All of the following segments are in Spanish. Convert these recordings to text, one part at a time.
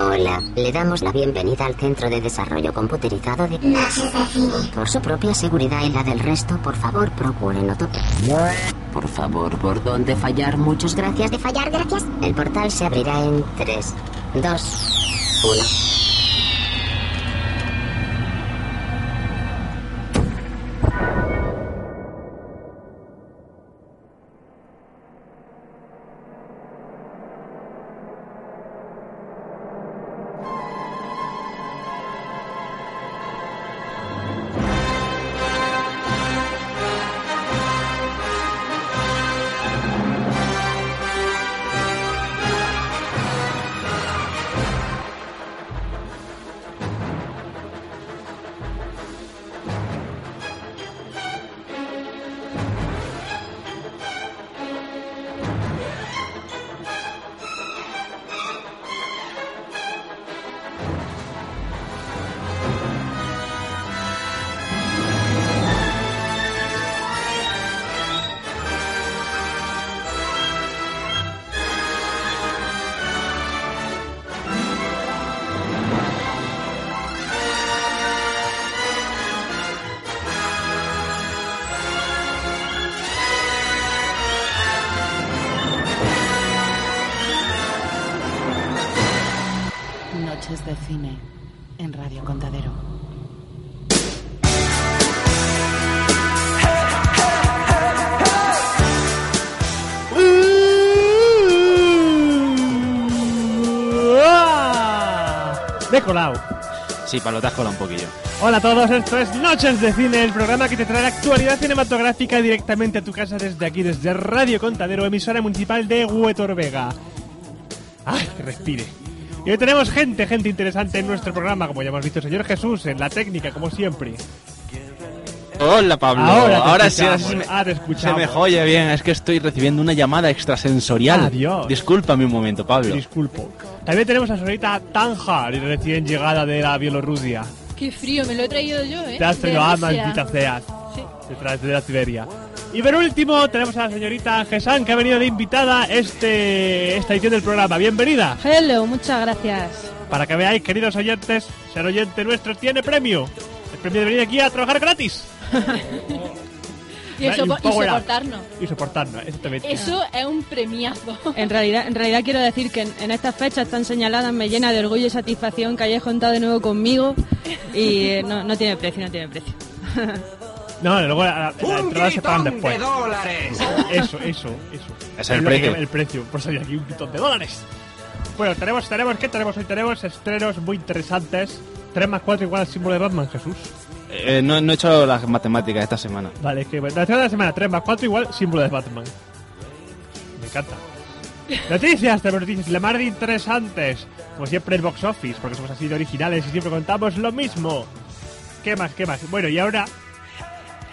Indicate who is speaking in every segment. Speaker 1: Hola, le damos la bienvenida al Centro de Desarrollo Computerizado de
Speaker 2: Noches de Cine.
Speaker 1: Por su propia seguridad y la del resto, por favor, procure no tocar. Por favor, ¿por dónde fallar? Muchas gracias de fallar, gracias. El portal se abrirá en 3, 2, 1.
Speaker 3: Noches de cine en Radio Contadero.
Speaker 4: De colao.
Speaker 5: Sí, Pablo, te has colado un poquillo.
Speaker 4: Hola a todos, esto es Noches de Cine, el programa que te trae la actualidad cinematográfica directamente a tu casa desde aquí, desde Radio Contadero, emisora municipal de Huetorvega. ¡Ay, que respire! Y hoy tenemos gente, gente interesante en nuestro programa, como ya hemos visto, señor Jesús, en la técnica, como siempre.
Speaker 5: Hola, Pablo.
Speaker 4: Ahora te
Speaker 5: ahora sí, ahora sí
Speaker 4: escuchamos,
Speaker 5: se me,
Speaker 4: ahora te
Speaker 5: se
Speaker 4: escuchamos.
Speaker 5: me joya bien. Es que estoy recibiendo una llamada extrasensorial.
Speaker 4: Adiós.
Speaker 5: Discúlpame un momento, Pablo.
Speaker 4: Disculpo. También tenemos a señorita Tanja, recién llegada de la Bielorrusia.
Speaker 6: Qué frío, me lo he traído yo, ¿eh?
Speaker 4: Te has traído
Speaker 6: De
Speaker 4: a
Speaker 6: Rusia.
Speaker 4: maldita seas.
Speaker 6: Sí.
Speaker 4: Te traes de la Siberia. Y por último, tenemos a la señorita Gesan, que ha venido de invitada este, esta edición del programa. Bienvenida.
Speaker 6: Hello, muchas gracias.
Speaker 4: Para que veáis, queridos oyentes, ser oyente nuestro tiene premio. El premio de venir aquí a trabajar gratis.
Speaker 6: Y, eso,
Speaker 4: Y un
Speaker 6: y
Speaker 4: power up.
Speaker 6: soportarnos.
Speaker 4: Y soportarnos, exactamente.
Speaker 6: Eso es un premiazo.
Speaker 7: En realidad, en realidad quiero decir que en, en estas fechas tan señaladas me llena de orgullo y satisfacción que hayáis contado de nuevo conmigo y eh, no, no tiene precio, no tiene precio.
Speaker 4: No, luego la, la- la entrada se pagan después.
Speaker 8: dólares!
Speaker 4: Eso, eso, eso.
Speaker 5: Es el
Speaker 4: lo que-
Speaker 5: precio.
Speaker 4: el precio, por salir aquí un montón de dólares. Bueno, tenemos, tenemos, ¿qué tenemos hoy? Tenemos estrenos muy interesantes. 3 más 4 igual al símbolo de Batman, Jesús.
Speaker 5: Eh, no, no he hecho las matemáticas esta semana.
Speaker 4: Vale, es que la estreno de la semana 3 más 4 igual símbolo de Batman. Me encanta. Noticias, tenemos noticias, la más de interesantes. Como siempre el box office, porque somos así de originales y siempre contamos lo mismo. ¿Qué más, qué más? Bueno, y ahora,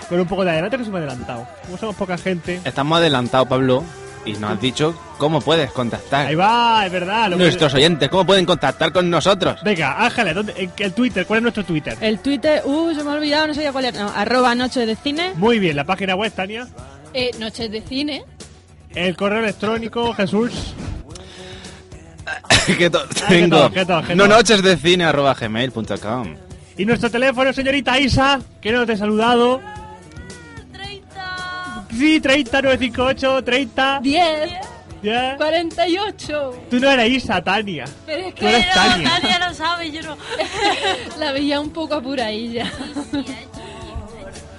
Speaker 4: con un poco de adelanto que se me ha adelantado. Como somos poca gente,
Speaker 5: Estamos adelantados, Pablo, y nos has dicho cómo puedes
Speaker 4: ahí
Speaker 5: contactar.
Speaker 4: va, es verdad. lo que-
Speaker 5: Nuestros oyentes, ¿cómo pueden contactar con nosotros?
Speaker 4: Venga, Ángeles, ¿dónde, en, qué- el Twitter, ¿cuál es nuestro Twitter?
Speaker 7: El Twitter, uh, se me ha olvidado, no sabía cuál era. No, arroba noche de cine.
Speaker 4: Muy bien, la página web, Tania.
Speaker 6: Eh, noches de cine.
Speaker 4: El correo electrónico, Jesús.
Speaker 5: que to-
Speaker 4: que
Speaker 5: tengo
Speaker 4: to- que to- que
Speaker 5: no
Speaker 4: to.
Speaker 5: noches de cine arroba gmail.com.
Speaker 4: Y nuestro teléfono, señorita Isa, que no te he saludado.
Speaker 6: 30,
Speaker 4: Sí, 30, 958, 30.
Speaker 6: 10,
Speaker 4: ya.
Speaker 6: 48.
Speaker 4: Tú no eres Isa, Tania.
Speaker 6: Pero es
Speaker 4: Tú eres Tania.
Speaker 9: lo sabe, yo no.
Speaker 6: que la veía un poco apuradilla.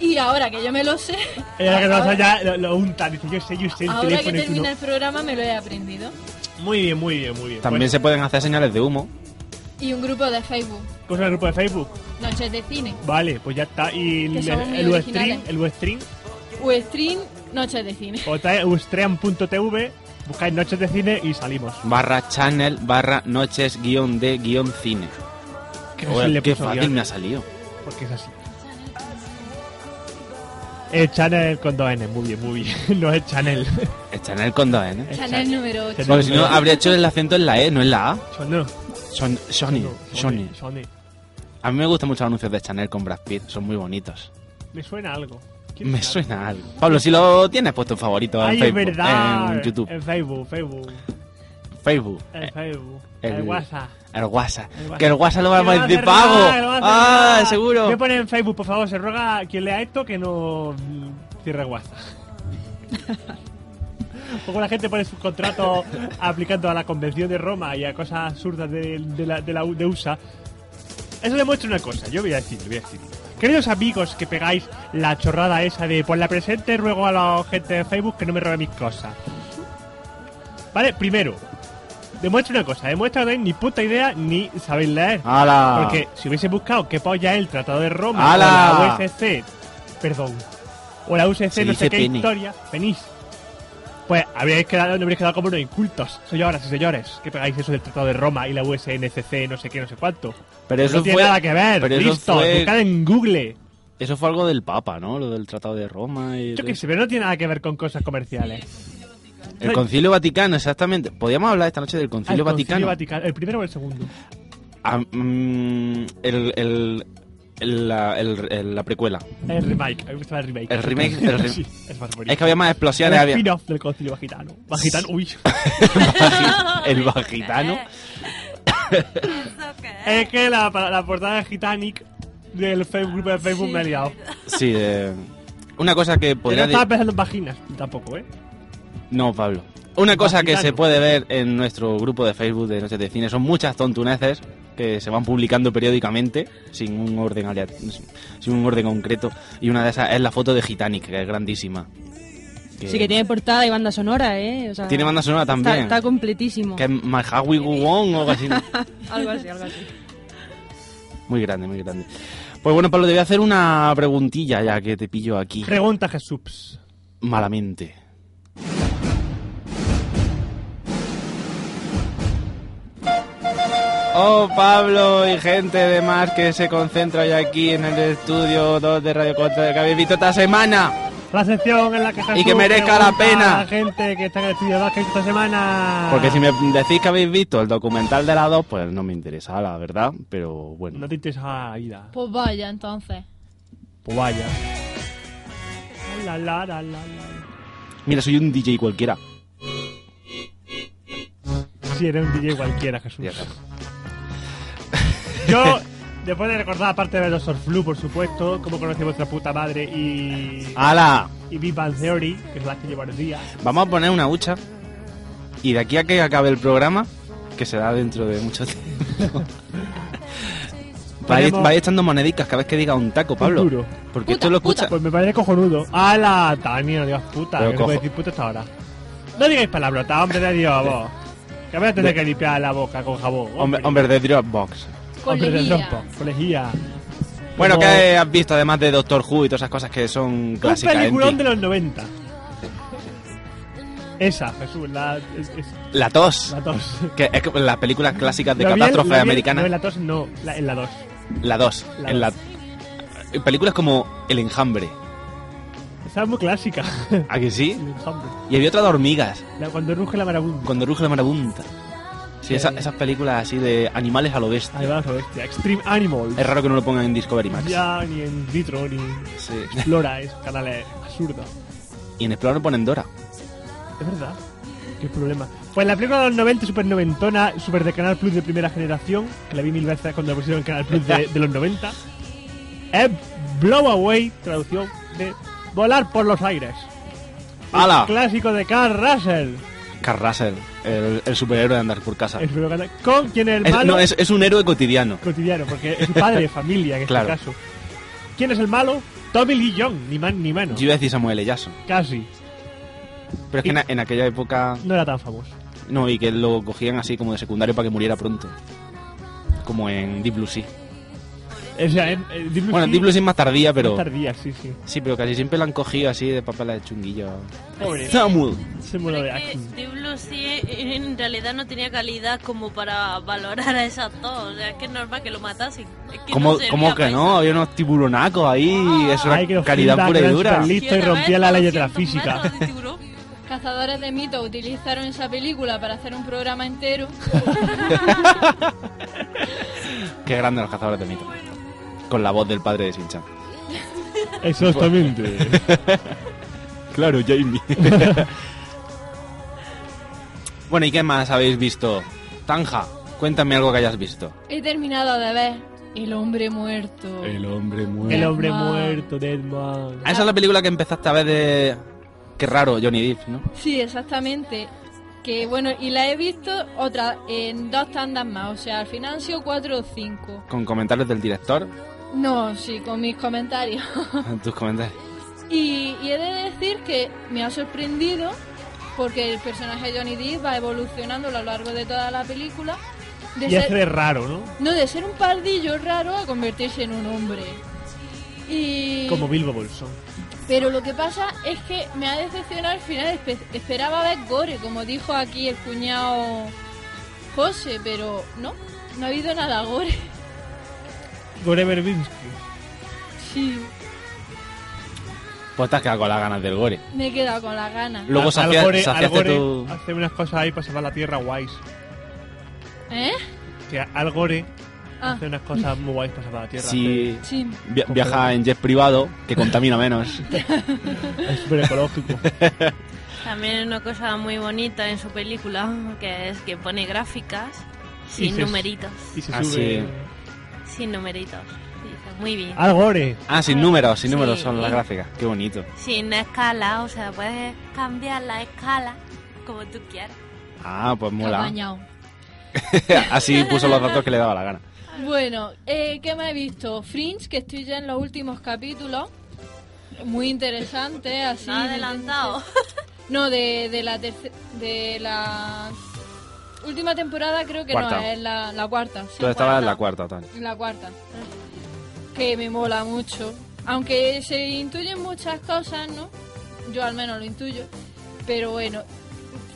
Speaker 6: Y ahora que yo me lo sé,
Speaker 4: Ella que nos ya lo, lo unta, dice yo sé, yo sé el
Speaker 6: ahora que
Speaker 4: teléfono y tú
Speaker 6: termina
Speaker 4: no.
Speaker 6: el programa me lo he aprendido.
Speaker 4: Muy bien, muy bien, muy bien.
Speaker 5: También se pueden hacer señales de humo.
Speaker 6: Y un grupo de Facebook,
Speaker 4: Pues, se... Cosa del grupo de Facebook.
Speaker 6: Noches de Cine.
Speaker 4: Vale, pues ya está. Y el,
Speaker 6: Que somos muy
Speaker 4: el Ustream,
Speaker 6: originales.
Speaker 4: el Ustream,
Speaker 6: Ustream, Noches de Cine.
Speaker 4: o ta- ustream.tv, buscáis Noches de Cine y salimos.
Speaker 5: Barra channel, barra noches, guión de, guión cine.
Speaker 4: Que
Speaker 5: Joder,
Speaker 4: le
Speaker 5: qué
Speaker 4: puso
Speaker 5: fácil
Speaker 4: guión,
Speaker 5: me ha salido.
Speaker 4: Porque es así. El Channel con dos N, muy bien, muy bien. No es Channel.
Speaker 5: El channel con dos N.
Speaker 6: Canal número 8.
Speaker 5: Porque si no, habría hecho el acento en la E, no en la A.
Speaker 4: Son no.
Speaker 5: Son, Sony,
Speaker 4: No,
Speaker 5: Sony.
Speaker 4: Sony.
Speaker 5: A mí me gustan mucho los anuncios de Chanel con Brad Pitt, son muy bonitos.
Speaker 4: Me suena algo. ¿Quién
Speaker 5: Me
Speaker 4: sabe?
Speaker 5: suena a algo. Pablo, si lo tienes puesto en favorito en
Speaker 4: Ay, es
Speaker 5: Facebook,
Speaker 4: verdad.
Speaker 5: en YouTube,
Speaker 4: En Facebook, Facebook.
Speaker 5: Facebook.
Speaker 4: En
Speaker 5: Eh,
Speaker 4: Facebook. El WhatsApp.
Speaker 5: El WhatsApp.
Speaker 4: El WhatsApp.
Speaker 5: Que el WhatsApp lo va a
Speaker 4: Que lo
Speaker 5: mandar de
Speaker 4: hace nada, que
Speaker 5: pago.
Speaker 4: lo hace
Speaker 5: Ah,
Speaker 4: nada.
Speaker 5: seguro.
Speaker 4: Voy a poner en Facebook, por favor, se ruega a quien lea esto que no mm, cierre WhatsApp. Poco la gente pone sus contratos aplicando a la Convención de Roma y a cosas absurdas de, de la, de la U- de USA. Eso demuestra una cosa, yo voy a decir, voy a decir. Queridos amigos que pegáis la chorrada esa de por la presente ruego a la gente de Facebook que no me robe mis cosas. Vale, primero, demuestra una cosa, demuestra que no tenéis ni puta idea ni sabéis leer.
Speaker 5: ¡Hala!
Speaker 4: Porque si hubiese buscado qué polla es el Tratado de Roma
Speaker 5: Ah. ¡Hala!
Speaker 4: o la UCC, perdón, o la UCC
Speaker 5: Se
Speaker 4: no
Speaker 5: dice
Speaker 4: sé qué
Speaker 5: pene.
Speaker 4: historia, venís. Pues habríais quedado, no habríais quedado como unos incultos, señoras y señores, que pegáis eso del Tratado de Roma y la USNCC, no sé qué, no sé cuánto.
Speaker 5: Pero eso
Speaker 4: no tiene
Speaker 5: fue-
Speaker 4: nada que ver,
Speaker 5: pero eso
Speaker 4: listo,
Speaker 5: fue-
Speaker 4: buscad en Google.
Speaker 5: Eso fue algo del Papa, ¿no? Lo del Tratado de Roma y...
Speaker 4: Yo qué sé, pero no tiene nada que ver con cosas comerciales.
Speaker 5: El Concilio Vaticano, exactamente. Podíamos hablar esta noche del
Speaker 4: Ah, el
Speaker 5: Concilio
Speaker 4: Concilio
Speaker 5: Vaticano.
Speaker 4: Vaticano, ¿El primero o el segundo?
Speaker 5: Ah, mm, el, el, el- la, el- el- la precuela.
Speaker 4: El remake, a mí me gustaba el remake.
Speaker 5: El remake, el rem-
Speaker 4: Sí, es más bonito.
Speaker 5: Es que había más
Speaker 4: El
Speaker 5: explosiones. había...
Speaker 4: spin-off del Concilio Vagitano. Vagitano, uy.
Speaker 5: el Vagitano.
Speaker 4: Es que la, la portada de Titanic del fe- grupo de Facebook me ha liado.
Speaker 5: Sí, eh, una cosa que
Speaker 4: Yo no
Speaker 5: podría...
Speaker 4: estaba
Speaker 5: de-
Speaker 4: pensando en vaginas tampoco, ¿eh?
Speaker 5: No, Pablo. Una cosa que
Speaker 4: Vagitano.
Speaker 5: se puede ver en nuestro grupo de Facebook de Noches de Cine son muchas tontuneces que se van publicando periódicamente sin un orden alea- sin un orden concreto y una de esas es la foto de Gitanic que es grandísima
Speaker 7: Sí, que tiene portada y banda sonora, ¿eh? O sea,
Speaker 5: Tiene banda sonora
Speaker 7: está-
Speaker 5: también.
Speaker 7: Está, completísimo.
Speaker 5: que es My How We Go On o algo así
Speaker 7: Algo así, algo así.
Speaker 5: muy grande muy grande pues bueno Pablo te voy a hacer una preguntilla ya que te pillo aquí
Speaker 4: Pregunta Jesús.
Speaker 5: malamente Oh, Pablo y gente de más que se concentra hoy aquí en el estudio 2 de Radio Contra que habéis visto esta semana.
Speaker 4: La sección en la que Jesús
Speaker 5: que merezca la
Speaker 4: pregunta
Speaker 5: pena.
Speaker 4: a la gente que está en el estudio de Vázquez esta semana.
Speaker 5: Porque si me decís que habéis visto el documental de la 2, pues no me interesa, la verdad, pero bueno.
Speaker 4: No te interesa la vida.
Speaker 6: Pues vaya, entonces.
Speaker 4: Pues vaya. La, la, la, la, la.
Speaker 5: Mira, soy un DJ cualquiera.
Speaker 4: Si eres un DJ cualquiera, Jesús.
Speaker 5: Ya está.
Speaker 4: Yo, después de recordar, aparte de ver los Flu, por supuesto, como conocí a vuestra puta madre y.
Speaker 5: ¡Hala!
Speaker 4: Y Big Bang Theory, que es la que llevo los días.
Speaker 5: Vamos a poner una hucha. Y de aquí a que acabe el programa, que será dentro de mucho tiempo. vais,
Speaker 4: Ponemos-
Speaker 5: vais echando monedicas cada vez que diga un taco, Pablo.
Speaker 4: Un duro.
Speaker 5: Porque
Speaker 6: Puta,
Speaker 5: esto lo
Speaker 6: puta.
Speaker 5: escucha.
Speaker 4: Pues me parece cojonudo. ¡Hala! Tania, no digas puta.
Speaker 5: Pero
Speaker 4: que no puedes
Speaker 5: cojo-
Speaker 4: decir puta hasta ahora. No digáis palabrotas, hombre de Dios, vos. Que voy a tener que limpiar la boca con jabón.
Speaker 5: Hombre, hombre de Dropbox.
Speaker 6: Con
Speaker 4: Hombre del
Speaker 6: lejía.
Speaker 4: trompo, Colegía.
Speaker 5: Bueno,
Speaker 4: Como
Speaker 5: ¿qué has visto además de Doctor Who y todas esas cosas que son
Speaker 4: Un
Speaker 5: clásicas? en ti?
Speaker 4: peliculón de los 90. Esa, Jesús, la, es, es-
Speaker 5: La tos.
Speaker 4: la 2.
Speaker 5: Que es como las películas clásicas de
Speaker 4: Lo vi en- lo
Speaker 5: catástrofes
Speaker 4: vi en-
Speaker 5: americanas.
Speaker 4: No, en la 2 no, la- en la 2.
Speaker 5: La 2.
Speaker 4: La
Speaker 5: En la...
Speaker 4: dos.
Speaker 5: en Películas como El Enjambre.
Speaker 4: Esa es muy clásica.
Speaker 5: ¿A que sí?
Speaker 4: El enjambre.
Speaker 5: Y había otra de hormigas.
Speaker 4: La- cuando ruge la marabunta.
Speaker 5: Cuando ruge la marabunta. Sí, esa- esas películas así de animales a lo bestia.
Speaker 4: Además, la bestia. Extreme Animals.
Speaker 5: Es raro que no lo pongan en Discovery Max.
Speaker 4: Ya ni en Vitro ni en
Speaker 5: Sí.
Speaker 4: Explora, es canales absurdos.
Speaker 5: Y en Explorer ponen Dora.
Speaker 4: Es verdad. Qué problema. Pues la película de los 90, super noventona, super de Canal Plus de primera generación, que la vi mil veces cuando la pusieron en Canal Plus de, de los 90, es Blow Away, traducción de Volar por los aires.
Speaker 5: ¡Hala!
Speaker 4: Clásico de Carl Russell.
Speaker 5: Carl Russell, el, el superhéroe de andar por casa.
Speaker 4: El primero que- con quien el
Speaker 5: Es,
Speaker 4: malo
Speaker 5: no, es, es un héroe cotidiano.
Speaker 4: cotidiano, porque es su padre, familia en este
Speaker 5: Claro.
Speaker 4: caso. ¿Quién es el malo? Tommy Lee Jones, ni más ni menos.
Speaker 5: Yo iba a decir Samuel L. Jackson.
Speaker 4: Casi.
Speaker 5: Pero es que en, en aquella época.
Speaker 4: No era tan famoso.
Speaker 5: No, y que lo cogían así como de secundario para que muriera pronto. Como en Deep Blue Sea.
Speaker 4: O sea, en- en Deep Blue
Speaker 5: Bueno,
Speaker 4: Sea-
Speaker 5: Deep Blue Sea es más tardía, pero.
Speaker 4: Más tardía, sí, sí.
Speaker 5: Sí, pero casi siempre lo han cogido así de papeles de chunguillo.
Speaker 4: Pobre.
Speaker 5: Samuel.
Speaker 4: Se
Speaker 2: Pero
Speaker 4: muere de
Speaker 2: es que
Speaker 4: acción.
Speaker 2: Deep Eh, Blue Sea en realidad no tenía calidad como para valorar a esas dos. O sea, es que es normal que lo matasen. Es que
Speaker 5: ¿Cómo,
Speaker 2: no servía
Speaker 5: cómo
Speaker 2: para
Speaker 5: que no? Había unos tiburonacos ahí. Es
Speaker 4: Ay, que
Speaker 5: una
Speaker 4: los
Speaker 5: calidad
Speaker 4: Hilda,
Speaker 5: pura
Speaker 4: que
Speaker 5: y
Speaker 4: eran
Speaker 5: dura.
Speaker 4: superli-
Speaker 2: eso.
Speaker 4: Listo, y
Speaker 2: otra vez
Speaker 4: rompía la ley de
Speaker 2: 200
Speaker 4: la física.
Speaker 2: metros de tiburón.
Speaker 6: Cazadores de mitos utilizaron esa película para hacer un programa entero.
Speaker 5: Qué grande los cazadores de mitos. Con la voz del padre de Sinchan.
Speaker 4: Exactamente.
Speaker 5: Claro, Jamie. bueno, ¿y qué más habéis visto? Tanja, Cuéntame algo que hayas visto.
Speaker 6: He terminado de ver El hombre muerto.
Speaker 5: hombre muerto.
Speaker 4: El hombre
Speaker 6: Deadman.
Speaker 4: muerto, Deadman.
Speaker 5: Eh, Esa es la película que empezaste a ver de... Qué raro, Johnny Depp, ¿no?
Speaker 6: Sí, exactamente. Que bueno, y la he visto otra en dos tandas más. O sea, al final han sido cuatro o cinco.
Speaker 5: Con comentarios del director.
Speaker 6: No, sí, con mis comentarios.
Speaker 5: Tus comentarios.
Speaker 6: Y, y he de decir que me ha sorprendido porque el personaje de Johnny Depp va evolucionando a lo largo de toda la película. De
Speaker 4: Y hace
Speaker 6: ser-
Speaker 4: de raro, ¿no?
Speaker 6: No, de ser un pardillo raro a convertirse en un hombre. Y...
Speaker 4: Como Bilbo Bolsón.
Speaker 6: Pero lo que pasa es que me ha decepcionado al final. Espe- esperaba ver gore, como dijo aquí el cuñado José, pero no, no ha habido nada gore.
Speaker 4: Gore Verbinski.
Speaker 6: Sí,
Speaker 5: Pues te has quedado con las ganas del gore.
Speaker 6: me he quedado con las ganas.
Speaker 5: Luego
Speaker 4: Al- al
Speaker 5: sacia-
Speaker 4: Gore- al
Speaker 5: saciaste
Speaker 4: Gore
Speaker 5: tu-
Speaker 4: Hace unas cosas ahí para salvar la tierra guays.
Speaker 6: ¿Eh?
Speaker 4: Que Al Gore
Speaker 6: Ah,
Speaker 4: hace unas cosas muy guays para salvar la tierra.
Speaker 5: Si
Speaker 6: sí.
Speaker 5: via- viaja en jet privado, que contamina menos.
Speaker 4: Es súper ecológico.
Speaker 2: También hay una cosa muy bonita en su película, que es que pone gráficas
Speaker 4: Y
Speaker 2: sin
Speaker 4: se-
Speaker 2: numeritos.
Speaker 4: Y se
Speaker 5: Ah,
Speaker 4: sube.
Speaker 2: Sin numeritos. Dice, Muy bien.
Speaker 4: Al Gore.
Speaker 5: Ah, sin números, sin
Speaker 2: Sí.
Speaker 5: números son las gráficas. Qué bonito.
Speaker 2: Sin escala, o sea, puedes cambiar la escala como tú quieras.
Speaker 5: Ah, pues mola.
Speaker 6: apañado.
Speaker 5: Así puso los datos que le daba la gana.
Speaker 6: Bueno, eh, ¿qué me he visto? Fringe, que estoy ya en los últimos capítulos. Muy interesante, así.
Speaker 2: No ha adelantado.
Speaker 6: No, de, de la terce- de la última temporada creo que no,
Speaker 5: Cuarta.
Speaker 6: es la, la cuarta. sí.
Speaker 5: Tú estabas en la cuarta, Tony.
Speaker 6: La cuarta. Que me mola mucho. Aunque se intuyen muchas cosas, ¿no? Yo al menos lo intuyo. Pero bueno,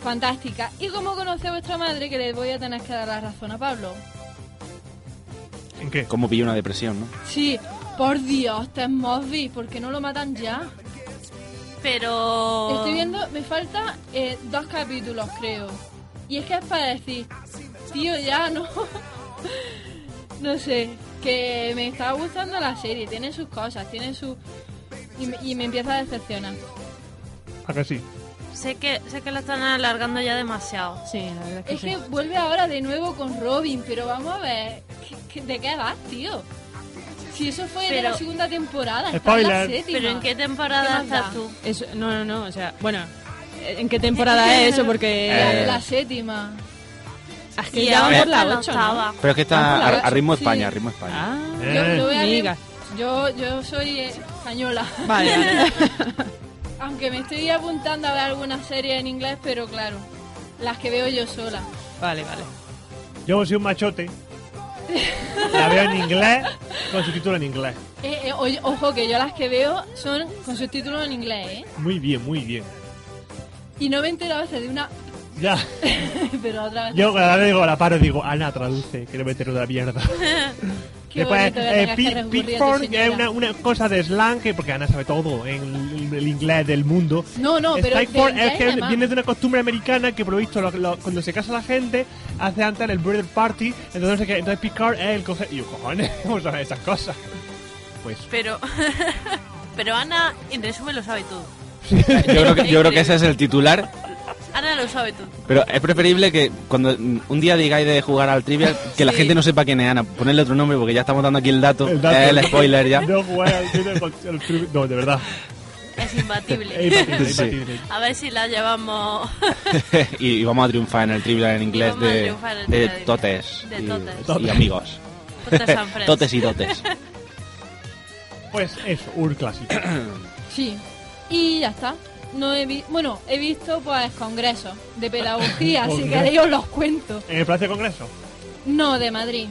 Speaker 6: fantástica. ¿Y cómo conoce a vuestra madre? Que le voy a tener que dar la razón a Pablo.
Speaker 4: ¿En qué?
Speaker 5: Cómo pilló una depresión, ¿no?
Speaker 6: Sí, por Dios, te móvil, ¿por qué no lo matan ya?
Speaker 2: Pero.
Speaker 6: Estoy viendo, me falta eh, dos capítulos, creo. Y es que es para decir, tío, ya no. no sé, que me está gustando la serie, tiene sus cosas, tiene su. Y me, y me empieza a decepcionar.
Speaker 4: ¿A que sí?
Speaker 2: Sé que, sé que lo están alargando ya demasiado.
Speaker 7: Sí, la verdad
Speaker 6: Es que vuelve ahora de nuevo con Robin, pero vamos a ver, ¿qué- qué- ¿de qué vas, tío? Si eso fue de la
Speaker 2: Pero-
Speaker 6: segunda temporada, está en la
Speaker 4: Spoiler.
Speaker 6: séptima.
Speaker 2: ¿Pero en qué
Speaker 6: ¿Qué
Speaker 2: temporada
Speaker 6: manda?
Speaker 2: estás tú?
Speaker 7: Eso, no, no, no, o sea, bueno, ¿en qué temporada es eso?
Speaker 6: La,
Speaker 7: Porque
Speaker 5: Eh.
Speaker 6: la séptima.
Speaker 7: has
Speaker 2: Y
Speaker 7: ya van
Speaker 2: ahora
Speaker 7: por la
Speaker 2: está la
Speaker 7: 8,
Speaker 2: octava.
Speaker 5: Pero es que
Speaker 2: pues
Speaker 5: está
Speaker 6: Ah,
Speaker 5: a, a ritmo
Speaker 6: sí.
Speaker 5: España, a ritmo España.
Speaker 7: Ah,
Speaker 4: Eh.
Speaker 6: Yo, yo voy a-
Speaker 7: amiga.
Speaker 6: yo, yo soy eh, española.
Speaker 7: Vale, vale.
Speaker 6: Aunque me estoy apuntando a ver algunas series en inglés, pero claro, las que veo yo sola.
Speaker 7: Vale, vale.
Speaker 4: Yo soy un machote. La veo en inglés con su título en inglés.
Speaker 6: Eh, eh, oye, ojo, que yo las que veo son con subtítulos en inglés, ¿eh?
Speaker 4: Muy bien, muy bien.
Speaker 6: Y no me entero a veces de una,
Speaker 4: Ya.
Speaker 6: pero otra vez.
Speaker 4: Yo cada vez digo, la paro y digo, Ana, traduce, que no me entero de la mierda.
Speaker 6: Qué
Speaker 4: Después,
Speaker 6: bonito que
Speaker 4: eh,
Speaker 6: tengas
Speaker 4: Pi-
Speaker 6: que recurrir a tu
Speaker 4: Pickford, que es una,
Speaker 6: señora.
Speaker 4: una cosa de slang, que- porque Ana sabe todo en el, el inglés del mundo.
Speaker 6: No, no, pero de
Speaker 4: Pickford
Speaker 6: inglés
Speaker 4: es que
Speaker 6: nada más.
Speaker 4: viene de una costumbre americana que, por lo visto, lo- lo- cuando se casa la gente, hace antes el birthday party, entonces, no sé qué, entonces Pickford es el coge... Y yo, cojones, ¿cómo sabes esas cosas? Pues,
Speaker 2: Pero. Pero Ana, en resumen, lo sabe todo.
Speaker 5: Yo creo, que, yo creo que ese es el titular.
Speaker 2: Ana lo sabe todo.
Speaker 5: Pero es preferible que cuando mm, un día digáis de jugar al trivial, que la
Speaker 2: Sí.
Speaker 5: gente no sepa quién es Ana. Ponerle otro nombre porque ya estamos dando aquí el dato.
Speaker 4: el dato...
Speaker 5: es el spoiler ya.
Speaker 4: No, jugar al Twitter con- al Twitter- no, de verdad.
Speaker 2: Es
Speaker 4: Es
Speaker 2: imbatible.
Speaker 4: imbatible, es
Speaker 5: Sí.
Speaker 4: imbatible.
Speaker 2: A ver si la llevamos
Speaker 5: y, y vamos a triunfar en el trivial en inglés
Speaker 2: vamos a
Speaker 5: de,
Speaker 2: triunfar en el
Speaker 5: de
Speaker 2: trivial.
Speaker 5: totes,
Speaker 2: De
Speaker 5: y-
Speaker 2: totes.
Speaker 5: y amigos.
Speaker 2: Putas San Fran.
Speaker 5: Totes y dotes.
Speaker 4: Pues eso, un clásico.
Speaker 6: Sí. Y ya está. No he vi- bueno, he visto pues congresos de pedagogía, si
Speaker 4: Congreso.
Speaker 6: queréis os los cuento.
Speaker 4: ¿En el Palacio de Congreso?
Speaker 6: No, de Madrid.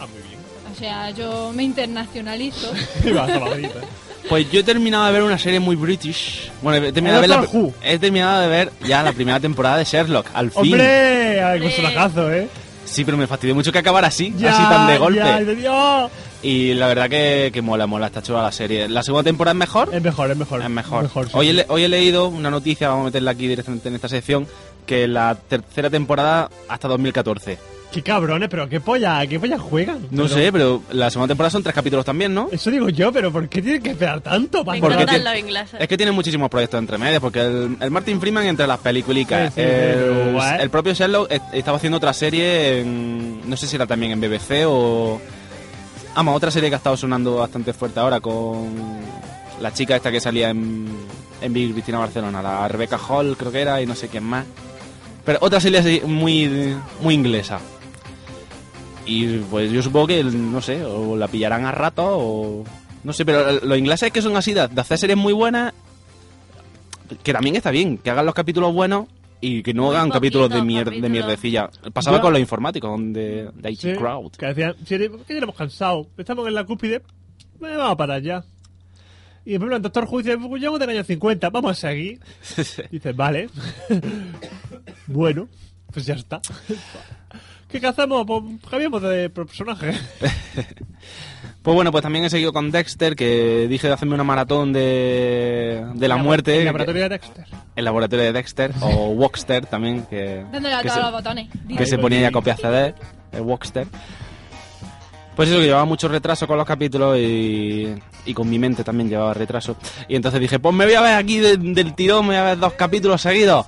Speaker 4: Ah, muy bien.
Speaker 6: O sea, yo me internacionalizo.
Speaker 4: Iba a Madrid, ¿eh?
Speaker 5: Pues yo he terminado de ver una serie muy british. Bueno, he terminado, de
Speaker 4: El
Speaker 5: ver,
Speaker 4: Doctor Who.
Speaker 5: la, he terminado de ver ya la primera temporada de Sherlock, al fin.
Speaker 4: ¡Hombre! Ay, ¡Qué solajazo, eh!
Speaker 5: Sí, pero me fastidió mucho que acabara así,
Speaker 4: Ya,
Speaker 5: así tan de
Speaker 4: ya,
Speaker 5: golpe.
Speaker 4: de Dios.
Speaker 5: Y la verdad que, que mola, mola, está chula la serie. ¿La segunda temporada es mejor?
Speaker 4: Es mejor, es mejor.
Speaker 5: Es mejor.
Speaker 4: sí.
Speaker 5: hoy, he, le- hoy he leído una noticia, vamos a meterla aquí directamente en esta sección, que la tercera temporada hasta 2014.
Speaker 4: Qué cabrones, pero qué polla, qué polla juegan.
Speaker 5: No
Speaker 4: Pero-
Speaker 5: sé, pero la segunda temporada son tres capítulos también, ¿no?
Speaker 4: Eso digo yo, pero ¿por qué tienen que esperar tanto?
Speaker 2: Me
Speaker 4: para
Speaker 5: Porque
Speaker 2: encantan
Speaker 5: tiene-
Speaker 2: los ingleses.
Speaker 5: Es que tiene muchísimos proyectos entre medias, porque el, el Martin Freeman entre las peliculicas,
Speaker 4: Sí, sí, pero
Speaker 5: el,
Speaker 4: guay.
Speaker 5: el propio Sherlock est- estaba haciendo otra serie, en- no sé si era también en BBC o... Ama, otra serie que ha estado sonando bastante fuerte ahora con la chica esta que salía en, en Big Cristina Barcelona, la Rebecca Hall creo que era y no sé quién más. Pero otra serie así muy, muy inglesa. Y pues yo supongo que, no sé, o la pillarán a rato o... No sé, pero los ingleses que son así, de, de hacer series muy buenas, que también está bien, que hagan los capítulos buenos y que no
Speaker 2: Muy
Speaker 5: hagan capítulos de,
Speaker 2: poquito,
Speaker 5: mier- de
Speaker 2: capítulo.
Speaker 5: mierdecilla. Pasaba
Speaker 4: Ya.
Speaker 5: con los informáticos, de, de IT Crowd.
Speaker 4: Que decían, sí, ¿por qué ya nos hemos cansado? Estamos en la cúspide, eh, vamos para allá. Y después el doctor juicio dice, "Pues llegamos del año 50, vamos a seguir. Dices, vale. bueno, pues ya está. ¿Qué que hacemos? Pues cambiamos de personaje.
Speaker 5: Pues bueno, pues también he seguido con Dexter, que dije de hacerme una maratón de, de la muerte.
Speaker 4: El
Speaker 5: que-
Speaker 4: laboratorio de Dexter.
Speaker 5: el laboratorio de Dexter, o Walkster también, que...
Speaker 6: Dándole a
Speaker 5: que
Speaker 6: todos
Speaker 5: se-
Speaker 6: los botones. Di-
Speaker 5: que se ponía ya copia CD, el Walkster. Pues eso, que llevaba mucho retraso con los capítulos y, y con mi mente también llevaba retraso. Y entonces dije, pues me voy a ver aquí de- del tirón, me voy a ver dos capítulos seguidos.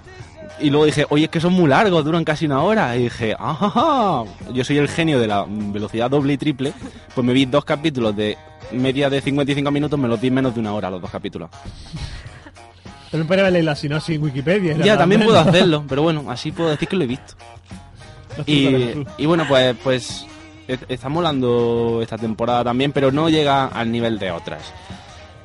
Speaker 5: Y luego dije, oye, es que son muy largos, duran casi una hora. Y dije, ah, yo soy el genio de la velocidad doble y triple. Pues me vi dos capítulos de media de 55 minutos, me los vi en menos de una hora los dos capítulos.
Speaker 4: También podría leer la sinopsis en Wikipedia.
Speaker 5: Ya,
Speaker 4: era
Speaker 5: también
Speaker 4: menos.
Speaker 5: puedo hacerlo, pero bueno, así puedo decir que lo he visto. Y, y bueno, pues, pues es- está molando esta temporada también, pero no llega al nivel de otras.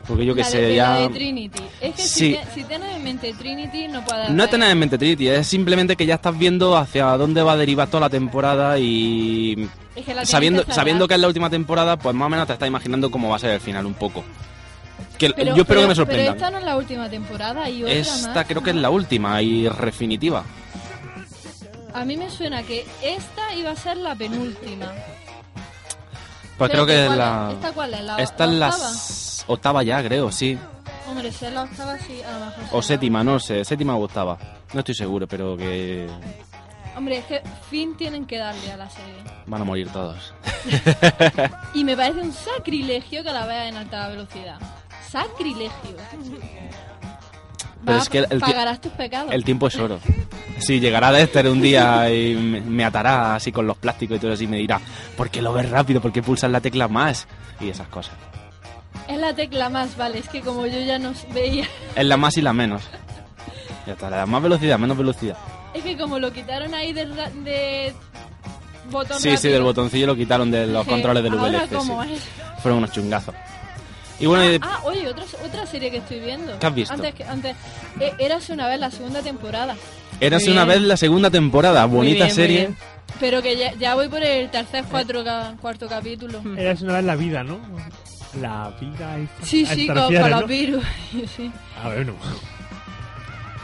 Speaker 5: Porque yo que
Speaker 6: la de-
Speaker 5: sé,
Speaker 6: la
Speaker 5: ya...
Speaker 6: de Trinity. Es que
Speaker 5: Sí.
Speaker 6: si, te- si tienes en mente Trinity, no puedes.
Speaker 5: No
Speaker 6: hacer-
Speaker 5: tener en mente Trinity, es simplemente que ya estás viendo hacia dónde va a derivar toda la temporada y
Speaker 6: Es que la tienes
Speaker 5: sabiendo,
Speaker 6: cerrar.
Speaker 5: sabiendo que es la última temporada, pues más o menos te estás imaginando cómo va a ser el final un poco. Que,
Speaker 6: Pero-
Speaker 5: yo espero
Speaker 6: pero-
Speaker 5: que me sorprendan.
Speaker 6: Pero esta no es la última temporada y otra
Speaker 5: esta
Speaker 6: más,
Speaker 5: creo que es
Speaker 6: ¿no?
Speaker 5: la última y definitiva.
Speaker 6: A mí me suena que esta iba a ser la penúltima.
Speaker 5: Pues creo
Speaker 6: Pero
Speaker 5: que es
Speaker 6: ¿cuál
Speaker 5: la...
Speaker 6: ¿Esta cuál es? ¿La,
Speaker 5: Esta es
Speaker 6: la
Speaker 5: la
Speaker 6: octava?
Speaker 5: s- octava ya, creo, sí.
Speaker 6: Hombre, si es la octava, sí, a lo mejor.
Speaker 5: O
Speaker 6: será.
Speaker 5: séptima, no sé, séptima o octava. No estoy seguro, pero que
Speaker 6: Hombre, es que fin tienen que darle a la serie.
Speaker 5: van a morir todos.
Speaker 6: Y me parece un sacrilegio que la vea en alta velocidad. Sacrilegio.
Speaker 5: Pero
Speaker 6: Va,
Speaker 5: es que el- el ti-
Speaker 6: pagarás tus pecados.
Speaker 5: El tiempo es oro. Sí, llegará Dexter un día y me, me atará así con los plásticos y todo eso y me dirá, ¿por qué lo ves rápido? ¿Por qué pulsas la tecla más? Y esas cosas.
Speaker 6: Es la tecla más, vale, es que como yo ya nos veía.
Speaker 5: Es la más y la menos. Ya está, la más velocidad, menos velocidad.
Speaker 6: Es que como lo quitaron ahí de. ra- de botón
Speaker 5: Sí, sí,
Speaker 6: rápido,
Speaker 5: del botoncillo lo quitaron de los
Speaker 6: dije,
Speaker 5: controles del
Speaker 6: "Ahora
Speaker 5: VLC. sí.
Speaker 6: cómo es".
Speaker 5: Fueron unos chungazos. Y bueno, eh, y-
Speaker 6: Ah, oye, otra, otra serie que estoy viendo.
Speaker 5: ¿Qué has visto?
Speaker 6: Antes, que- antes eh, Érase una vez la segunda temporada.
Speaker 5: érase
Speaker 7: muy
Speaker 5: una
Speaker 7: bien.
Speaker 5: vez la segunda temporada,
Speaker 7: Muy
Speaker 5: bonita
Speaker 7: bien, muy
Speaker 5: serie.
Speaker 7: bien.
Speaker 6: Pero que ya, ya voy por el tercer,
Speaker 5: Eh.
Speaker 6: cuatro, ca- cuarto capítulo.
Speaker 5: Hmm.
Speaker 4: Eras una vez la vida, ¿no? La vida es...
Speaker 6: Sí,
Speaker 4: a
Speaker 6: sí,
Speaker 4: te
Speaker 6: con, con
Speaker 4: refieres,
Speaker 6: los
Speaker 4: ¿no?
Speaker 6: virus. sí.
Speaker 4: Ah, bueno.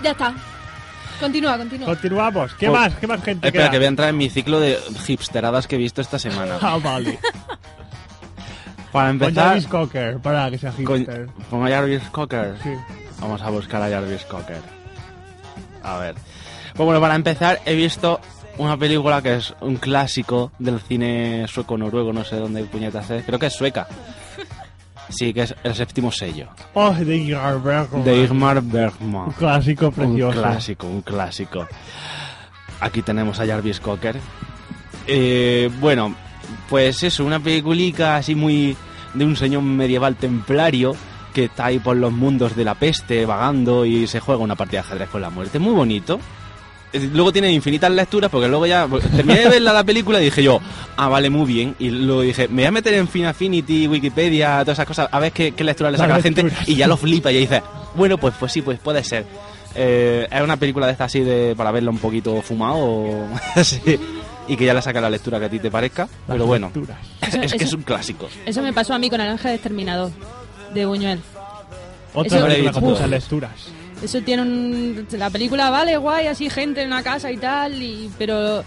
Speaker 6: Ya está. Continúa, continúa.
Speaker 4: Continuamos. ¿Qué
Speaker 5: Pues-
Speaker 4: más? ¿Qué más gente
Speaker 5: Espera,
Speaker 4: queda?
Speaker 5: que voy a entrar en mi ciclo de hipsteradas que he visto esta semana.
Speaker 4: Ah, vale.
Speaker 5: Para
Speaker 4: Con
Speaker 5: empezar,
Speaker 4: Jarvis Cocker, para que sea
Speaker 5: con-
Speaker 4: hipster.
Speaker 5: pongo a Jarvis Cocker.
Speaker 4: Sí.
Speaker 5: Vamos a buscar a Jarvis Cocker. A ver. Pues bueno, para empezar, he visto una película que es un clásico del cine sueco-noruego, no sé dónde puñetas es. Creo que es sueca. Sí, que es El séptimo sello.
Speaker 4: Oh, de Ingmar Bergman.
Speaker 5: De Igmar
Speaker 4: Un
Speaker 5: Bergman.
Speaker 4: clásico precioso.
Speaker 5: Un clásico, un clásico. Aquí tenemos a Jarvis Cocker. Eh, bueno, pues eso, una peliculica así muy de un señor medieval templario que está ahí por los mundos de la peste vagando y se juega una partida de ajedrez con la muerte. Muy bonito. Eh, Luego tiene infinitas lecturas porque luego ya pues, terminé de verla la película y dije yo, ah, vale, muy bien. Y luego dije, me voy a meter en Fin Affinity, Wikipedia, todas esas cosas, a ver qué, qué lectura le
Speaker 4: Las
Speaker 5: saca la gente.
Speaker 4: lecturas.
Speaker 5: Y ya lo flipa y ahí dices, bueno, pues, pues sí, pues puede ser. Eh, es una película de esta así de, para verla un poquito fumado o así, y que ya le saca la lectura que a ti te parezca.
Speaker 4: Las
Speaker 5: Pero bueno,
Speaker 4: lecturas.
Speaker 5: es,
Speaker 7: Eso-
Speaker 5: es que
Speaker 7: eso-
Speaker 5: es un clásico.
Speaker 7: Eso me pasó a mí con El Ángel Exterminador, de Buñuel.
Speaker 4: Otra
Speaker 7: Eso-
Speaker 4: película con
Speaker 5: Uf.
Speaker 4: muchas lecturas.
Speaker 7: Eso tiene un... La película vale, guay, así gente en una casa y tal, y... pero...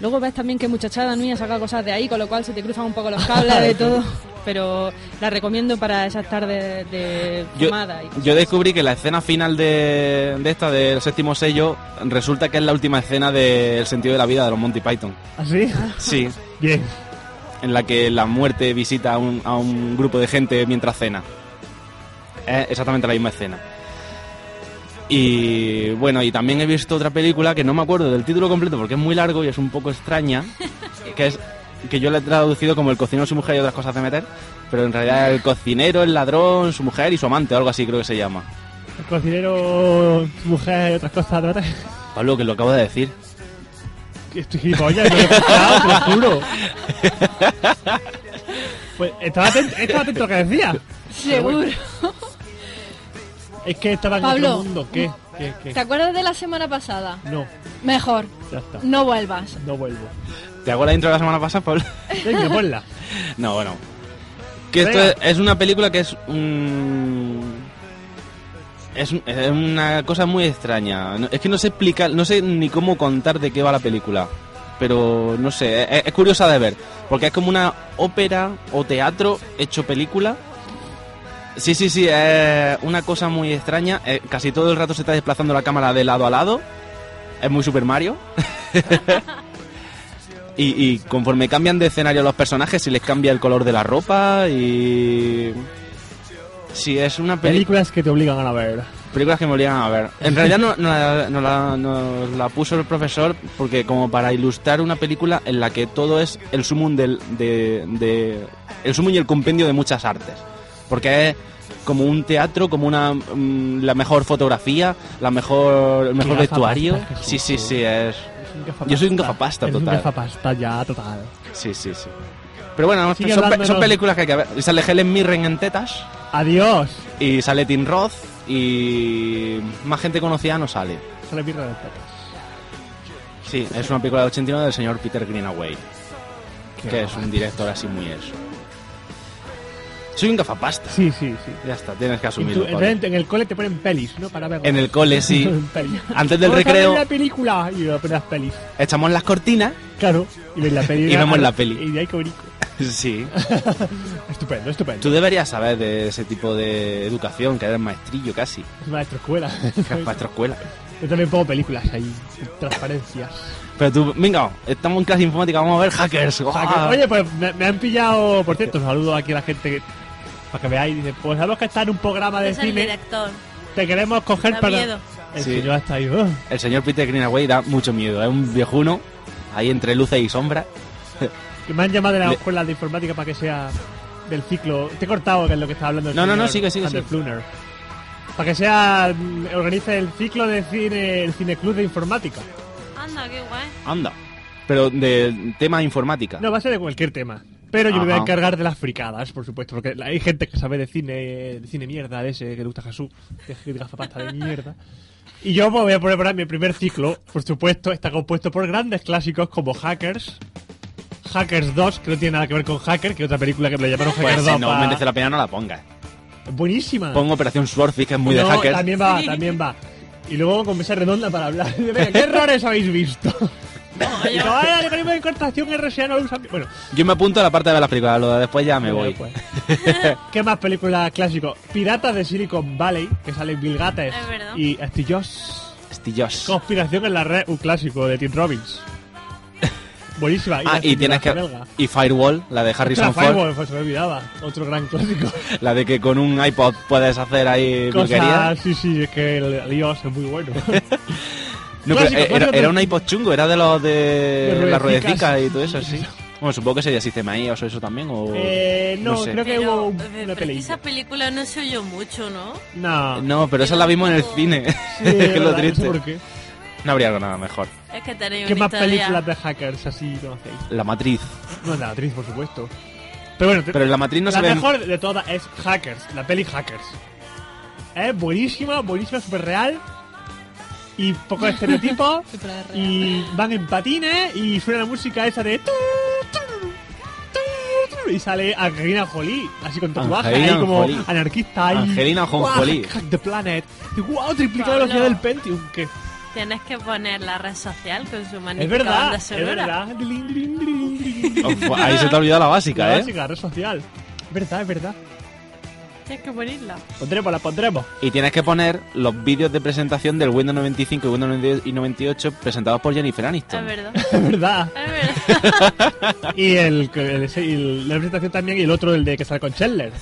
Speaker 7: Luego ves también que muchachada Nui ha sacado cosas de ahí, con lo cual se te cruzan un poco los cables de todo. pero la recomiendo para esas tardes de
Speaker 5: Yo,
Speaker 7: fumada. y-
Speaker 5: yo descubrí que la escena final de, de esta, del séptimo sello, resulta que es la última escena del sentido de la vida de los Monty Python.
Speaker 4: ¿Así?
Speaker 6: Ah.
Speaker 5: Sí,
Speaker 4: ¿Ah, Bien.
Speaker 5: en la que la muerte visita a un, a un grupo de gente mientras cena. Es exactamente la misma escena. Y bueno, y también he visto otra película que no me acuerdo del título completo porque es muy largo y es un poco extraña, que es que yo la he traducido como el cocinero, su mujer y otras cosas de meter, pero en realidad el cocinero, el ladrón, su mujer y su amante, o algo así creo que se llama.
Speaker 4: El cocinero, su mujer y otras cosas. ¿no?
Speaker 5: Pablo, que lo acabo de decir.
Speaker 4: Estoy gilipollas, no lo he escuchado, te lo juro. Pues estaba atento, estaba atento a lo que decía.
Speaker 6: Seguro.
Speaker 4: Es que estaba en
Speaker 6: Pablo.
Speaker 4: otro mundo. ¿Qué? ¿Qué?
Speaker 6: ¿Te
Speaker 4: ¿Qué?
Speaker 6: acuerdas de la semana pasada?
Speaker 4: No,
Speaker 6: Mejor,
Speaker 4: ya está.
Speaker 6: no vuelvas.
Speaker 4: No vuelvo.
Speaker 5: ¿Te acuerdas la intro de la semana pasada, Pablo?
Speaker 4: Venga, ponla.
Speaker 5: No, bueno. Que esto
Speaker 4: Venga.
Speaker 5: es, es una película que es un... Es, un- es una cosa muy extraña. No- Es que no sé explicar, no sé ni cómo contar de qué va la película. Pero no sé, es, es curiosa de ver. Porque es como una ópera o teatro hecho película. Sí, sí, sí, es una cosa muy extraña. Eh, Casi todo el rato se está desplazando la cámara de lado a lado. Es muy Super Mario. Y, y conforme cambian de escenario los personajes, se les cambia el color de la ropa y... Sí, es una película...
Speaker 4: Películas que te obligan a la ver.
Speaker 5: Películas que me obligan a ver. En realidad no, no la, no la- nos la puso el profesor porque como para ilustrar una película en la que todo es el sumum del, de, de- el sumum y el compendio de muchas artes. Porque es como un teatro, como una mm, la mejor fotografía, la mejor el mejor
Speaker 4: Qué
Speaker 5: vestuario.
Speaker 4: gafapasta, Jesús,
Speaker 5: Sí, sí,
Speaker 4: tú.
Speaker 5: sí, es Yo soy un gafapasta
Speaker 4: Eres
Speaker 5: total.
Speaker 4: un gafapasta ya total.
Speaker 5: sí, sí, sí. Pero bueno,
Speaker 4: Sigue
Speaker 5: son, pe-
Speaker 4: hablándonos.
Speaker 5: son películas que hay que ver. Y Sale Helen Mirren en tetas
Speaker 4: Adiós.
Speaker 5: y sale Tim Roth y más gente conocida no sale.
Speaker 4: Sale birra de tetas.
Speaker 5: Sí, es una película de 89 del señor Peter Greenaway, que es un director así muy eso. Soy un gafapasta.
Speaker 4: Sí, sí, sí.
Speaker 5: Ya está, tienes que
Speaker 4: Y tú,
Speaker 5: asumirlo. Pablo.
Speaker 4: en, en el cole te ponen pelis, ¿no? Para ver.
Speaker 5: En el cole, sí.
Speaker 4: pelis.
Speaker 5: Antes del
Speaker 4: Vamos a ver
Speaker 5: recreo
Speaker 4: la película y luego ponen las pelis.
Speaker 5: echamos las cortinas.
Speaker 4: Claro. Y ves la peli.
Speaker 5: Y vemos la peli.
Speaker 4: Y de ahí que brinco.
Speaker 5: Sí.
Speaker 4: Estupendo,
Speaker 5: Tú
Speaker 4: estupendo.
Speaker 5: deberías saber de ese tipo de educación, que eres maestrillo casi.
Speaker 4: Es maestro escuela.
Speaker 5: Que es Maestro escuela.
Speaker 4: Yo también pongo películas ahí. Transparencias.
Speaker 5: Pero tú, venga, estamos en clase informática, vamos a ver hackers.
Speaker 4: O sea, que-
Speaker 5: ¡guau!
Speaker 4: oye, pues me, me han pillado, por cierto, saludo aquí a la gente que- para que veáis. Dice, pues sabemos que está en un programa de
Speaker 2: Es el
Speaker 4: cine.
Speaker 2: director.
Speaker 4: Te queremos coger
Speaker 2: Da
Speaker 4: para.
Speaker 2: miedo.
Speaker 4: El
Speaker 5: Sí.
Speaker 4: señor está ahí. "Oh,
Speaker 5: El señor Peter Greenaway da mucho miedo. Es un viejuno, ahí entre luces y sombras.
Speaker 4: que me han llamado de la
Speaker 5: Le-
Speaker 4: escuela de informática para que sea del ciclo. Te he cortado que es lo que estaba hablando. el
Speaker 5: No, no, no,
Speaker 4: señor
Speaker 5: sigue, sigue,
Speaker 4: Ander
Speaker 5: sigue.
Speaker 4: Fluner. Para que sea. mm, Organice el ciclo de cine. El cineclub de informática.
Speaker 2: Anda, qué guay.
Speaker 5: Anda. Pero de tema informática.
Speaker 4: No, va a ser de cualquier tema. Pero yo me voy a
Speaker 5: Ajá.
Speaker 4: encargar de las fricadas, por supuesto, porque hay gente que sabe de cine, de cine mierda, de ese que le gusta a Jesús, de gafapasta de mierda. Y yo pues, voy a poner para mi primer ciclo, por supuesto, está compuesto por grandes clásicos como Hackers, Hackers 2, que no tiene nada que ver con Hacker, que es otra película que le llamaron
Speaker 5: Pues
Speaker 4: Hackers
Speaker 5: si
Speaker 4: 2.
Speaker 5: no
Speaker 4: pa-
Speaker 5: merece la pena no la pongas.
Speaker 4: Buenísima.
Speaker 5: Pongo Operación Swordfish, que es muy de
Speaker 4: No,
Speaker 5: hacker.
Speaker 4: También va, también va. Y luego con mesa redonda para hablar. Venga, ¿qué errores habéis visto? Y no, "Ay, el algoritmo de incorporación RSA no lo usa". Bueno,
Speaker 5: Yo me apunto a la parte de ver las películas, lo de después ya me
Speaker 4: Bueno,
Speaker 5: voy.
Speaker 4: pues. ¿Qué más película clásico? Piratas de Silicon Valley, que salen Bill Gates
Speaker 2: Es verdad.
Speaker 4: y Astillos.
Speaker 5: Estillos.
Speaker 4: Conspiración en la red, un clásico de Tim Robbins. Buenísima.
Speaker 5: Ah,
Speaker 4: la
Speaker 5: y tienes que...
Speaker 4: belga.
Speaker 5: Y Firewall, la de Harrison
Speaker 4: Ostras,
Speaker 5: Ford.
Speaker 4: Firewall, pues, se me olvidaba. Otro gran clásico.
Speaker 5: La de que con un iPod puedes hacer ahí
Speaker 4: Cosa,
Speaker 5: brujerías.
Speaker 4: sí, sí, es que el Dios es muy bueno.
Speaker 5: No, pero
Speaker 4: Clásico,
Speaker 5: eh, era,
Speaker 4: clásico.
Speaker 5: era un iPod chungo, era de los de
Speaker 4: De ruedecicas.
Speaker 5: las ruedecicas y todo eso, sí. Bueno, supongo que sería Sistema I o eso también, o...
Speaker 4: eh, no,
Speaker 5: no sé.
Speaker 4: creo que hubo
Speaker 2: Pero,
Speaker 4: un-
Speaker 2: eh,
Speaker 4: una
Speaker 2: pero es que
Speaker 4: peli.
Speaker 2: esa película no se oyó mucho, ¿no?
Speaker 4: No.
Speaker 5: No, pero esa la vimos en el cine.
Speaker 4: Sí,
Speaker 5: es que
Speaker 4: es
Speaker 5: es lo
Speaker 4: verdad, no sé
Speaker 5: triste.
Speaker 4: por qué.
Speaker 5: No habría algo nada mejor.
Speaker 2: Es que tenéis
Speaker 4: ¿Qué
Speaker 2: una
Speaker 4: más
Speaker 2: historia.
Speaker 4: películas de hackers así conocéis?
Speaker 5: La Matriz.
Speaker 4: No, la actriz, por supuesto. Pero bueno, te-
Speaker 5: Pero en La Matriz no
Speaker 4: la
Speaker 5: se ve...
Speaker 4: mejor de todas es Hackers, la peli Hackers. Es buenísima, buenísima, súper real. Y poco de estereotipo. y van en patines y suena la música esa de. tu, tu, tu, tu, Y sale Angelina Jolie, así con tatuaje,
Speaker 5: Angelina
Speaker 4: ahí como
Speaker 5: Jolie.
Speaker 4: anarquista. ahí,
Speaker 5: Angelina
Speaker 4: "Guau,
Speaker 5: Jolie".
Speaker 4: Hack the planet. Y, Wow, triplicado la
Speaker 2: Pablo.
Speaker 4: velocidad del Pentium. Que
Speaker 2: Tienes que poner la red social con su magnífica
Speaker 4: es verdad,
Speaker 2: banda
Speaker 4: es
Speaker 2: sonora.
Speaker 4: verdad. Dilin, dilin, dilin, dilin, dilin.
Speaker 5: Uf, ahí se te ha olvidado la básica,
Speaker 4: La
Speaker 5: ¿eh?
Speaker 4: básica, red social. Es verdad, es verdad.
Speaker 2: Tienes que ponerla.
Speaker 4: Pondremos, la pondremos.
Speaker 5: Y tienes que poner los vídeos de presentación del Windows 95 y Windows 98 presentados por Jennifer
Speaker 2: Es
Speaker 5: Aniston.
Speaker 2: verdad.
Speaker 4: Es verdad.
Speaker 2: Es verdad.
Speaker 4: Y el, el- el- la presentación también y el otro, el de que sale con Chandler.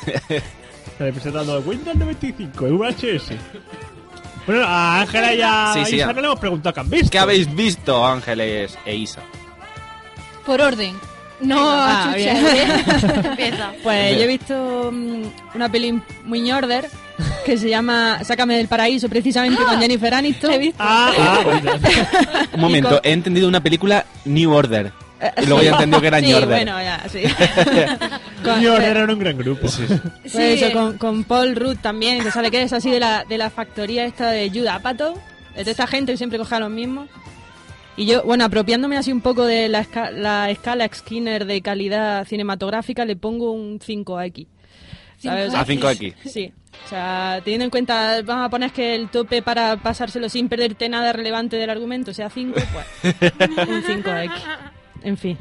Speaker 4: Sale presentando Windows 95, VHS. Bueno, a Ángela y a
Speaker 5: Sí, sí,
Speaker 4: Isa
Speaker 5: a-
Speaker 4: no le hemos preguntado qué han visto.
Speaker 5: ¿Qué habéis visto, Ángeles e Isa?
Speaker 6: Por orden. No,
Speaker 7: Ah,
Speaker 6: a
Speaker 7: bien.
Speaker 6: chuchas, ¿eh?
Speaker 2: Empieza.
Speaker 7: Pues yo he visto mm, una peli muy ñorder que se llama Sácame del Paraíso, precisamente con Jennifer Aniston.
Speaker 4: Ah, ah, bueno.
Speaker 5: Un momento, he entendido una película New Order. Y luego ya entendió que era
Speaker 7: sí,
Speaker 5: ñorder.
Speaker 7: bueno, ya, sí. Con-
Speaker 4: Señor, era un gran grupo.
Speaker 7: pues
Speaker 6: Sí.
Speaker 7: eso, con, con Paul Rudd también, que sale que es así de la, de la factoría esta de Judd Apatow, de toda esta gente que siempre coge a los mismos. Y yo, bueno, apropiándome así un poco de la, esca- la escala Skinner de calidad cinematográfica, le pongo un 5X. ¿sabes?
Speaker 5: A 5X.
Speaker 7: Sí. O sea, teniendo en cuenta, vamos a poner que el tope para pasárselo sin perderte nada relevante del argumento sea 5, pues un 5X. En fin.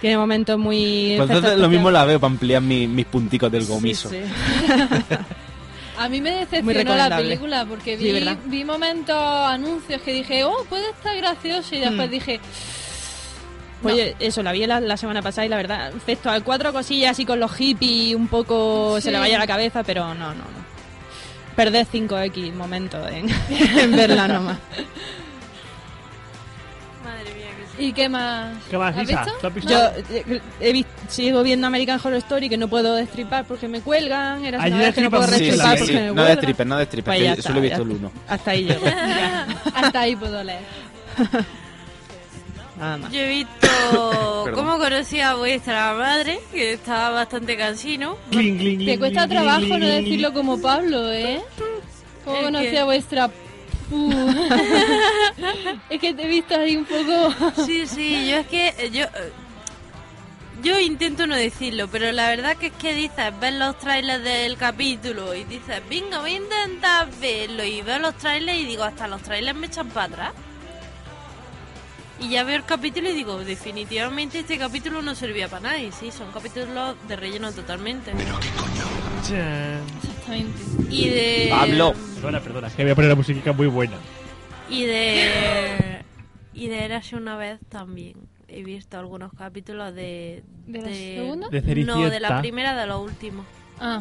Speaker 7: Tiene momentos muy...
Speaker 5: Pues entonces
Speaker 7: efectos
Speaker 5: lo mismo
Speaker 7: especiales.
Speaker 5: la veo para ampliar mi- mis punticos del gomiso.
Speaker 7: Sí, sí.
Speaker 6: A mí me
Speaker 7: Muy
Speaker 6: decepcionó la
Speaker 7: recomendable.
Speaker 6: película porque
Speaker 7: Sí,
Speaker 6: vi,
Speaker 7: ¿verdad?
Speaker 6: vi momentos, anuncios que dije, oh, puede estar gracioso y
Speaker 7: Mm.
Speaker 6: después dije,
Speaker 7: Pues Oye, eso, la vi la, la semana pasada y la verdad, excepto a cuatro cosillas así con los hippies, un poco
Speaker 6: Sí.
Speaker 7: se le vaya la cabeza, pero no, no, no. Perdés 5X momento en, en verla nomás.
Speaker 2: Madre mía, que sí.
Speaker 6: ¿y qué más?
Speaker 4: ¿Qué más,
Speaker 6: ¿Has
Speaker 4: Isa?
Speaker 6: visto?
Speaker 4: ¿Tú has visto?
Speaker 7: Yo eh, he vis- sigo viendo American Horror Story que no puedo destripar porque me cuelgan, era
Speaker 4: Allí
Speaker 7: una vez que no puedo
Speaker 4: destripas mucho
Speaker 5: Sí, sí,
Speaker 4: la vez.
Speaker 5: sí, sí. No
Speaker 7: destripar porque me
Speaker 5: de
Speaker 7: cuelgan.
Speaker 5: stripper, no de stripper,
Speaker 7: Pues
Speaker 5: que
Speaker 7: ya
Speaker 5: yo
Speaker 7: está,
Speaker 5: solo he
Speaker 7: ya
Speaker 5: visto el
Speaker 7: está.
Speaker 5: 1.
Speaker 7: Hasta ahí llego. Ya,
Speaker 6: Hasta ahí puedo leer.
Speaker 7: nada más.
Speaker 2: Yo he visto cómo conocí a vuestra madre, que estaba bastante cansino.
Speaker 4: Cling, cling,
Speaker 6: Te
Speaker 4: cling,
Speaker 6: cuesta
Speaker 4: cling,
Speaker 6: trabajo
Speaker 4: cling,
Speaker 6: no
Speaker 4: cling,
Speaker 6: decirlo como Pablo, ¿eh? ¿Cómo
Speaker 2: Es
Speaker 6: conocí
Speaker 2: que-
Speaker 6: a vuestra... pu? es que te he visto ahí un poco...
Speaker 2: Sí, sí, yo es que eh, yo eh, yo intento no decirlo, pero la verdad que es que dices, ves los trailers del capítulo y dices, venga, voy a intentar verlo y veo los trailers y digo, hasta los trailers me echan para atrás. Y ya veo el capítulo y digo, definitivamente este capítulo no servía para nada. Y sí, son capítulos de relleno totalmente.
Speaker 4: cling. Chan.
Speaker 6: Exactamente.
Speaker 2: Y de...
Speaker 5: Pablo.
Speaker 4: Perdona, perdona, que voy a poner una musiquita muy buena.
Speaker 2: Y de. Y de Érase una vez también. He visto algunos capítulos de.
Speaker 6: ¿De la segunda?
Speaker 4: De
Speaker 2: No, de
Speaker 4: Cenicienta.
Speaker 2: la primera, de los últimos.
Speaker 6: Ah,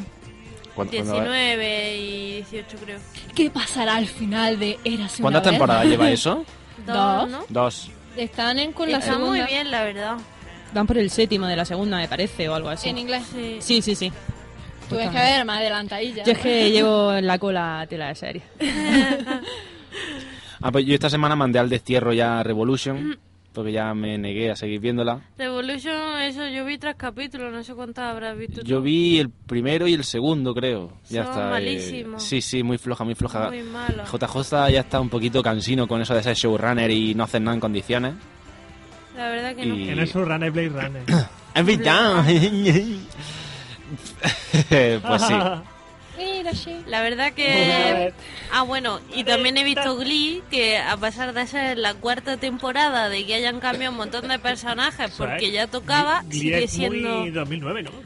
Speaker 5: ¿Cuándo- cuándo-
Speaker 2: 19 y 18, creo.
Speaker 6: ¿qué pasará al final de Eras una
Speaker 7: ¿eh?
Speaker 5: ¿Cuántas
Speaker 6: vez?
Speaker 5: temporadas lleva eso?
Speaker 2: Dos,
Speaker 6: Dos.
Speaker 2: ¿no?
Speaker 5: Dos.
Speaker 6: Están en con la
Speaker 2: Está
Speaker 6: segunda.
Speaker 2: muy bien, la verdad.
Speaker 7: Van por el séptimo de la segunda, me parece, o algo
Speaker 6: En
Speaker 7: así.
Speaker 6: inglés.
Speaker 7: Sí, sí, sí.
Speaker 2: Pues
Speaker 6: Tuve que ver más adelantadilla.
Speaker 7: Yo es que llevo en la cola tela de serie.
Speaker 5: Ah, pues yo esta semana mandé al destierro ya
Speaker 7: Mm.
Speaker 5: Revolution, porque ya me negué a seguir viéndola.
Speaker 2: Revolution, eso yo vi tres capítulos, no sé cuántas habrás visto.
Speaker 5: Yo
Speaker 2: tú.
Speaker 5: vi el primero y el segundo, creo. Ya
Speaker 2: Son
Speaker 5: está. eh,
Speaker 2: malísimos.
Speaker 5: sí, sí, muy floja, muy floja.
Speaker 2: Muy malo.
Speaker 5: JJ ya está un poquito cansino con eso de ser showrunner y no hacer nada en condiciones.
Speaker 2: La verdad que
Speaker 5: Y-
Speaker 2: no.
Speaker 4: Que no es un Runner Blade Runner.
Speaker 5: En fin, ya. pues sí.
Speaker 6: Mira, sí.
Speaker 2: La verdad que. Ah, bueno, y también he visto Glee, que a pesar de ser la cuarta temporada, de que hayan cambiado un montón de personajes porque ya tocaba,
Speaker 4: ¿eh? Glee
Speaker 2: sigue
Speaker 4: es muy
Speaker 2: siendo.
Speaker 4: 2009, ¿no?
Speaker 6: No,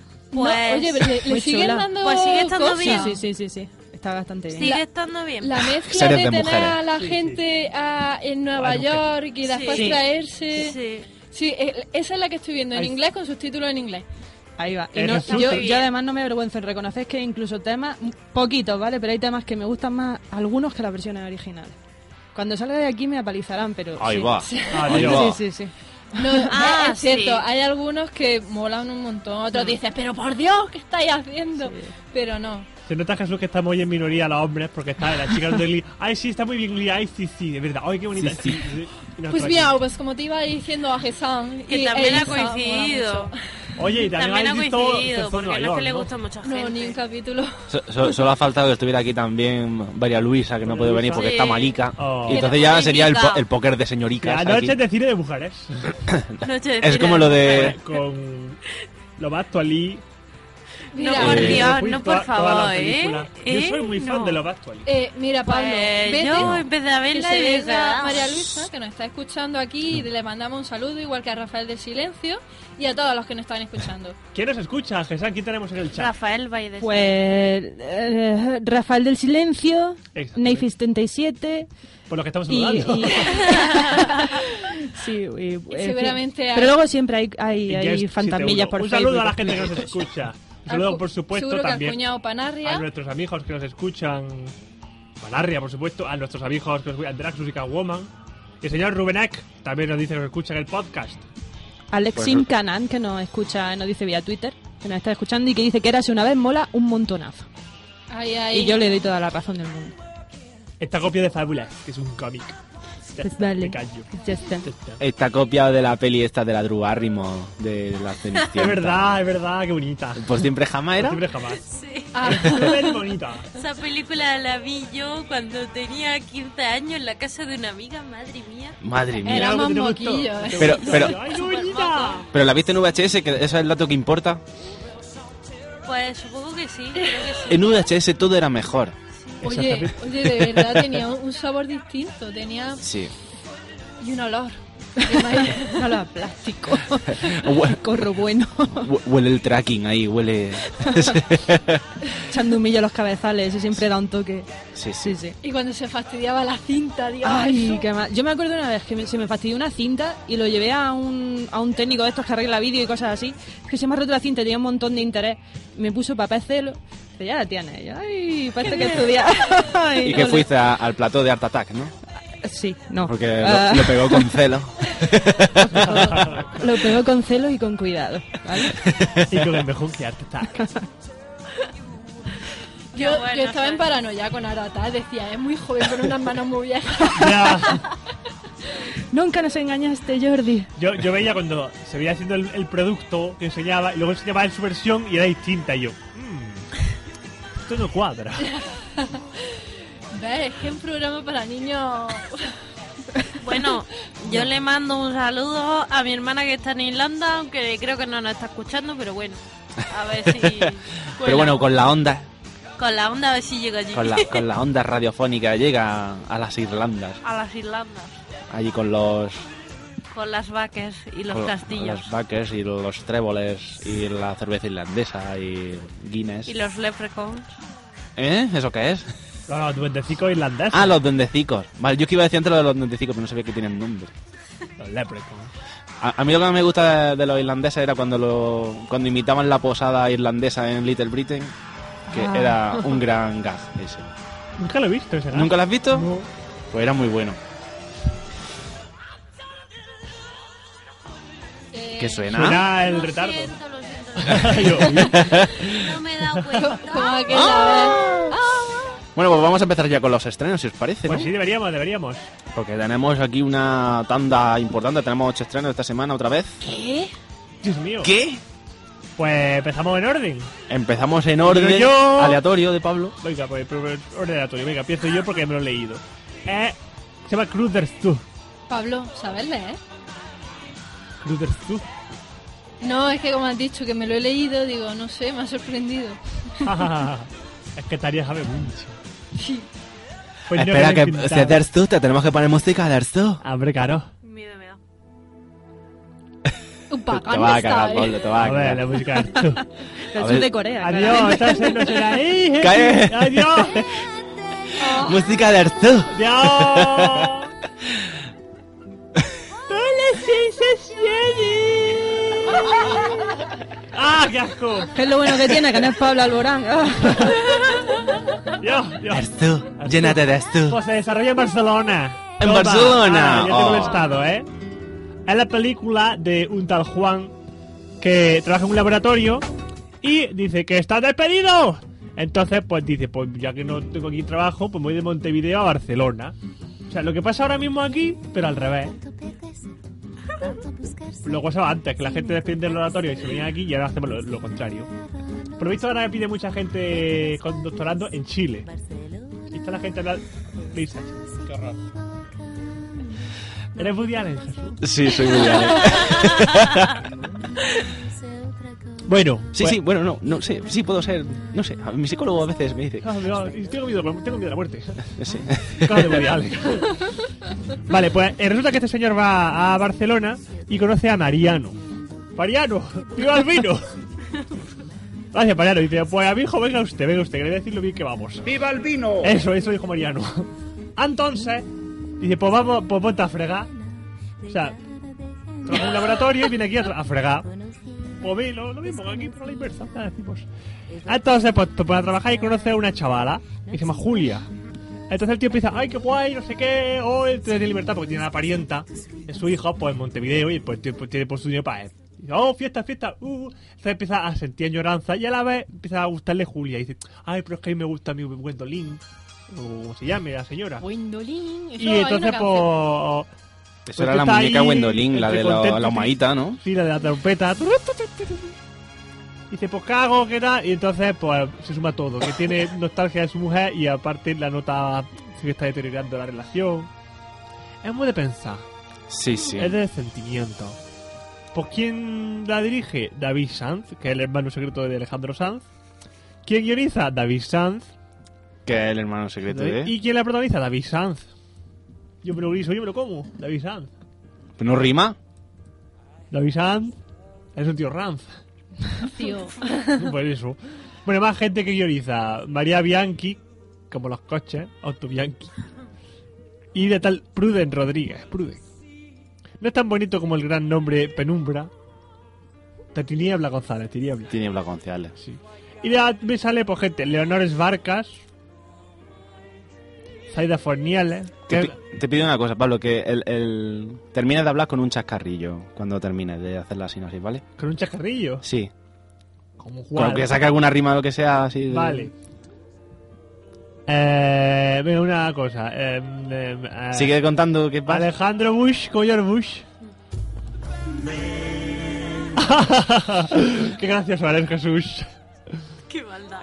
Speaker 2: Pues-
Speaker 6: oye, pero le, le
Speaker 7: Muy
Speaker 6: siguen
Speaker 7: chula.
Speaker 6: dando
Speaker 2: Pues sigue estando
Speaker 6: cosas.
Speaker 2: bien.
Speaker 7: Sí, sí, sí, sí. Está bastante bien.
Speaker 2: Sigue estando bien.
Speaker 6: La mezcla de,
Speaker 5: Series de
Speaker 6: tener
Speaker 5: mujeres.
Speaker 6: a la
Speaker 4: Sí, sí.
Speaker 6: gente a- en Nueva
Speaker 4: Ay, mujer.
Speaker 6: York y después
Speaker 2: Sí.
Speaker 6: traerse... Sí,
Speaker 2: Sí.
Speaker 6: eh, esa es la que estoy viendo en
Speaker 4: Ay.
Speaker 6: inglés con subtítulos en inglés.
Speaker 7: Ahí va. Y
Speaker 4: Eh,
Speaker 7: no-
Speaker 4: resulta-
Speaker 7: yo,
Speaker 2: Muy bien.
Speaker 7: yo además no me avergüenzo en reconocer que incluso temas, un poquitos, ¿vale? Pero hay temas que me gustan más algunos que las versiones originales. Cuando salga de aquí me apalizarán, pero...
Speaker 5: Ahí
Speaker 7: sí.
Speaker 5: va.
Speaker 7: Sí,
Speaker 5: Ahí
Speaker 4: Adiós.
Speaker 5: va.
Speaker 7: sí, sí.
Speaker 6: No,
Speaker 2: Ah,
Speaker 6: Eh, es cierto,
Speaker 2: sí. Mm.
Speaker 6: hay algunos que molan un montón, otros dices, pero por Dios, ¿qué estáis haciendo? Pero no.
Speaker 4: Se nota, Jesús, que estamos hoy en minoría los hombres, porque está la chica de Glee. Ay, sí, está muy bien Glee. Ay, sí, sí, de verdad. Ay, qué bonita. Sí, sí. Y nosotros
Speaker 6: Pues
Speaker 4: aquí.
Speaker 6: bien, pues como te iba diciendo a Jesán...
Speaker 2: Que
Speaker 6: y-
Speaker 2: también
Speaker 6: e
Speaker 2: ha
Speaker 6: Isa, mola
Speaker 2: coincidido.
Speaker 6: mucho.
Speaker 4: Oye, y también,
Speaker 2: También ha
Speaker 4: habéis visto
Speaker 2: coincidido,
Speaker 4: Sexo en
Speaker 2: porque no
Speaker 4: Nueva
Speaker 2: es que
Speaker 4: York,
Speaker 2: le gusta a mucha gente.
Speaker 6: No, ni un capítulo.
Speaker 5: So- so- solo ha faltado que estuviera aquí también María Luisa, que no puede venir porque
Speaker 2: Sí.
Speaker 5: está malica.
Speaker 4: Oh.
Speaker 5: Y entonces ya sería el, po- el póker de
Speaker 4: La
Speaker 5: señoricas. aquí.
Speaker 4: noche de cine de mujeres.
Speaker 2: Noche de
Speaker 5: Es
Speaker 4: Eh,
Speaker 2: cine.
Speaker 5: como lo de...
Speaker 4: Con lo más actualí.
Speaker 2: No,
Speaker 6: Mira.
Speaker 2: por
Speaker 5: Eh,
Speaker 2: Dios,
Speaker 4: fui
Speaker 2: no,
Speaker 4: toda-
Speaker 2: por
Speaker 4: toda la
Speaker 2: favor, ¿eh?
Speaker 4: película. Yo soy
Speaker 2: ¿Eh?
Speaker 4: muy fan
Speaker 2: No.
Speaker 4: de Love Actually.
Speaker 6: Eh, mira, Pablo,
Speaker 2: Pues
Speaker 6: vete,
Speaker 2: yo empecé a
Speaker 6: que
Speaker 2: verla
Speaker 6: se
Speaker 2: y dije,
Speaker 6: venga
Speaker 2: "Ah".
Speaker 6: María Luisa, que nos está escuchando aquí, y le mandamos un saludo, igual que a Rafael de Silencio y a todos los que nos están escuchando.
Speaker 4: ¿Quién nos escucha, Jesús? ¿Quién tenemos en el chat?
Speaker 2: Rafael Baides.
Speaker 7: Pues eh, Rafael del Silencio,
Speaker 4: Exactamente.
Speaker 7: Neifis 37
Speaker 4: Por lo que estamos
Speaker 7: y...
Speaker 4: saludando.
Speaker 7: y- sí, y, en fin.
Speaker 6: seguramente hay-
Speaker 7: Pero luego siempre hay, hay,
Speaker 4: Y
Speaker 7: hay
Speaker 4: Guest
Speaker 7: fantasmillas
Speaker 4: 71.
Speaker 7: por
Speaker 4: Un saludo
Speaker 7: Facebook.
Speaker 4: a la gente que nos escucha. Un saludo,
Speaker 2: Ah,
Speaker 6: Al-
Speaker 4: por supuesto,
Speaker 6: Seguro que al
Speaker 4: también
Speaker 6: cuñado
Speaker 4: a
Speaker 6: Panarria.
Speaker 4: nuestros amigos que nos escuchan. Malaria, por supuesto. A nuestros amigos que nos escuchan. Draxus y Catwoman. Y el señor Rubenek también nos dice que nos escucha en el podcast.
Speaker 7: Alexin Canan, que nos escucha, nos dice vía Twitter, que nos está escuchando y que dice que érase una vez mola un montonazo.
Speaker 6: Ay, ay.
Speaker 7: Y yo le doy toda la razón del mundo.
Speaker 4: Esta copia de Fábula, que es un cómic.
Speaker 7: Pues vale.
Speaker 4: Me callo.
Speaker 7: Ya está.
Speaker 5: Esta copia de la peli esta de la Drew Barrymore, de la Cenicienta.
Speaker 4: Es verdad, es verdad, qué bonita.
Speaker 5: Pues siempre jamás era.
Speaker 4: Siempre jamás.
Speaker 2: Sí.
Speaker 6: Ah,
Speaker 4: Qué bonita.
Speaker 2: Esa película la vi yo cuando tenía 15 años en la casa de una amiga, madre mía.
Speaker 5: Madre mía.
Speaker 6: Era- Éramos
Speaker 4: ¿Te gustó?
Speaker 6: moquillos, eh.
Speaker 5: Pero- pero-
Speaker 4: ¡Ay, qué bonita!
Speaker 5: Pero la viste en VHS, que eso es el dato que importa.
Speaker 2: Pues supongo que sí, creo que sí.
Speaker 5: En VHS todo era mejor.
Speaker 6: oye, oye, de verdad tenía un sabor distinto, tenía
Speaker 5: Sí.
Speaker 6: y un olor. Imagina-
Speaker 7: No lo plástico. Corro bueno.
Speaker 5: Hue- Huele el tracking ahí, huele.
Speaker 7: Echando un millo a los cabezales, eso siempre da un toque.
Speaker 5: Sí, sí.
Speaker 7: Sí, sí.
Speaker 6: Y cuando se fastidiaba la cinta, Dios.
Speaker 7: Ay,
Speaker 6: eso.
Speaker 7: qué mal. Yo me acuerdo una vez que me- se me fastidió una cinta y lo llevé a un, a un técnico de estos que arregla vídeo y cosas así. Que se me ha roto la cinta, tenía un montón de interés. Me puso papel celo. Dice, ya la tienes. Y yo, Ay, parece que estudias.
Speaker 5: Y que fuiste a- al plató de Art Attack, ¿no?
Speaker 7: Sí, no.
Speaker 5: Porque lo-
Speaker 7: Ah,
Speaker 5: lo, pegó con celo.
Speaker 7: lo pegó con celo y con cuidado. ¿vale?
Speaker 4: Y con el mejor que Art Attack.
Speaker 6: Yo,
Speaker 2: Qué buena
Speaker 6: yo estaba en
Speaker 2: suerte.
Speaker 6: paranoia con Arata, decía, es muy joven con unas manos muy viejas.
Speaker 4: Ya.
Speaker 7: Nunca nos engañaste, Jordi.
Speaker 4: Yo, yo veía cuando se veía haciendo el, el producto que enseñaba y luego enseñaba en su versión y era distinta. Y yo, "Mm, esto no cuadra.
Speaker 6: ¿Ves? Es que un programa para niños.
Speaker 2: Bueno, yo le mando un saludo a mi hermana que está en Irlanda, aunque creo que no nos está escuchando, pero bueno. A ver si.
Speaker 5: Pero bueno, con la onda,
Speaker 2: con la onda a ver si llega allí.
Speaker 5: con la, con la onda radiofónica llega a, a las Irlandas,
Speaker 2: A las Irlandas.
Speaker 5: allí con los
Speaker 2: Con las vaques y los
Speaker 5: con lo-
Speaker 2: castillos.
Speaker 5: los backers y los tréboles y la cerveza irlandesa y Guinness.
Speaker 2: Y los leprechauns.
Speaker 5: ¿Eh? ¿Eso qué es?
Speaker 4: No, no, duendecicos irlandeses.
Speaker 5: Ah, los duendecicos. Vale, yo que iba a decir antes lo de los duendecicos, pero no sabía que tienen nombre.
Speaker 4: Los leprechauns.
Speaker 5: A, a mí lo que más me gusta de, de los irlandeses era cuando lo, cuando imitaban la posada irlandesa en Little Britain, que
Speaker 7: Ah.
Speaker 5: era un gran gag ese.
Speaker 4: Nunca lo he visto ese gato.
Speaker 5: ¿Nunca lo has visto?
Speaker 4: No.
Speaker 5: Pues era muy bueno.
Speaker 6: eh,
Speaker 5: ¿Qué suena?
Speaker 4: Suena Ah, el
Speaker 2: Lo
Speaker 4: retardo.
Speaker 2: siento, lo siento, lo siento.
Speaker 4: Yo,
Speaker 2: No me he dado cuenta.
Speaker 6: Como
Speaker 5: ¡Ah!
Speaker 6: aquella vez.
Speaker 5: Bueno, pues vamos a empezar ya con los estrenos, si os parece.
Speaker 4: pues
Speaker 5: ¿no?
Speaker 4: sí, deberíamos, deberíamos.
Speaker 5: Porque tenemos aquí una tanda importante, tenemos ocho estrenos esta semana otra vez.
Speaker 6: ¿Qué?
Speaker 4: Dios mío.
Speaker 5: ¿Qué?
Speaker 4: Pues empezamos en orden.
Speaker 5: Empezamos en orden
Speaker 4: Pero yo-
Speaker 5: aleatorio de Pablo.
Speaker 4: Venga, pues pero- pero orden aleatorio. Venga, empiezo yo porque me lo he leído. Eh, se llama Cruthers 2.
Speaker 6: Pablo, ¿sabes leer?
Speaker 4: Cruthers 2.
Speaker 6: No, es que como has dicho que me lo he leído, digo, no sé, me ha sorprendido.
Speaker 4: es que Taria sabe mucho.
Speaker 6: Sí.
Speaker 4: Pues no,
Speaker 5: Espera,
Speaker 4: que
Speaker 5: que
Speaker 4: no he
Speaker 5: si
Speaker 4: pintado.
Speaker 5: es tú, te tenemos que poner música de tú.
Speaker 4: Hombre, claro.
Speaker 2: Miedo me da.
Speaker 5: Pues
Speaker 6: Un
Speaker 5: Te,
Speaker 6: paco,
Speaker 5: te vas a
Speaker 6: ¿dónde
Speaker 5: cagar,
Speaker 6: está, eh?
Speaker 5: Pablo, te vas
Speaker 4: A
Speaker 5: a
Speaker 4: ver, la
Speaker 5: cagar.
Speaker 4: música de Artú.
Speaker 5: A
Speaker 7: Del sur
Speaker 5: ver.
Speaker 7: de Corea.
Speaker 4: Adiós, esta
Speaker 7: claramente.
Speaker 4: se no será. ¡Eh, eh,
Speaker 5: Cae.
Speaker 4: eh! ¡Adiós!
Speaker 5: Música de tú.
Speaker 4: ¡Adiós! ¡Hola, sensaciones! ¡Ah, qué asco!
Speaker 7: Que es lo bueno que tiene, que no es Pablo Alborán. Ah.
Speaker 4: ¡Dios, Dios!
Speaker 5: Artú, llénate de tú.
Speaker 4: Pues se desarrolla en Barcelona.
Speaker 5: En
Speaker 4: Toma.
Speaker 5: Barcelona.
Speaker 4: Ah, ya tengo el
Speaker 5: Oh.
Speaker 4: estado, ¿eh? Es la película de un tal Juan que trabaja en un laboratorio y dice que está despedido. Entonces, pues dice, pues ya que no tengo aquí trabajo, pues me voy de Montevideo a Barcelona. O sea, lo que pasa ahora mismo aquí, pero al revés. Lo que pasaba antes, que la gente despide del laboratorio y se venía aquí y ahora hacemos lo, lo contrario. Por lo visto ahora me pide mucha gente con doctorando en Chile. Y está la gente en la... Lisa, qué horror. ¿Eres Pues Woody
Speaker 5: eh.
Speaker 4: Allen, Jesús?
Speaker 5: Sí, soy muy bien.
Speaker 4: Bueno,
Speaker 5: Sí, sí, bueno, no, no sé, sí puedo ser, no sé, a- mi psicólogo a veces me dice,
Speaker 4: sí. Tengo miedo, tengo miedo a la muerte.
Speaker 5: sí.
Speaker 4: Cara de Woody Allen. Vale, pues eh, resulta que este señor va a Barcelona y conoce a Mariano. Mariano, tío Albino. Gracias, Mariano. Dice, pues a mi hijo, venga usted, venga usted, que le voy a decir lo bien que vamos.
Speaker 8: ¡Viva el vino!
Speaker 4: Eso, eso dijo Mariano. Entonces, dice, pues vamos, pues ponte a fregar. O sea, trabaja en un laboratorio y viene aquí a, tra- a fregar. Pues ve, lo, lo mismo, aquí por la inversa, ya decimos. Entonces, pues te pones a trabajar y conoce a una chavala que se llama Julia. Entonces el tío empieza, ay, qué guay, no sé qué, oh, él tiene libertad porque tiene una parienta, es su hijo, pues en Montevideo, y pues, tío, pues, tiene por su dinero para él. Y dice, oh, fiesta, fiesta, uh. Entonces empieza a sentir añoranza y a la vez empieza a gustarle Julia. Y dice, ay, pero es que a mí me gusta mi Gwendolyn, o como se llame la señora.
Speaker 6: Wendolín.
Speaker 4: Y entonces, pues,
Speaker 5: Eso
Speaker 4: Pues
Speaker 5: era
Speaker 4: tú
Speaker 5: la
Speaker 4: estás
Speaker 5: muñeca
Speaker 4: ahí,
Speaker 5: Wendolin, la
Speaker 4: entre
Speaker 5: de la,
Speaker 4: contento,
Speaker 5: la
Speaker 4: sí.
Speaker 5: humaíta, ¿no?
Speaker 4: Sí, la de la trompeta. Dice, pues cago, ¿qué tal? Y entonces, pues se suma todo. Que tiene nostalgia de su mujer y aparte la nota que está deteriorando la relación. Es muy de pensar.
Speaker 5: Sí, sí.
Speaker 4: Es de sentimiento. Pues ¿quién la dirige? David Sanz, que es el hermano secreto de Alejandro Sanz. ¿Quién guioniza? David Sanz.
Speaker 5: Que es el hermano secreto ¿eh? de...
Speaker 4: ¿Y quién la protagoniza? David Sanz. Yo me lo griso, yo me lo como. David Sanz.
Speaker 5: ¿No rima?
Speaker 4: David Sanz es un tío Ranz.
Speaker 6: Tío.
Speaker 4: Por eso. Bueno, más gente que guioniza. María Bianchi, como los coches, Auto Bianchi. Y de tal Pruden Rodríguez, Pruden. No es tan bonito como el gran nombre Penumbra. De Tiniebla González, Tiniebla.
Speaker 5: Tiene González.
Speaker 4: Sí. Y de ahí me sale, pues, gente, Leonores Barcas. Zaida Forniales.
Speaker 5: Te,
Speaker 4: que-
Speaker 5: pi- te pido una cosa, Pablo, que el, el... termines de hablar con un chascarrillo cuando termines de hacer la sinopsis, ¿vale?
Speaker 4: Con un chacarrillo.
Speaker 5: Sí.
Speaker 4: Como
Speaker 5: Cuando que saque alguna rima o lo que sea, así... de-
Speaker 4: Vale. Eh, venga, una cosa. eh, eh, eh,
Speaker 5: Sigue contando qué pasa.
Speaker 4: Alejandro Bush, Collar Bush. Qué gracioso eres, Jesús.
Speaker 2: Qué maldad.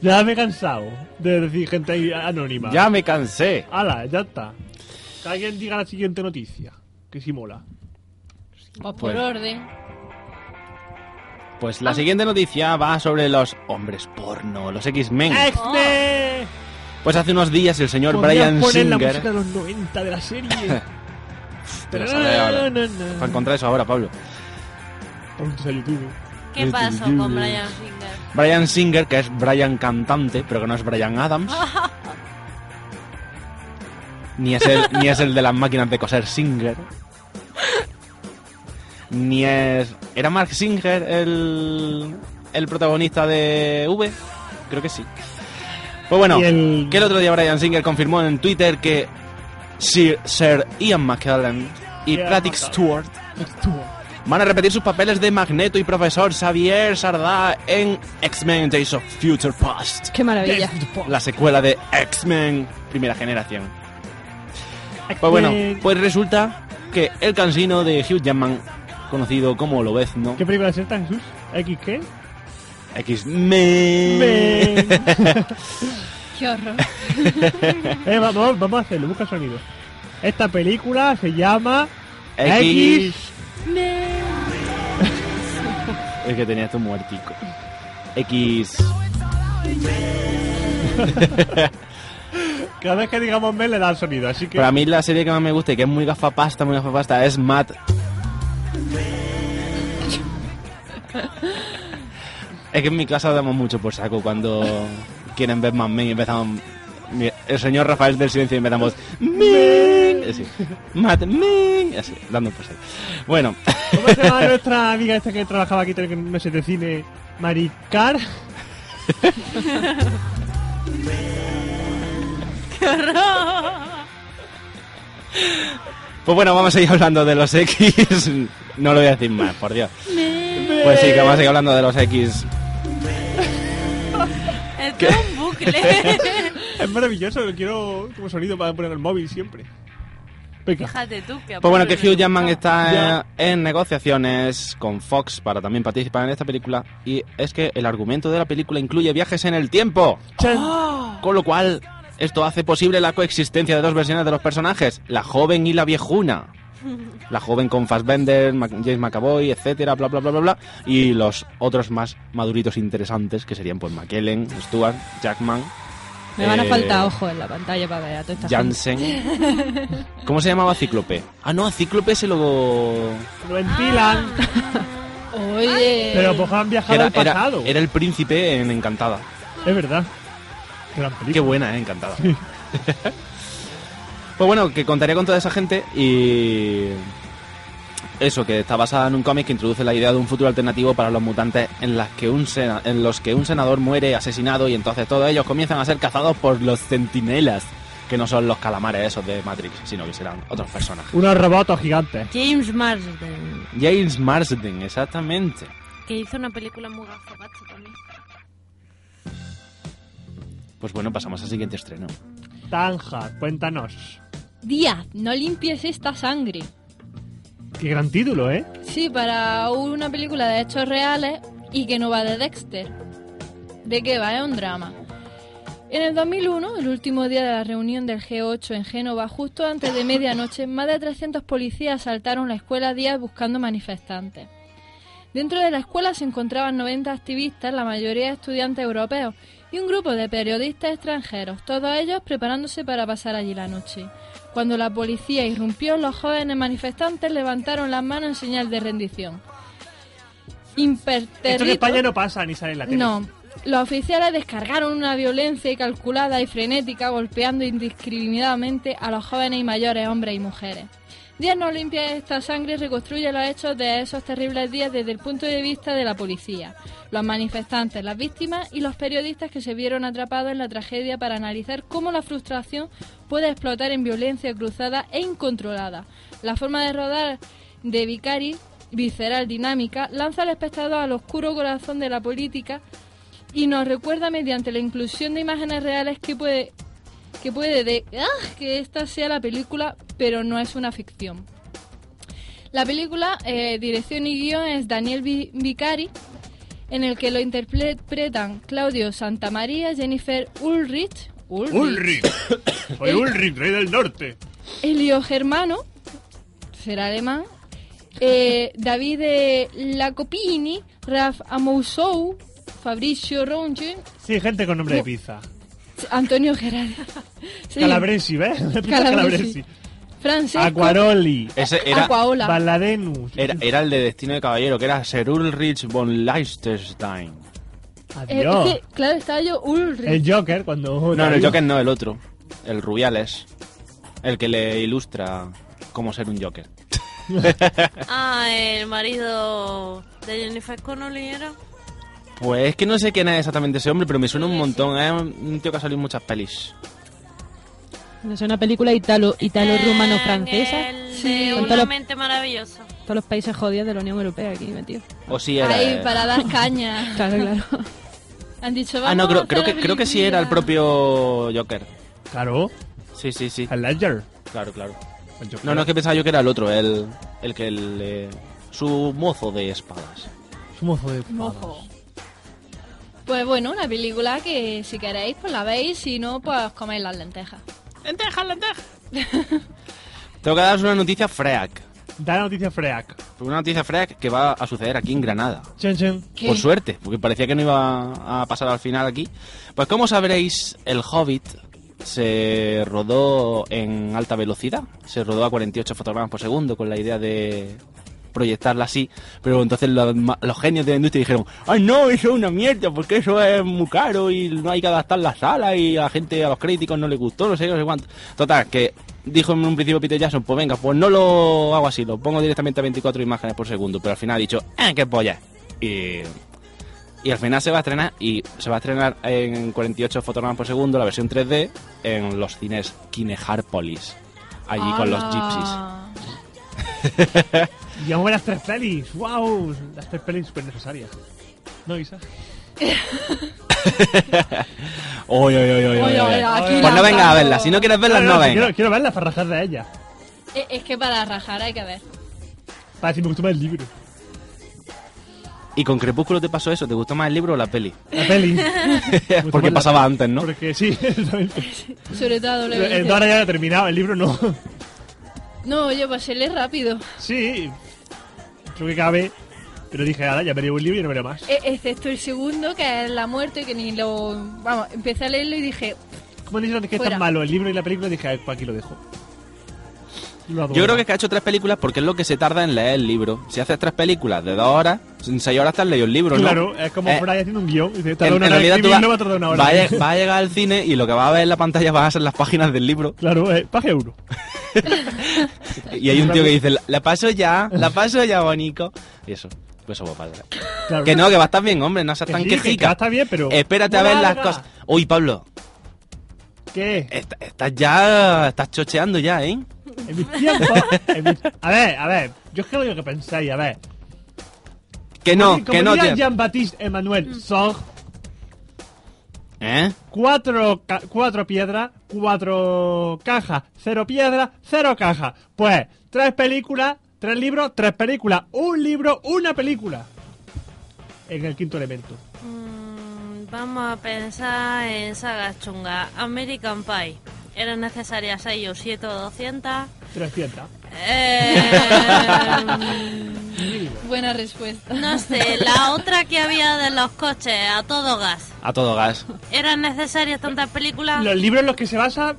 Speaker 4: Ya me he cansado de decir gente ahí anónima.
Speaker 5: Ya me cansé.
Speaker 4: Ala, ya está. Que alguien diga la siguiente noticia. Que sí mola.
Speaker 6: Pues por
Speaker 5: Pues-
Speaker 6: orden.
Speaker 5: Pues
Speaker 4: Ah.
Speaker 5: la siguiente noticia va sobre los hombres porno, los X-Men.
Speaker 4: ¡X-Men!
Speaker 5: Pues hace unos días el señor
Speaker 4: Eh. ¡Este! Podrías
Speaker 5: Brian
Speaker 4: poner la música de
Speaker 5: Singer...
Speaker 4: los 90 de la serie.
Speaker 5: Te lo sabré ahora.
Speaker 4: Na, na, na.
Speaker 5: Para encontrar eso ahora, Pablo.
Speaker 4: Pregúntese a YouTube.
Speaker 2: ¿Qué pasó con Brian Singer?
Speaker 5: Brian Singer, que es Brian cantante, pero que no es Brian Adams. Ni es el, ni es el de las máquinas de coser Singer. Ni es. ¿Era Mark Singer el, el protagonista de V? Creo que sí. Pues bueno,
Speaker 4: Y el-
Speaker 5: que el otro día Brian Singer confirmó en Twitter que Sir, Sir Ian McKellen y
Speaker 4: Ian
Speaker 5: Patrick
Speaker 4: McKellen.
Speaker 5: Stewart
Speaker 4: Actúa.
Speaker 5: Van a repetir sus papeles de Magneto y Profesor Xavier Sardá en X-Men Days of Future Past,
Speaker 7: Qué maravilla.
Speaker 5: la secuela de X-Men Primera Generación. Pues bueno,
Speaker 4: X-Men.
Speaker 5: pues resulta que el cansino de Hugh Jackman, conocido como Lobezno,
Speaker 4: ¿Qué película es esta, Jesús? ¿X qué?
Speaker 5: X-Men,
Speaker 4: Men.
Speaker 6: Qué horror.
Speaker 4: Eh, vamos, vamos a hacerlo, busca sonido. Esta película se llama
Speaker 5: X,
Speaker 4: X.
Speaker 5: es que tenía esto muertico, X,
Speaker 4: Cada vez que digamos men le da el sonido, así que.
Speaker 5: para mí la serie que más me gusta y que es muy gafapasta, muy gafapasta, es Matt Es que en mi casa damos mucho por saco cuando quieren ver más men y empezamos. mi- El señor Rafael del Silencio y empezamos. Men. Así, Matt Men. Así, dando por saco. Bueno,
Speaker 4: ¿Cómo se llama nuestra amiga esta que trabajaba aquí en meses de cine? Maricar.
Speaker 5: pues bueno, vamos a ir hablando de los X. No lo voy a decir más, por Dios. Pues sí, que vamos a seguir hablando de los X.
Speaker 2: Esto es un bucle.
Speaker 4: Es maravilloso, lo quiero como sonido para poner en el móvil siempre. Venga.
Speaker 2: Fíjate tú que
Speaker 5: Pues bueno, que
Speaker 2: aparte
Speaker 5: Hugh
Speaker 2: le
Speaker 5: Jackman
Speaker 2: gusta.
Speaker 5: está eh,
Speaker 4: Ya.
Speaker 5: en negociaciones con Fox para también participar en esta película. Y es que el argumento de la película incluye viajes en el tiempo.
Speaker 4: Chan.
Speaker 5: Con lo cual, esto hace posible la coexistencia de dos versiones de los personajes, la joven y la viejuna. La joven con Fassbender, Mac- James McAvoy, etcétera, bla, bla, bla, bla, bla. Y los otros más maduritos interesantes, que serían pues McKellen, Stewart, Jackman.
Speaker 7: Me van a
Speaker 5: eh,
Speaker 7: faltar ojos en la pantalla para ver a toda esta gente.
Speaker 5: Jansen. ¿Cómo se llamaba Cíclope? Ah, no, a Cíclope se lo...
Speaker 4: Lo empilan,
Speaker 6: Oye.
Speaker 4: pero pues han viajado
Speaker 5: Era,
Speaker 4: al
Speaker 5: era,
Speaker 4: pasado.
Speaker 5: era el príncipe en Encantada.
Speaker 4: Es verdad. Gran
Speaker 5: Qué
Speaker 4: película.
Speaker 5: buena, ¿eh? Encantada. pues bueno, que contaría con toda esa gente y... Eso, que está basada en un cómic que introduce la idea de un futuro alternativo para los mutantes en, las que un sena- en los que un senador muere asesinado y entonces todos ellos comienzan a ser cazados por los centinelas, que no son los calamares esos de Matrix, sino que serán otros personajes.
Speaker 4: Unos robots gigantes.
Speaker 2: James Marsden,
Speaker 5: James Marsden, exactamente.
Speaker 2: que hizo una película muy gafapacha también.
Speaker 5: Pues bueno, pasamos al siguiente estreno.
Speaker 4: Tanja, cuéntanos.
Speaker 6: Díaz, no limpies esta sangre.
Speaker 4: Qué gran título, ¿eh?
Speaker 6: Sí, para una película de hechos reales y que no va de Dexter. ¿De qué va? Es un drama. En el 2001, el último día de la reunión del G8 en Génova, justo antes de medianoche, más de 300 policías asaltaron la escuela Díaz buscando manifestantes. Dentro de la escuela se encontraban 90 activistas, la mayoría estudiantes europeos, y un grupo de periodistas extranjeros, todos ellos preparándose para pasar allí la noche. Cuando la policía irrumpió, los jóvenes manifestantes levantaron las manos en señal de rendición.
Speaker 4: Esto en
Speaker 6: Imperterritos-
Speaker 4: España no pasa ni sale en la tele.
Speaker 6: no, los oficiales descargaron una violencia calculada y frenética golpeando indiscriminadamente a los jóvenes y mayores hombres y mujeres. Díaz no limpia esta sangre y reconstruye los hechos de esos terribles días desde el punto de vista de la policía, los manifestantes, las víctimas y los periodistas que se vieron atrapados en la tragedia para analizar cómo la frustración puede explotar en violencia cruzada e incontrolada. La forma de rodar de Vicari, visceral, dinámica, lanza al espectador al oscuro corazón de la política y nos recuerda mediante la inclusión de imágenes reales que puede que puede de ¡Ah! que esta sea la película, pero no es una ficción. La película, eh, dirección y guión es Daniel Vi- Vicari, en el que lo interpretan Claudio Santamaría, Jennifer Ulrich, Ulrich,
Speaker 4: Ulrich. Soy
Speaker 6: El-
Speaker 4: Ulrich, rey del norte.
Speaker 6: Elio Germano, será alemán, eh, David eh, Lacopini, Raf Amousou, Fabricio Ronge,
Speaker 4: Sí, gente con nombre de pizza.
Speaker 6: Antonio Gerardi. Sí.
Speaker 4: Calabresi, ¿ves? Pizza
Speaker 6: Calabresi.
Speaker 4: Calabresi.
Speaker 6: Francesco Ah,
Speaker 4: Aquaroli.
Speaker 5: Ese era,
Speaker 6: Aquaola.
Speaker 4: Baladenus.
Speaker 5: era,
Speaker 6: Eh,
Speaker 5: era el de Destino de Caballero, que era Sir Ulrich von Leisterstein.
Speaker 6: Eh, es
Speaker 4: Adiós.
Speaker 6: que, claro, estaba yo Ulrich.
Speaker 4: El Joker, cuando.
Speaker 5: No, no, el Joker no, el otro. El Rubiales. El que le ilustra cómo ser un Joker.
Speaker 2: Ah, el marido de Jennifer Connelly era.
Speaker 5: Pues es que no sé quién es exactamente ese hombre, pero me suena un montón. Es un tío que ha salido en muchas pelis.
Speaker 7: Es una película italo, italo-rumano-francesa.
Speaker 2: El
Speaker 6: Sí.
Speaker 2: de
Speaker 7: Con
Speaker 2: una
Speaker 7: todos los-
Speaker 2: mente maravillosa.
Speaker 7: Todos los países jodidos de la Unión Europea aquí metidos.
Speaker 5: O sí era.
Speaker 6: Ahí, para dar caña.
Speaker 7: Claro, claro.
Speaker 6: Han dicho,
Speaker 5: Ah, no,
Speaker 6: "Vamos a
Speaker 5: creo, creo
Speaker 6: hacer
Speaker 5: que,
Speaker 6: la
Speaker 5: creo que sí era el
Speaker 6: película".
Speaker 5: propio Joker.
Speaker 4: Claro,
Speaker 5: Sí, sí, sí.
Speaker 4: el Ledger.
Speaker 5: Claro, claro.
Speaker 4: El Joker.
Speaker 5: No, no, es que pensaba yo que era el otro, el, el que le... Su mozo de espadas.
Speaker 4: Es un mozo de.
Speaker 6: Mojo. Pues bueno, una película que si queréis, pues la veis, si no, pues coméis las lentejas.
Speaker 5: Tengo que daros una noticia freak.
Speaker 4: Da la noticia Freak.
Speaker 5: Una noticia freak que va a suceder aquí en Granada.
Speaker 4: Chen, chen.
Speaker 6: ¿Qué?
Speaker 5: Por suerte, porque parecía que no iba a pasar al final aquí. Pues como sabréis, el Hobbit se rodó en alta velocidad. Se rodó a 48 fotogramas por segundo con la idea de proyectarla así. Pero entonces los, ma- los genios de la industria dijeron, ¡ay no, eso es una mierda! Porque eso es muy caro y no hay que adaptar la sala y a la gente, a los críticos no les gustó, no sé, no sé cuánto. Total, que dijo en un principio Peter Jackson, pues venga, pues no lo hago así, lo pongo directamente a 24 imágenes por segundo. Pero al final ha dicho, ¡eh, qué polla! Y y al final se va a estrenar y se va a estrenar en 48 fotogramas por segundo la versión 3D en los cines Kineharpolis. Allí con los gypsies.
Speaker 6: Ah.
Speaker 4: Y vamos a ver las tres pelis. ¡Wow! Las tres pelis súper necesarias. ¿No, Isa?
Speaker 5: Oy, oy, oy, oy,
Speaker 6: Oy,
Speaker 5: oy,
Speaker 6: oy,
Speaker 5: oy.
Speaker 6: aquí
Speaker 5: Pues no
Speaker 6: lanzando-
Speaker 5: venga a verla. Si no quieres verla, no
Speaker 4: si quiero,
Speaker 5: venga.
Speaker 4: quiero verlas para rajar de ella.
Speaker 6: Eh, Es que para rajar hay que ver.
Speaker 4: Para decir, Ah, me gustó más el libro.
Speaker 5: ¿Y con Crepúsculo te pasó eso? ¿Te gustó más el libro o la peli?
Speaker 4: La peli.
Speaker 5: Porque
Speaker 4: más la
Speaker 5: pasaba
Speaker 4: peli.
Speaker 5: antes, ¿no?
Speaker 4: Porque sí, exactamente. Eh,
Speaker 6: Sobre todo a
Speaker 4: El
Speaker 6: W.
Speaker 4: Dora ya lo ha terminado, el libro no.
Speaker 6: No, oye, paséle rápido.
Speaker 4: Sí, creo que cabe. Pero dije, ahora ya me leo un libro y no me leo más.
Speaker 6: E- excepto el segundo, que es la muerte, que ni lo... Vamos, empecé a leerlo y dije,
Speaker 4: Como dicen que es
Speaker 6: Fuera.
Speaker 4: tan malo el libro y la película, dije, ah, pues aquí lo dejo. Lo adoro.
Speaker 5: Yo creo que es que ha hecho tres películas porque es lo que se tarda en leer el libro. Si haces tres películas de dos horas, en seis horas te has leído el libro, ¿no?
Speaker 4: Claro, es como
Speaker 5: Eh,
Speaker 4: por ahí haciendo un guión. Dice, tarda
Speaker 5: En,
Speaker 4: una
Speaker 5: en
Speaker 4: hora en
Speaker 5: realidad tú
Speaker 4: escribirlo, va a
Speaker 5: vas,
Speaker 4: tardar una hora.
Speaker 5: vas a lle- vas a llegar al cine y lo que vas a ver en la pantalla van a ser las páginas del libro.
Speaker 4: Claro, eh, página uno.
Speaker 5: Y hay un tío que dice, la, la paso ya, la paso ya, bonico. Y eso, pues eso va a pasar.
Speaker 4: Claro.
Speaker 5: Que no, que va a estar bien, hombre, no seas
Speaker 4: Que
Speaker 5: tan
Speaker 4: sí, que
Speaker 5: quejica. Eh,
Speaker 4: está bien, pero-
Speaker 5: Espérate a
Speaker 4: No
Speaker 5: ver las
Speaker 4: larga.
Speaker 5: cosas. Uy, Pablo,
Speaker 4: ¿Qué?
Speaker 5: est- estás ya, estás chocheando ya, ¿eh?
Speaker 4: En mis tiempos. en mis- A ver, a ver. Yo es que lo digo que pensáis, a ver.
Speaker 5: Que Eh, no,
Speaker 4: Como
Speaker 5: que no,
Speaker 4: diría
Speaker 5: tío.
Speaker 4: Jean-Baptiste
Speaker 2: Mm.
Speaker 4: Emmanuel Song,
Speaker 5: ¿Eh?
Speaker 4: cuatro, ca- cuatro piedras, cuatro cajas, cero piedras, cero cajas. Pues, tres películas, tres libros, tres películas, un libro, una película. En el quinto elemento.
Speaker 2: Mm, Vamos a pensar en sagas chungas. American Pie. ¿Eran necesarias 6 o 7 o 200?
Speaker 4: 300.
Speaker 2: Eh,
Speaker 6: buena respuesta.
Speaker 2: no sé, la otra que había de los coches, a todo gas.
Speaker 5: A todo gas.
Speaker 2: ¿Eran necesarias tantas películas?
Speaker 4: Los libros en los que se basa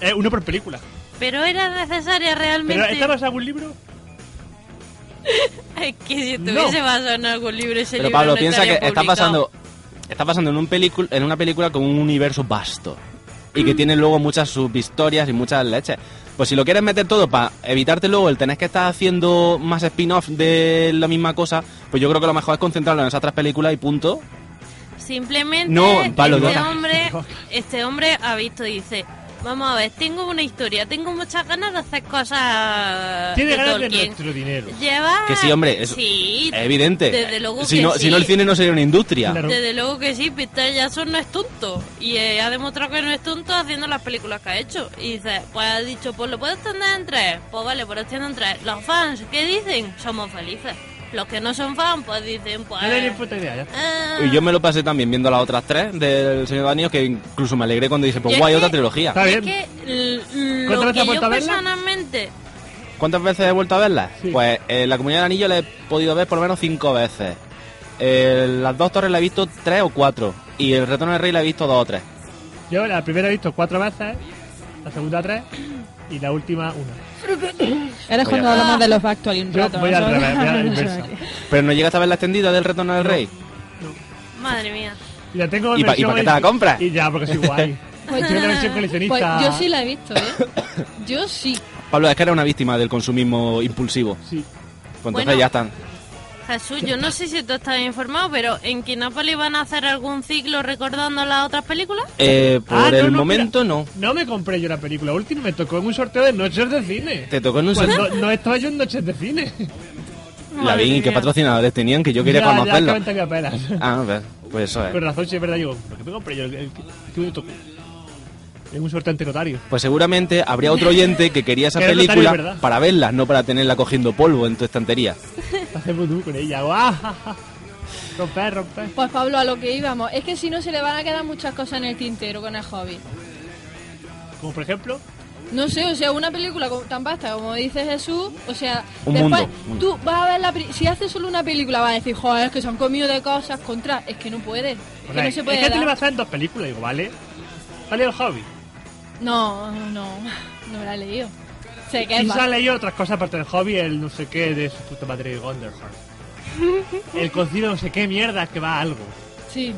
Speaker 4: eh, uno por película.
Speaker 2: Pero eran necesarias
Speaker 4: ¿Pero
Speaker 2: realmente.
Speaker 4: está basado en un libro?
Speaker 2: Es que si
Speaker 4: No.
Speaker 2: estuviese basado en algún libro ese
Speaker 5: Pero
Speaker 2: Este libro
Speaker 5: Pablo,
Speaker 2: no
Speaker 5: piensa que
Speaker 2: estaría
Speaker 5: está pasando,
Speaker 2: publicado.
Speaker 5: está pasando en, un pelicu- en una película con un universo vasto y que tiene luego muchas subhistorias y muchas leches. Pues si lo quieres meter todo para evitarte luego el tener que estar haciendo más spin-off de la misma cosa, pues yo creo que lo mejor es concentrarlo en esas tres películas y punto.
Speaker 2: Simplemente
Speaker 5: No, Pablo,
Speaker 2: este,
Speaker 5: no.
Speaker 2: hombre,
Speaker 4: No.
Speaker 2: este hombre ha visto y dice, vamos a ver, tengo una historia, tengo muchas ganas de hacer cosas
Speaker 4: Tiene
Speaker 2: Ah, de
Speaker 4: ganas de
Speaker 2: Tolkien.
Speaker 4: nuestro dinero.
Speaker 2: Lleva...
Speaker 5: Que sí, hombre, es-
Speaker 2: Sí,
Speaker 5: Es evidente.
Speaker 2: Desde luego
Speaker 5: si,
Speaker 2: que
Speaker 5: no,
Speaker 2: sí.
Speaker 5: si no, el cine no sería una industria.
Speaker 4: Claro.
Speaker 2: Desde luego que sí, Peter Jackson no es tonto. Y eh, ha demostrado que no es tonto haciendo las películas que ha hecho. Y dice, pues ha dicho, pues lo puedo extender en tres. Pues vale, pues lo extiendo en tres. Los fans, ¿qué dicen? Somos felices. Los que no son fans, pues dicen, pues...
Speaker 4: No tenía ni puta idea, ya está.
Speaker 2: ah.
Speaker 5: Y yo me lo pasé también viendo las otras tres del Señor de los Anillos, que incluso me alegré cuando dije, pues
Speaker 2: Yo
Speaker 5: guay,
Speaker 2: es
Speaker 5: otra
Speaker 2: que-
Speaker 5: trilogía.
Speaker 4: Está
Speaker 2: Y es
Speaker 4: bien.
Speaker 2: que l-
Speaker 4: ¿Cuántas
Speaker 2: lo
Speaker 4: veces
Speaker 2: que
Speaker 4: has vuelto
Speaker 2: yo
Speaker 4: a verla?
Speaker 2: personalmente...
Speaker 5: ¿Cuántas veces he vuelto a verla?
Speaker 4: Sí.
Speaker 5: Pues eh, la Comunidad del Anillo la he podido ver por lo menos cinco veces. Eh, las dos torres la he visto tres o cuatro. Y el Retorno del Rey la he visto dos o tres.
Speaker 4: Yo la primera he visto cuatro veces, la segunda tres y la última una.
Speaker 7: Ahora es
Speaker 5: Voy
Speaker 7: cuando
Speaker 5: a-
Speaker 7: hablamos de los Bactual un
Speaker 4: Yo
Speaker 7: rato.
Speaker 4: voy
Speaker 7: ¿no?
Speaker 4: al revés, voy a la inversa.
Speaker 5: Pero no llegaste a ver la extendida del Retorno del Rey.
Speaker 2: Madre mía.
Speaker 4: Y la tengo en
Speaker 5: ¿Y pa- y
Speaker 4: versión
Speaker 5: pa' qué te la
Speaker 4: adici-
Speaker 5: compras?
Speaker 4: Y ya, porque soy guay.
Speaker 6: Pues-
Speaker 4: Tiene una versión
Speaker 6: Pues
Speaker 4: coleccionista.
Speaker 6: yo sí la he visto, ¿eh? Yo sí.
Speaker 5: Pablo, es que era una víctima del consumismo impulsivo.
Speaker 4: Sí.
Speaker 5: Pues entonces
Speaker 2: Bueno.
Speaker 5: ya están.
Speaker 2: Jesús, yo no sé si tú estás informado, pero ¿en Kinópolis van a hacer algún ciclo recordando las otras películas?
Speaker 5: Eh, por
Speaker 4: Ah, no,
Speaker 5: el
Speaker 4: no,
Speaker 5: momento
Speaker 4: mira,
Speaker 5: no.
Speaker 4: No me compré yo la película última, me tocó en un sorteo de noches de cine.
Speaker 5: Te tocó en un
Speaker 4: Cuando no estaba yo en noches de cine.
Speaker 5: La
Speaker 2: Madre
Speaker 5: vi,
Speaker 2: mía.
Speaker 5: ¿qué patrocinadores tenían? Que yo quería
Speaker 4: ya, ya
Speaker 5: conocerlo.
Speaker 4: cuenta que apenas.
Speaker 5: Ah, pues- pues eso es.
Speaker 4: Con razón, si es verdad, digo, ¿por qué me compré yo el, el- el que me tocó? En un sorteo ante notario.
Speaker 5: Pues seguramente habría otro oyente que quería esa
Speaker 4: Que era notario,
Speaker 5: película
Speaker 4: ¿verdad?
Speaker 5: para verla, no para tenerla cogiendo polvo en tu estantería.
Speaker 4: Hace vudú con ella. ¡Guau! Romper, romper.
Speaker 6: Pues Pablo, a lo que íbamos. Es que si no se le van a quedar muchas cosas en el tintero con el hobby.
Speaker 4: Como por ejemplo,
Speaker 6: No sé, o sea, una película co- tan vasta como dice Jesús, o sea,
Speaker 5: Un
Speaker 6: después
Speaker 5: mundo, un-
Speaker 6: tú vas a ver la pri- si haces solo una película vas a decir, joder, es que se han comido de cosas contra, es que no puede, es que
Speaker 4: Online.
Speaker 6: no se puede
Speaker 4: Es que
Speaker 6: dar.
Speaker 4: tiene basada en dos películas, digo, vale. Vale el hobby.
Speaker 6: No, no, no me la he leído. Sé que es
Speaker 4: Y
Speaker 6: va-
Speaker 4: sale yo otras cosas aparte del hobby, el no sé qué de su puta madre Gondorhard. El concilio no sé qué mierda que va a algo.
Speaker 6: Sí.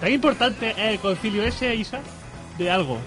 Speaker 4: ¿Tan importante es el concilio ese, Isa? De algo.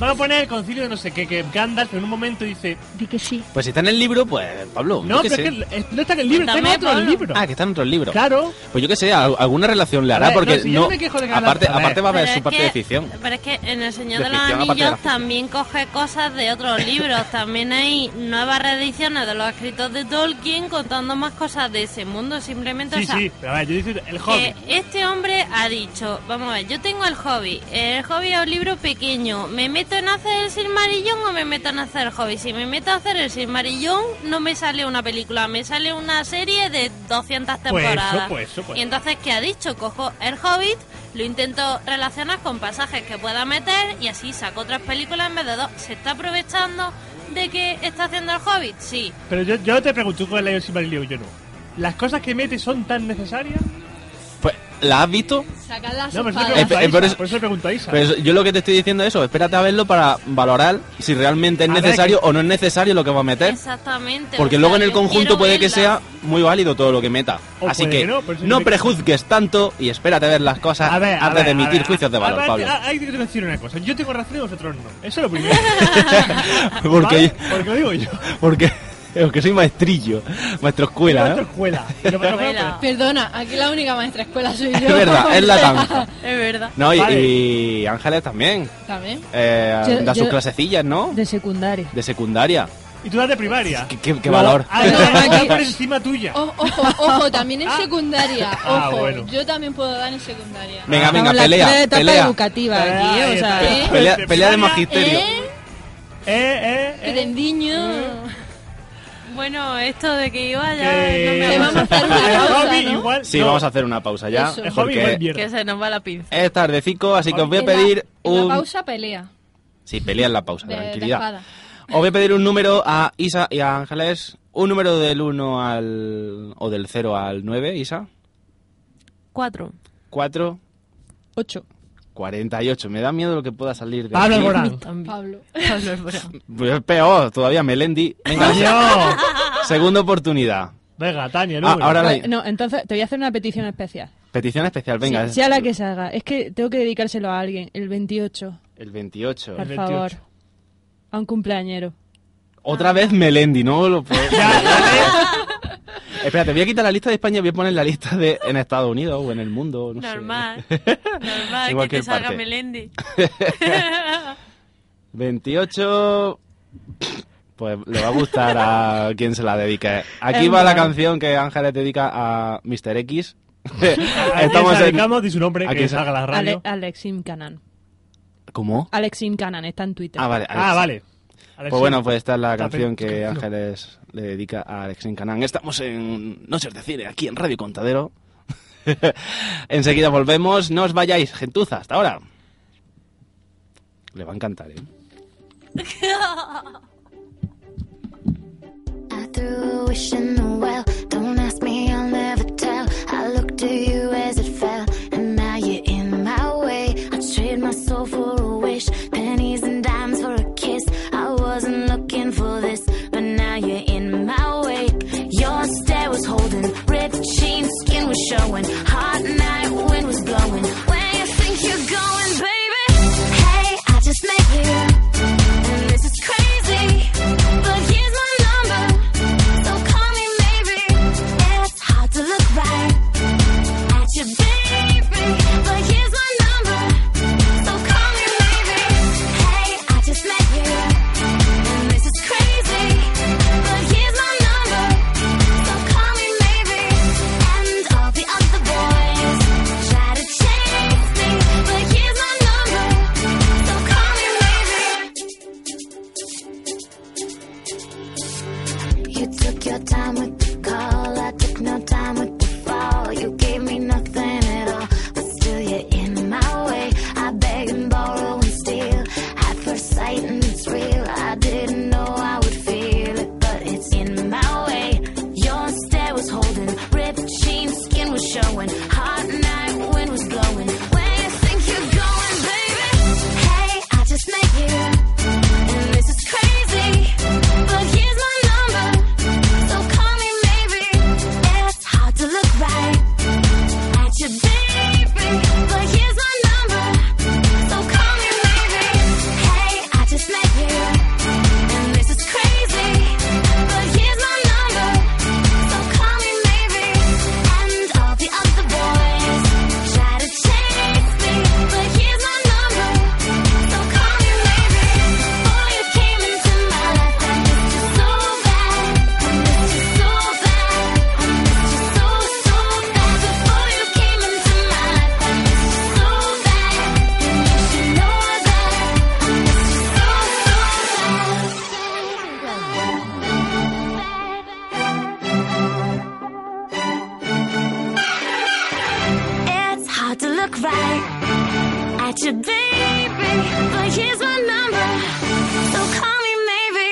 Speaker 4: Van a poner el concilio de no sé qué, que Gandalf en un momento dice...
Speaker 5: Pues si está en el libro, pues Pablo.
Speaker 4: No,
Speaker 5: yo qué
Speaker 4: pero
Speaker 5: sé.
Speaker 4: es que es- no está en el libro, está en
Speaker 2: Cuéntame,
Speaker 4: otro
Speaker 2: Pablo.
Speaker 4: libro.
Speaker 5: Ah, que está en otro libro.
Speaker 4: Claro.
Speaker 5: Pues yo qué sé, al- alguna relación le hará
Speaker 4: A ver,
Speaker 5: porque
Speaker 4: no, si yo no me quejo de que
Speaker 5: aparte,
Speaker 4: la- a ver.
Speaker 5: aparte va a haber
Speaker 2: Pero
Speaker 5: su
Speaker 2: es
Speaker 5: parte
Speaker 2: que-
Speaker 5: de ficción.
Speaker 2: Pero es que en El Señor
Speaker 5: De
Speaker 2: de,
Speaker 5: ficción,
Speaker 2: los
Speaker 5: aparte de la
Speaker 2: Anillos
Speaker 5: ficción.
Speaker 2: también coge cosas de otros libros. también hay nuevas reediciones de los escritos de Tolkien contando más cosas de ese mundo. Simplemente, o
Speaker 4: Sí,
Speaker 2: sea,
Speaker 4: sí, pero a ver, yo dice el hobby.
Speaker 2: que este hombre ha dicho, vamos a ver, yo tengo el hobby. El hobby es un libro pequeño. ¿Me meto en hacer el Silmarillón o me meto en hacer el hobby? Si me meto a hacer el Silmarillón, no me sale una película, me sale una serie de 200
Speaker 4: Pues eso,
Speaker 2: temporadas.
Speaker 4: pues eso, pues
Speaker 2: Y entonces, ¿qué ha dicho? Cojo el Hobbit, lo intento relacionar con pasajes que pueda meter y así saco otras películas en vez de dos. Se está aprovechando de que está haciendo el hobbit? Sí.
Speaker 4: Pero yo, yo te pregunto, tú con el Lion Silmarillion, yo no. ¿Las cosas que mete son tan necesarias?
Speaker 5: Pues, ¿la has visto?
Speaker 6: Sacar las
Speaker 4: No, pero eso le
Speaker 6: espadas.
Speaker 4: pregunto a
Speaker 5: Eh, eh, por
Speaker 4: Isa,
Speaker 5: eso-
Speaker 4: por eso le pregunto a Isa.
Speaker 5: Pues yo lo que te estoy diciendo es eso, espérate a verlo para valorar si realmente es
Speaker 4: A ver,
Speaker 5: necesario
Speaker 4: que-
Speaker 5: o no es necesario lo que va a meter.
Speaker 2: Exactamente.
Speaker 5: Porque
Speaker 2: o
Speaker 5: luego en
Speaker 2: sea,
Speaker 5: el
Speaker 2: yo
Speaker 5: conjunto
Speaker 2: quiero
Speaker 5: puede que
Speaker 2: verla.
Speaker 5: sea muy válido todo lo que meta.
Speaker 4: O
Speaker 5: Así
Speaker 4: puede
Speaker 5: que
Speaker 4: que no, por eso
Speaker 5: no
Speaker 4: yo-
Speaker 5: prejuzgues tanto y espérate a ver las cosas
Speaker 4: A ver, a
Speaker 5: antes
Speaker 4: ver,
Speaker 5: de
Speaker 4: a
Speaker 5: emitir
Speaker 4: ver,
Speaker 5: juicios de
Speaker 4: a-
Speaker 5: valor,
Speaker 4: a-
Speaker 5: Pablo.
Speaker 4: a- Hay que decir una cosa, yo tengo razón y vosotros no. Eso es lo primero.
Speaker 5: porque,
Speaker 4: ah, ¿Vale? Porque lo digo yo.
Speaker 5: porque, porque soy maestrillo, maestro escuela,
Speaker 4: Nuestra
Speaker 5: ¿no?
Speaker 4: escuela. Y lo- lo- lo-
Speaker 2: Escuela.
Speaker 6: Perdona, aquí la única maestra escuela soy yo.
Speaker 5: Es verdad, es la tanja.
Speaker 6: Es verdad.
Speaker 5: No, y,
Speaker 4: Vale.
Speaker 5: y Ángeles también.
Speaker 6: También.
Speaker 5: Eh,
Speaker 7: Yo-
Speaker 5: da sus
Speaker 7: yo-
Speaker 5: clasecillas, ¿no? De,
Speaker 7: De secundaria.
Speaker 5: secundaria.
Speaker 4: Y tú das de primaria.
Speaker 5: Qué, qué- qué
Speaker 4: Lo-
Speaker 5: valor.
Speaker 4: Ah, no,
Speaker 6: No, Oh,
Speaker 4: está
Speaker 6: aquí-
Speaker 4: por encima tuya.
Speaker 6: O- ojo, ojo, también en
Speaker 4: Ah.
Speaker 6: secundaria. Ojo,
Speaker 4: Ah, bueno.
Speaker 6: yo también puedo dar en secundaria.
Speaker 5: Venga, venga,
Speaker 7: Estamos en la primera
Speaker 5: pelea,
Speaker 7: etapa
Speaker 5: pelea.
Speaker 7: educativa
Speaker 4: Ahí
Speaker 7: aquí, o
Speaker 4: está.
Speaker 7: sea,
Speaker 6: ¿eh?
Speaker 4: Pe-
Speaker 5: Pelea, pelea de
Speaker 4: primaria,
Speaker 5: magisterio.
Speaker 6: ¿Eh?
Speaker 4: Eh,
Speaker 6: Que
Speaker 4: eh, eh.
Speaker 6: tendiño.
Speaker 2: Bueno, esto de que iba ya no me
Speaker 4: Que
Speaker 6: vamos a
Speaker 2: gusta.
Speaker 6: hacer una
Speaker 4: El
Speaker 6: pausa,
Speaker 4: hobby
Speaker 6: ¿no?
Speaker 4: igual-
Speaker 5: Sí,
Speaker 4: no,
Speaker 5: vamos a hacer una pausa ya.
Speaker 6: Eso.
Speaker 4: El hobby igual
Speaker 5: Porque
Speaker 2: Que
Speaker 4: mierda.
Speaker 2: se nos va la pinza.
Speaker 5: es tardecico, así que os voy a
Speaker 6: En la-
Speaker 5: pedir
Speaker 6: en la
Speaker 5: un.
Speaker 6: pausa pelea.
Speaker 5: Sí, pelea en la pausa,
Speaker 6: De- de
Speaker 5: tranquilidad.
Speaker 6: espada.
Speaker 5: os voy a pedir un número a Isa y a Ángeles. Un número del 1 al. o del 0 al 9, Isa.
Speaker 2: Cuatro.
Speaker 5: 4,
Speaker 7: Ocho.
Speaker 5: 48. Me da miedo lo que pueda salir de.
Speaker 4: Pablo
Speaker 5: aquí.
Speaker 4: Alborán.
Speaker 6: Pablo.
Speaker 2: Pablo Alborán.
Speaker 5: Pues Peor, todavía Melendi. Venga,
Speaker 4: Coño.
Speaker 5: segunda oportunidad.
Speaker 4: Venga, Tania, el
Speaker 5: Ah,
Speaker 4: número.
Speaker 5: ahora la-
Speaker 7: No, no, entonces te voy a hacer una petición especial.
Speaker 5: Petición especial, venga. eh.
Speaker 7: Sí, sea la que se haga. Es que tengo que dedicárselo a alguien. El 28,
Speaker 5: El 28.
Speaker 7: por
Speaker 4: El
Speaker 7: favor.
Speaker 4: 28.
Speaker 7: A un cumpleañero.
Speaker 5: Otra vez Melendi, no lo puedo.
Speaker 4: Ya, ya, eh.
Speaker 5: Espérate, voy a quitar la lista de España y voy a poner la lista de en Estados Unidos o en el mundo. no sé.
Speaker 2: Normal. Normal
Speaker 5: Igual que
Speaker 2: que te
Speaker 5: el
Speaker 2: salga
Speaker 5: parque.
Speaker 2: Melendi.
Speaker 5: 28. Pues le va a gustar a quien se la dedique. Aquí
Speaker 7: Es
Speaker 5: va la
Speaker 7: verdad.
Speaker 5: canción que Ángeles dedica a Mr. X.
Speaker 4: Aquí
Speaker 5: Estamos
Speaker 4: se
Speaker 5: en.
Speaker 4: dedicamos, di su nombre,
Speaker 5: Aquí
Speaker 4: que
Speaker 5: se-
Speaker 4: salga la radio.
Speaker 7: Ale- Alexim Canan.
Speaker 5: ¿Cómo?
Speaker 7: Alexim Canan está en Twitter.
Speaker 5: Ah, vale.
Speaker 4: Ah,
Speaker 5: Alex.
Speaker 4: vale. Alex,
Speaker 5: Pues bueno, pues esta es la
Speaker 4: Está
Speaker 5: canción
Speaker 4: pe-
Speaker 5: que
Speaker 4: tranquilo.
Speaker 5: Ángeles le dedica a Alex Canán. Estamos en Noches de Cine, aquí en Radio Contadero. Enseguida volvemos. No os vayáis, gentuza, hasta ahora. Le va a encantar, ¿eh?
Speaker 8: I threw a wish in the well. Don't ask me, I'll never tell. I looked to you as it fell, and now you're in my way. I trade my soul for a wish, pennies and dimes for a kiss. I wasn't looking for this, but now you're in my way. Your stare was holding, ripped jeans, skin was showing. Hot night wind was blowing. Where you think you're going, baby? Hey, I just met you. And this is crazy, but here's my number. So call me maybe. It's hard to look right at your baby, but here's my number. So call me maybe. Hey, I just met you. And this is crazy, but here's my number. So call me maybe. And all the other boys try to chase me, but here's my number. So call me maybe. You took your time with the call. I took no time with the fall. You gave me nothing at all. But still, you're in my way. I beg and borrow and steal. At first sight, and it's real. I didn't know I would feel it, but it's in my way. Your stare was holding. Ripped jeans, skin was showing. Hot night, wind was blowing. Where you think you're going, baby? Hey, I just met you. And this is crazy, but here's my number. So call me maybe. It's hard to look right at your baby, but here's my number. So call me maybe. Hey, I just met you, and this is crazy, but here's my number. So call me maybe. And all the other boys try to chase me, but here's my number. So call me maybe. Before you came into my life, I missed you so bad. I missed you so bad. I missed you so so bad. Before you came into my life, I missed you so bad. And you should know that I missed you so so bad. It's hard to look right at your baby, but here's my number. So call me maybe.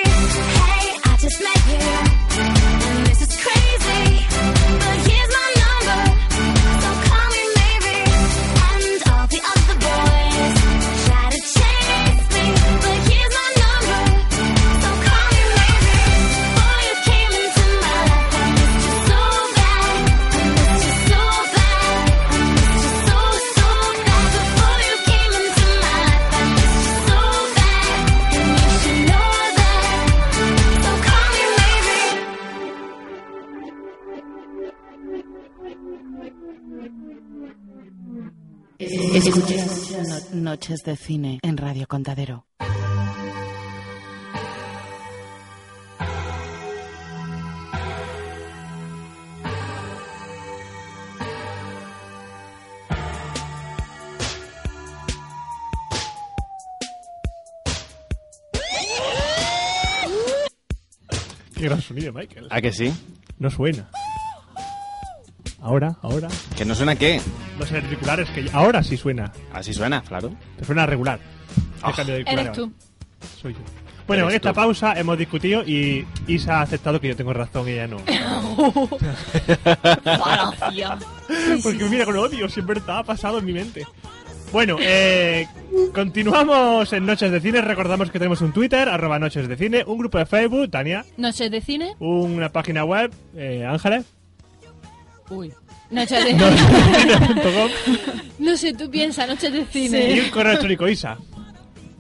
Speaker 3: Escuchas No- Noches de Cine en Radio Contadero.
Speaker 4: Qué gran sonido, Michael.
Speaker 5: ¿A que sí?
Speaker 4: No suena. Ahora, ahora.
Speaker 5: ¿Que no suena qué?
Speaker 4: Los auriculares que ahora sí suena.
Speaker 5: Así suena, claro.
Speaker 4: Te suena regular. He cambiado de auricular
Speaker 6: Eres tú.
Speaker 4: ahora. Soy yo. Bueno, en
Speaker 5: Ah. Eres
Speaker 4: esta
Speaker 5: tú.
Speaker 4: pausa hemos discutido y Isa ha aceptado que yo tengo razón y ella no. Porque mira con odio, si es verdad, ha pasado en mi mente. Bueno, eh, continuamos en Noches de Cine. Recordamos que tenemos un Twitter, arroba Noches de Cine, un grupo de Facebook, Tania,
Speaker 6: Noches de cine.
Speaker 4: una página web, eh, Ángeles,
Speaker 7: Uy.
Speaker 6: Noches de
Speaker 4: nochesdecine.com,
Speaker 6: No sé, tú piensas, noches de cine.
Speaker 4: y un correo electrónico Isa.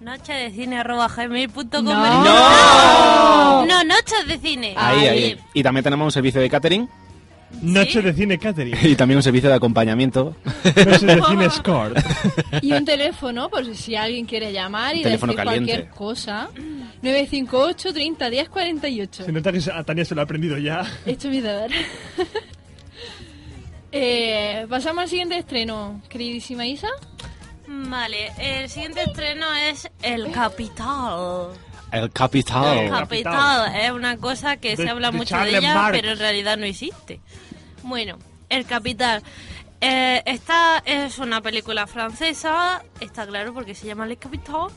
Speaker 2: Noche de cine arroba gmail.com.
Speaker 7: No.
Speaker 2: no, no, noches de cine.
Speaker 5: Ahí, ahí. Y también tenemos un servicio de catering
Speaker 4: Noches de Cine Catering,
Speaker 5: y también un servicio de acompañamiento.
Speaker 4: Noches de Cine Score.
Speaker 6: Y un teléfono, por si alguien quiere llamar y
Speaker 5: Un teléfono
Speaker 6: decir
Speaker 5: caliente.
Speaker 6: cualquier cosa. 958 30 10 48.
Speaker 4: Se nota que a Tania se lo ha aprendido ya.
Speaker 6: Esto es mi deber. Eh, pasamos al siguiente estreno, queridísima Isa.
Speaker 2: Vale, el siguiente estreno es El Capital.
Speaker 5: El
Speaker 2: El
Speaker 5: capital.
Speaker 2: Capital es una cosa
Speaker 4: De-
Speaker 2: que se habla
Speaker 4: de
Speaker 2: mucho
Speaker 4: Charles
Speaker 2: de ella,
Speaker 4: Marx.
Speaker 2: pero en realidad no existe. Bueno, El Capital. Eh, esta es una película francesa, está claro porque se llama El Capital,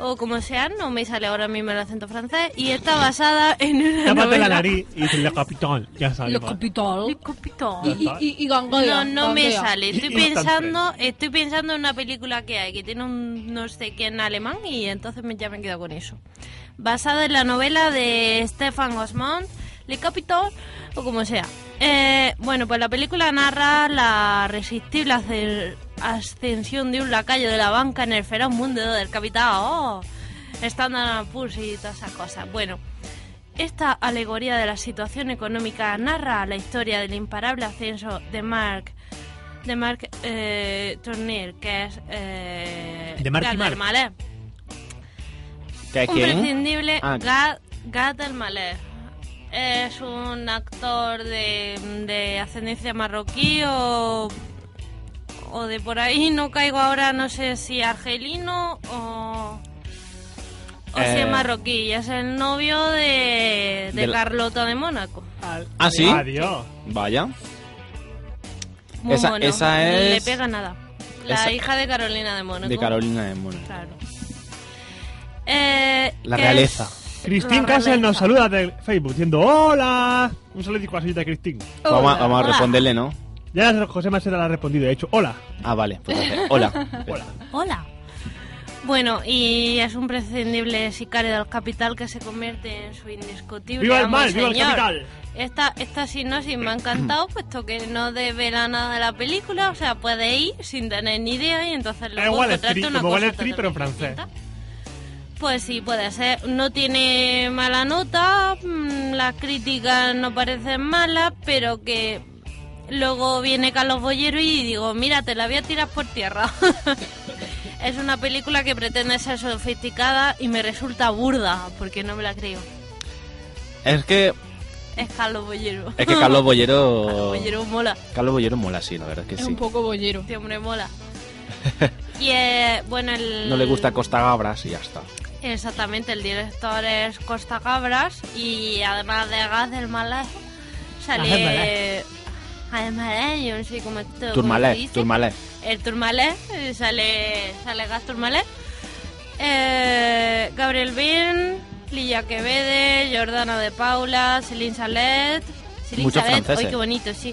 Speaker 2: o como sea, no me sale ahora mismo el acento francés, y está basada en una
Speaker 4: Tápate la
Speaker 2: novela.
Speaker 4: nariz y dice la capitán, ya sabes.
Speaker 6: Lo capital.
Speaker 2: El Capital.
Speaker 6: Y, y, y, y gangoya,
Speaker 2: No, no me
Speaker 6: gangoya.
Speaker 2: sale. Estoy
Speaker 4: Instant
Speaker 2: pensando, estoy pensando en una película que hay, que tiene un no sé qué en alemán y entonces me, ya me quedo con eso. Basada en la novela de Stefan Gosmont, Le Capitol, o como sea. Eh, bueno, pues la película narra la resistible asce- ascensión de un lacayo de la banca en el feroz mundo del capital. ¡Oh! Standard Poor's y todas esas cosas. Bueno, esta alegoría de la situación económica narra la historia del imparable ascenso de Mark de Mark eh, Tournier, que es eh,
Speaker 4: De Marky Mark.
Speaker 2: Mallet,
Speaker 5: ¿Qué
Speaker 2: un prescindible
Speaker 5: Ah.
Speaker 2: Gad, Gad el Malé. Es un actor de, de ascendencia marroquí o, o de por ahí, no caigo ahora, no sé si argelino o, o si
Speaker 5: Eh.
Speaker 2: es marroquí. Y es el novio de, de
Speaker 5: Del-
Speaker 2: Carlota de Mónaco.
Speaker 5: Ah, sí.
Speaker 4: Adiós.
Speaker 5: Vaya.
Speaker 2: Muy
Speaker 5: Esa-
Speaker 2: mono.
Speaker 5: esa
Speaker 2: Ni
Speaker 5: es-
Speaker 2: Le pega nada. La
Speaker 5: esa-
Speaker 2: hija de Carolina de Mónaco.
Speaker 5: De Carolina de Mono.
Speaker 2: Claro. Eh,
Speaker 5: La
Speaker 2: que
Speaker 5: realeza.
Speaker 2: es-
Speaker 4: Cristín
Speaker 2: la
Speaker 4: Castle nos
Speaker 2: realeza.
Speaker 4: saluda de Facebook diciendo ¡Hola! Un saludo a la señorita Cristín.
Speaker 5: Vamos a, vamos a
Speaker 2: hola.
Speaker 5: responderle, ¿no?
Speaker 4: Ya José Macera le ha respondido, ha hecho ¡Hola!
Speaker 5: Ah, vale. Pues hace- hola.
Speaker 4: Hola.
Speaker 2: Hola. Bueno, y es un prescindible sicario del capital que se convierte en su indiscutible.
Speaker 4: ¡Viva el
Speaker 2: amo y
Speaker 4: mal! ¡Viva el
Speaker 2: señor.
Speaker 4: capital!
Speaker 2: Esta, esta sinopsis me ha encantado, puesto que no devela nada de la película, o sea, puede ir sin tener ni idea y entonces
Speaker 4: Es
Speaker 2: luego
Speaker 4: Wall
Speaker 2: encontrarte
Speaker 4: Street,
Speaker 2: una
Speaker 4: como Wall
Speaker 2: cosa
Speaker 4: Street, pero en francés.
Speaker 2: totalmente distinta. Pues sí, puede ser. No tiene mala nota, mm, las críticas no parecen malas, pero que luego viene Carlos Bollero y digo, mira, te la voy a tirar por tierra. es una película que pretende ser sofisticada y me resulta burda, porque no me la creo.
Speaker 5: Es que.
Speaker 2: Es Carlos Bollero.
Speaker 5: Es que Carlos
Speaker 2: Carlos
Speaker 5: Bollero.
Speaker 2: Bollero mola.
Speaker 5: Carlos Bollero mola, sí, la verdad es que
Speaker 6: Es
Speaker 5: sí.
Speaker 6: un poco bollero.
Speaker 2: Este hombre mola. Y eh, bueno, el.
Speaker 5: No le gusta Costa Gabras y ya está.
Speaker 2: Exactamente, el director es Costa Cabras y además de Gaz del Malay
Speaker 4: Gaz del
Speaker 2: sale. Además de yo no sé cómo cómo se
Speaker 5: Turmalé,
Speaker 2: dice.
Speaker 5: Turmalé.
Speaker 2: El Turmalé, eh, sale, sale Gaz Turmalé. Eh, Gabriel Bin, Lilla Quevede, Jordana de Paula, Celine Salet. Celine
Speaker 5: Muchos
Speaker 2: Salet,
Speaker 5: franceses.
Speaker 2: ¡ay, qué bonito, sí!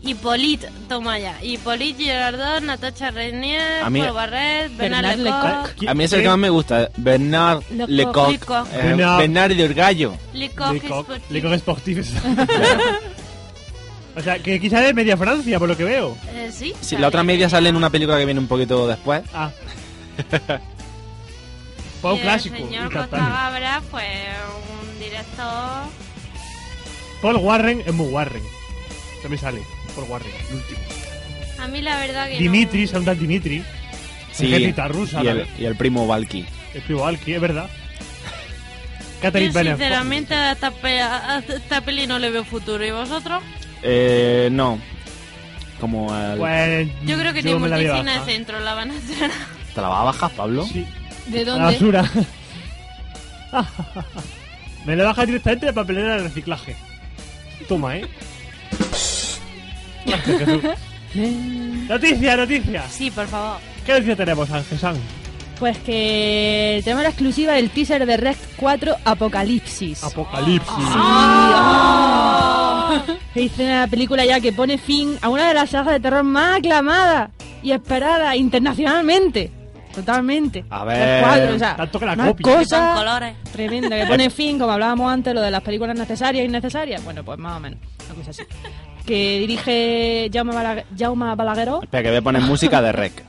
Speaker 2: Hippolyte, toma ya. Hippolyte Girardot, Natacha Renier,
Speaker 5: A mí-
Speaker 2: Paul Barret,
Speaker 7: Bernard
Speaker 2: Bernard Lecoq.
Speaker 5: A mí es el que más me gusta. Bernard
Speaker 7: Lecoq.
Speaker 5: Lecoq.
Speaker 2: Lecoq.
Speaker 5: Eh,
Speaker 4: Bernard.
Speaker 5: Bernard de Orgallo.
Speaker 2: Lecoq es por ti.
Speaker 4: Lecoq Sportif. O sea, que quizás es media Francia, por lo que veo.
Speaker 2: Eh, sí.
Speaker 5: Sí, la otra media sale en una película que viene un poquito después.
Speaker 4: Ah. Fue un
Speaker 2: Y
Speaker 4: clásico.
Speaker 2: El
Speaker 4: y
Speaker 2: señor Costa
Speaker 4: catalán.
Speaker 2: Gabra fue un director.
Speaker 4: Paul Warren es muy Warren. También sale. Paul Warren, el último.
Speaker 2: A mí la verdad que no-
Speaker 4: Dimitri, se llama Dimitri. Ejércita rusa,
Speaker 5: y
Speaker 4: ¿no?
Speaker 5: el, y el primo Valky.
Speaker 4: Es Privalki, es verdad.
Speaker 2: Yo
Speaker 4: Catherine Bennett.
Speaker 2: sinceramente a esta, pe- a esta peli no le veo futuro. ¿Y vosotros?
Speaker 5: Eh, no. Como el-
Speaker 4: Pues,
Speaker 2: Yo creo que ni
Speaker 4: me la veo
Speaker 2: multicine de
Speaker 4: baja.
Speaker 2: centro la van a hacer.
Speaker 5: ¿Te la vas a bajar, Pablo?
Speaker 4: Sí,
Speaker 5: Ah,
Speaker 4: a
Speaker 6: ¿De
Speaker 4: la
Speaker 6: dónde?
Speaker 4: basura. me la baja directamente de papelera de reciclaje. Toma, ¿eh? Gracias, Jesús. noticia, noticia.
Speaker 2: Sí, por favor.
Speaker 4: ¿Qué noticia tenemos, Ángel San?
Speaker 7: Pues que tenemos la exclusiva del teaser de Red 4 Apocalipsis.
Speaker 4: Apocalipsis.
Speaker 7: Ah. Se hizo una película ya que pone fin a una de las sagas de terror más aclamada y esperada internacionalmente. Totalmente.
Speaker 5: A
Speaker 7: Red
Speaker 5: ver.
Speaker 7: 4, o sea,
Speaker 4: Tanto que la
Speaker 7: una
Speaker 4: copia.
Speaker 2: Que son
Speaker 7: cosa
Speaker 2: colores.
Speaker 7: tremenda que pone fin, como hablábamos antes, lo de las películas necesarias e innecesarias. Bueno, pues más o menos, una cosa así. Que dirige Jaume, Bala- Jaume Balagueró.
Speaker 5: Espera, que voy a poner música de rec.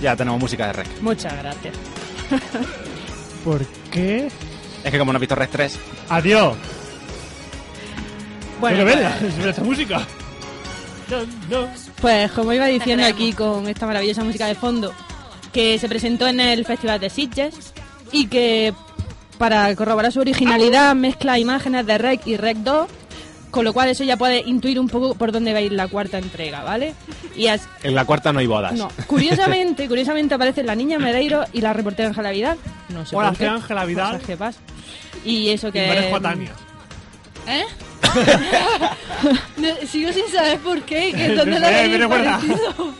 Speaker 5: Ya tenemos música de rec.
Speaker 7: Muchas gracias.
Speaker 4: ¿Por qué?
Speaker 5: Es que como no he visto rec 3,
Speaker 4: Adiós.
Speaker 7: Bueno,
Speaker 4: Tengo que
Speaker 7: pues-
Speaker 4: verla. Es ver esta música. No, no.
Speaker 7: Pues como iba diciendo
Speaker 2: creemos.
Speaker 7: aquí con esta maravillosa música de fondo, que se presentó en el Festival de Sitges y que para corroborar su originalidad mezcla imágenes de Rec y Rec 2, con lo cual eso ya puede intuir un poco por dónde va a ir la cuarta entrega, ¿vale? Y as-
Speaker 5: en la cuarta no hay bodas.
Speaker 7: no, curiosamente, curiosamente aparecen la niña Mereiro y la reportera Ángela Vidal. No sé
Speaker 4: Hola,
Speaker 7: por qué.
Speaker 4: soy Ángela Vidal.
Speaker 7: No sé qué pasa. Y eso
Speaker 4: Y
Speaker 7: que
Speaker 4: parezco a Tania.
Speaker 6: ¿Eh? No, sigo sin saber por qué, que dónde lo
Speaker 4: Eh,
Speaker 6: habéis
Speaker 4: me recuerda.
Speaker 6: parecido.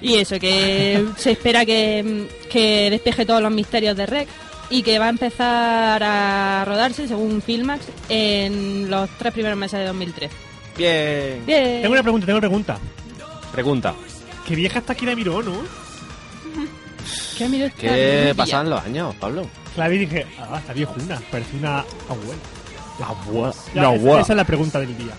Speaker 7: Y eso, que se espera que, que despeje todos los misterios de Rec y que va a empezar a rodarse, según Filmax, en los tres primeros meses de 2003.
Speaker 5: Bien.
Speaker 7: Bien.
Speaker 4: Tengo una pregunta, tengo una pregunta.
Speaker 5: Pregunta.
Speaker 4: Qué vieja está Kira Miró, ¿no?
Speaker 7: ¿Qué, miro esta
Speaker 5: ¿Qué
Speaker 7: maravilla?
Speaker 5: pasan los años, Pablo?
Speaker 4: La vi y dije, ah, está viejuna, parece una abuela.
Speaker 5: La boda.
Speaker 4: Ya,
Speaker 5: La
Speaker 4: esa-
Speaker 5: boda.
Speaker 4: Esa es la pregunta del día.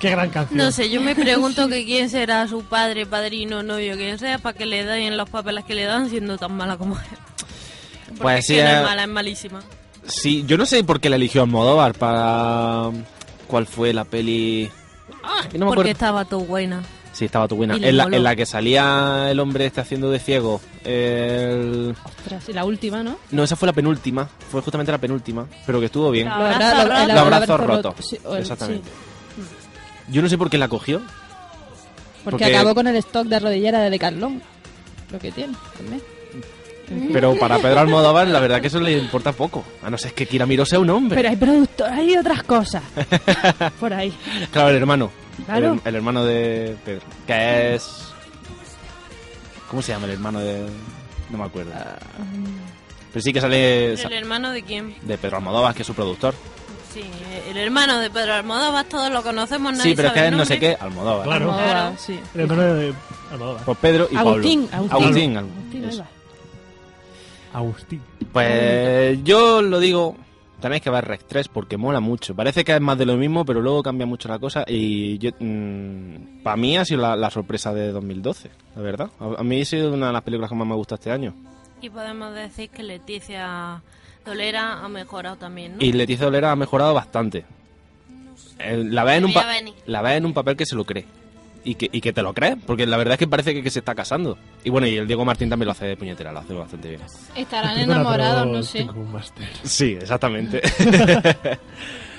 Speaker 4: Qué gran canción.
Speaker 2: No sé, yo me pregunto que quién será su padre, padrino, novio, quien sea, para que le den los papeles que le dan siendo tan mala como es. Porque
Speaker 5: Pues
Speaker 2: es
Speaker 5: sí,
Speaker 2: que no
Speaker 5: eh.
Speaker 2: es mala, es malísima.
Speaker 5: Sí, yo no sé por qué la eligió Almodóvar para... ¿Cuál fue la peli...? Ah, que no me
Speaker 2: Porque
Speaker 5: acuerdo.
Speaker 2: estaba todo buena.
Speaker 5: Sí, estaba tu buena.
Speaker 2: Y le
Speaker 5: En la,
Speaker 2: moló.
Speaker 5: en la que salía el hombre este haciendo de ciego. El...
Speaker 7: Ostras, y la última, ¿no?
Speaker 5: No, esa fue la penúltima. Fue justamente la penúltima. Pero que estuvo bien.
Speaker 2: La-
Speaker 7: Lo habrá- lo- el-
Speaker 2: Abrazo roto.
Speaker 5: Los
Speaker 7: el
Speaker 5: abrazos
Speaker 7: abrazo
Speaker 5: rotos.
Speaker 7: Sí, o el-
Speaker 5: Exactamente.
Speaker 7: sí,
Speaker 5: Yo no sé por qué la cogió.
Speaker 7: porque,
Speaker 5: Porque-
Speaker 7: acabó con el stock de rodillera de Decathlon. Lo que tiene también.
Speaker 5: Pero para Pedro Almodóvar, la verdad que eso le importa poco. A no ser que Kira Miró sea un hombre.
Speaker 7: Pero hay productos, hay otras cosas. Por ahí.
Speaker 5: Claro, el hermano.
Speaker 7: Claro.
Speaker 5: El, el hermano de Pedro. Que es. ¿Cómo se llama el hermano de.? No me acuerdo. Pero sí que sale. sa-
Speaker 2: ¿El hermano de quién?
Speaker 5: De Pedro Almodóvar, que es su productor.
Speaker 2: Sí, el hermano de Pedro Almodóvar, todos lo conocemos, nadie
Speaker 5: sí, pero es
Speaker 2: sabe
Speaker 5: que
Speaker 2: el
Speaker 5: es no sé
Speaker 2: nombre.
Speaker 5: qué, Almodóvar.
Speaker 4: Claro.
Speaker 7: Almodóvar, sí.
Speaker 4: El hermano de ¿eh? Almodóvar.
Speaker 5: Pues Pedro y
Speaker 7: Agustín,
Speaker 5: Pablo.
Speaker 7: Agustín.
Speaker 5: Alm-
Speaker 7: Agustín, ahí
Speaker 5: eso.
Speaker 7: va.
Speaker 4: Agustín.
Speaker 5: Pues yo lo digo, tenéis que ver Rec 3 porque mola mucho. Parece que es más de lo mismo, pero luego cambia mucho la cosa. Y para mí ha sido la, la sorpresa de 2012, la verdad. A, a mí ha sido una de las películas que más me gusta este año.
Speaker 2: Y podemos decir que Leticia Dolera ha mejorado también, ¿no?
Speaker 5: Y Leticia Dolera ha mejorado bastante. Eh, La ves, en un
Speaker 2: Veía
Speaker 5: pa-
Speaker 2: venir.
Speaker 5: la ves en un papel que se lo cree. Y que, y que te lo crees, porque la verdad es que parece que, que se está casando. Y bueno, y el Diego Martín también lo hace de puñetera, lo hace bastante bien.
Speaker 6: Estarán
Speaker 4: Perdona,
Speaker 6: enamorados,
Speaker 4: pero
Speaker 6: no sé.
Speaker 4: Tengo un máster.
Speaker 5: Sí, exactamente.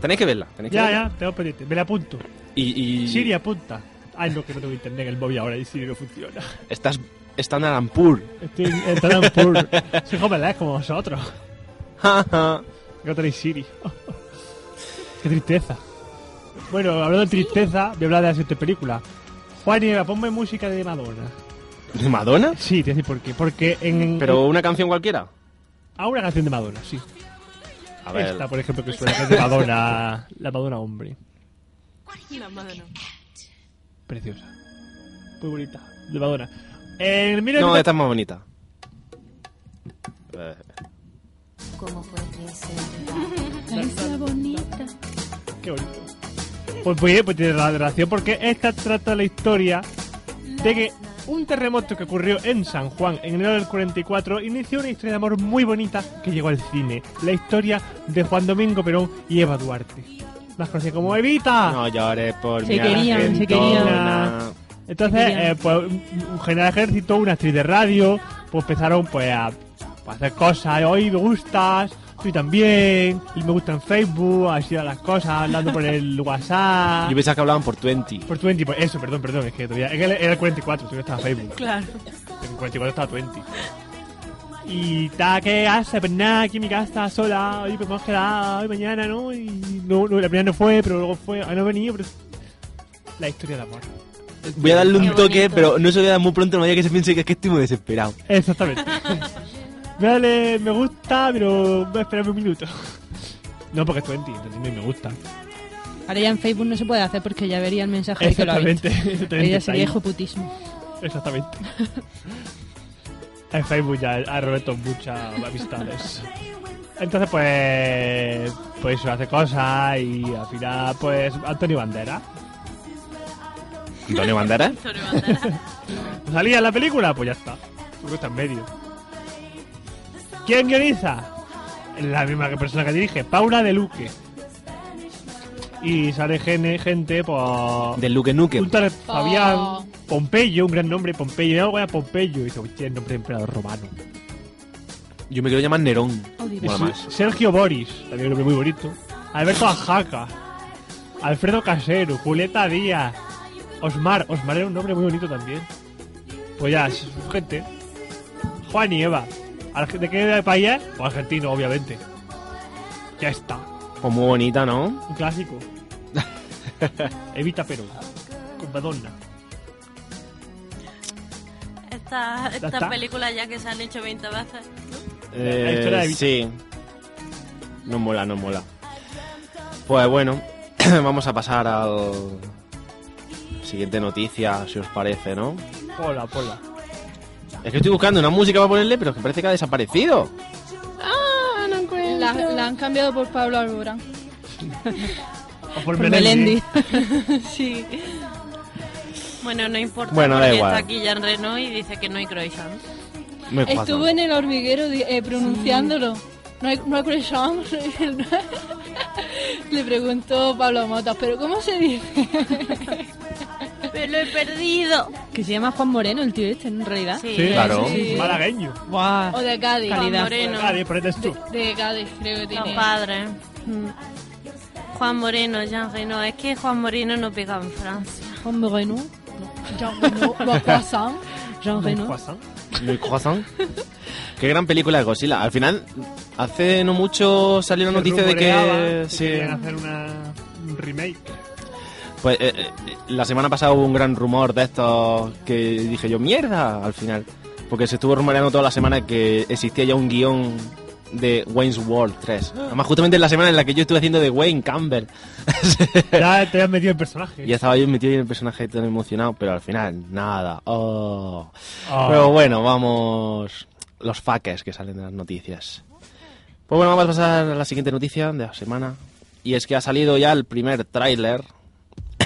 Speaker 5: tenéis que verla, tenéis que
Speaker 4: Ya,
Speaker 5: verla.
Speaker 4: ya, tengo pendiente. Me la apunto.
Speaker 5: Y, y
Speaker 4: Siri apunta. Ay, no, que no tengo internet en el móvil ahora y Siri no funciona.
Speaker 5: estás está en Arampur.
Speaker 4: Estoy en- en Tadampur. Soy joven, ¿eh? como vosotros.
Speaker 5: Ja, ja.
Speaker 4: No tenéis Siri. Qué tristeza. Bueno, hablando de tristeza, voy a hablar de la siguiente película. Juan Nieva, ponme música de Madonna.
Speaker 5: ¿De Madonna?
Speaker 4: Sí, te voy a decir por qué. Porque en.
Speaker 5: Pero una canción cualquiera.
Speaker 4: A una canción de Madonna, sí.
Speaker 5: A ver.
Speaker 4: Esta, por ejemplo, que suena que es de Madonna. La Madonna Hombre.
Speaker 2: La madre no.
Speaker 4: Preciosa. Muy bonita. De Madonna. En
Speaker 5: No,
Speaker 4: 1990
Speaker 5: esta es más bonita. Eh,
Speaker 4: Qué bonito. Pues, pues, pues tiene la relación porque esta trata la historia de que Un terremoto que ocurrió en San Juan en enero del 44 inició una historia de amor muy bonita que llegó al cine. La historia de Juan Domingo Perón y Eva Duarte. Más conocida como Evita.
Speaker 5: No llores por
Speaker 7: Se
Speaker 5: mi Ah.
Speaker 7: querían, se
Speaker 5: Argentona.
Speaker 4: Entonces,
Speaker 7: Qué bien.
Speaker 4: eh, pues, un un general de ejército, una actriz de radio, pues empezaron pues a, a hacer cosas. Hoy me gustas, tú también, y me gusta en Facebook, así a las cosas, hablando por el WhatsApp.
Speaker 5: Yo pensaba que hablaban por 20.
Speaker 4: Por 20, pues eso, perdón, perdón, es que todavía. Es que era el 44, todavía estaba Facebook.
Speaker 2: Claro.
Speaker 4: En el 44 estaba 20. Y ta, ¿qué haces? Pues nada, aquí en mi casa, sola, hoy pues podemos quedar, hoy mañana, ¿no? Y no, no, la primera no fue, pero luego fue, ah, no he venido, pero. La historia de amor.
Speaker 5: Voy a darle
Speaker 2: Qué
Speaker 5: un
Speaker 2: bonito.
Speaker 5: toque, pero no se lo voy a dar muy pronto, no vaya que se piense que es que estoy muy desesperado.
Speaker 4: Exactamente. Dale, me gusta, pero voy a esperarme un minuto. No, porque es 20, entonces no me gusta.
Speaker 7: Ahora ya en Facebook no se puede hacer porque ya vería el mensaje de que lo ha visto.
Speaker 4: Exactamente. exactamente,
Speaker 7: Ella
Speaker 4: está
Speaker 7: sería
Speaker 4: ahí.
Speaker 7: hijo putismo.
Speaker 4: Exactamente. en Facebook ya ha eh? Roberto muchas amistades. Entonces, pues. Pues eso, hace cosas y al final, pues. Antonio Bandera.
Speaker 5: ¿Antonio Bandera?
Speaker 2: Sobre bandera.
Speaker 4: ¿Salía en la película? Pues ya está. Porque está en medio. ¿Quién guioniza? La misma que- persona que dirige, Paula de Luque. Y sale gene- gente, por
Speaker 5: Del Luke Nukem.
Speaker 4: Un tal Fabián
Speaker 6: Oh.
Speaker 4: Pompeyo, un gran nombre, Pompeyo. Yo voy a Pompeyo. Y dice, "Uy, tiene nombre de emperador romano.
Speaker 5: Yo me quiero llamar Nerón.
Speaker 4: Y
Speaker 5: Mola
Speaker 4: se-
Speaker 5: más.
Speaker 4: Sergio Boris, también un nombre muy bonito. Alberto Ajaca. Alfredo Casero, Julieta Díaz. Osmar, Osmar era un nombre muy bonito también. Pues ya, es gente. Juan y Eva. Arge- ¿De qué país es? Pues argentino, obviamente. Ya está.
Speaker 5: Pues muy bonita, ¿no?
Speaker 4: Un clásico. Evita Perón. Con Madonna.
Speaker 2: Esta, esta
Speaker 4: está.
Speaker 2: película ya que se han hecho 20 veces.
Speaker 4: La- la historia de Vita.
Speaker 5: Eh, sí. No mola, no mola. Pues bueno, vamos a pasar al... Siguiente noticia, si os parece, ¿no?
Speaker 4: Hola, hola.
Speaker 5: Es que estoy buscando una música para ponerle, pero que parece que ha desaparecido.
Speaker 6: La, la han cambiado por Pablo Alborán.
Speaker 4: O por
Speaker 7: Por
Speaker 4: Melendi.
Speaker 7: Melendi.
Speaker 6: Sí.
Speaker 2: Bueno, no importa.
Speaker 5: Bueno, da
Speaker 2: porque
Speaker 5: igual.
Speaker 2: Está aquí Jean Reno y dice que no hay croissant.
Speaker 5: Me pasa.
Speaker 6: Estuvo en el hormiguero di- eh, pronunciándolo. No hay, no hay croissant. Le preguntó Pablo Motas, ¿pero cómo se dice?
Speaker 2: ¡Me lo he perdido!
Speaker 7: Que se llama Juan Moreno el tío este, en realidad.
Speaker 2: Sí,
Speaker 4: Sí,
Speaker 5: claro.
Speaker 6: Sí.
Speaker 4: Malagueño.
Speaker 7: Buah.
Speaker 6: O de Cádiz.
Speaker 7: Calidad.
Speaker 2: Juan Moreno.
Speaker 4: Nadie, ponetes tú.
Speaker 6: De Cádiz, creo que
Speaker 2: Los
Speaker 6: tiene.
Speaker 2: padres. Mm. Juan Moreno, Jean Reno. Es que Juan Moreno no pega en Francia.
Speaker 7: Juan Moreno.
Speaker 6: Jean Reno, los croissants.
Speaker 7: Jean
Speaker 4: Un
Speaker 7: Reno.
Speaker 4: croissant.
Speaker 5: Le Croissant. Qué gran película de Godzilla. Al final, hace no mucho salió la noticia de que.
Speaker 4: Rumoreaba
Speaker 5: sí.
Speaker 4: querían hacer una, un remake.
Speaker 5: Pues eh, eh, la semana pasada hubo un gran rumor de estos que dije yo, mierda, al final. Porque se estuvo rumoreando toda la semana que existía ya un guión de Wayne's World 3. Además, justamente en la semana en la que yo estuve haciendo de Wayne Campbell.
Speaker 4: Ya te has metido en personaje.
Speaker 5: Y ya estaba yo metido en el personaje tan emocionado, pero al final, nada. Oh.
Speaker 4: Oh.
Speaker 5: Pero bueno, vamos. Los faques que salen de las noticias. Pues bueno, vamos a pasar a la siguiente noticia de la semana. Y es que ha salido ya el primer tráiler.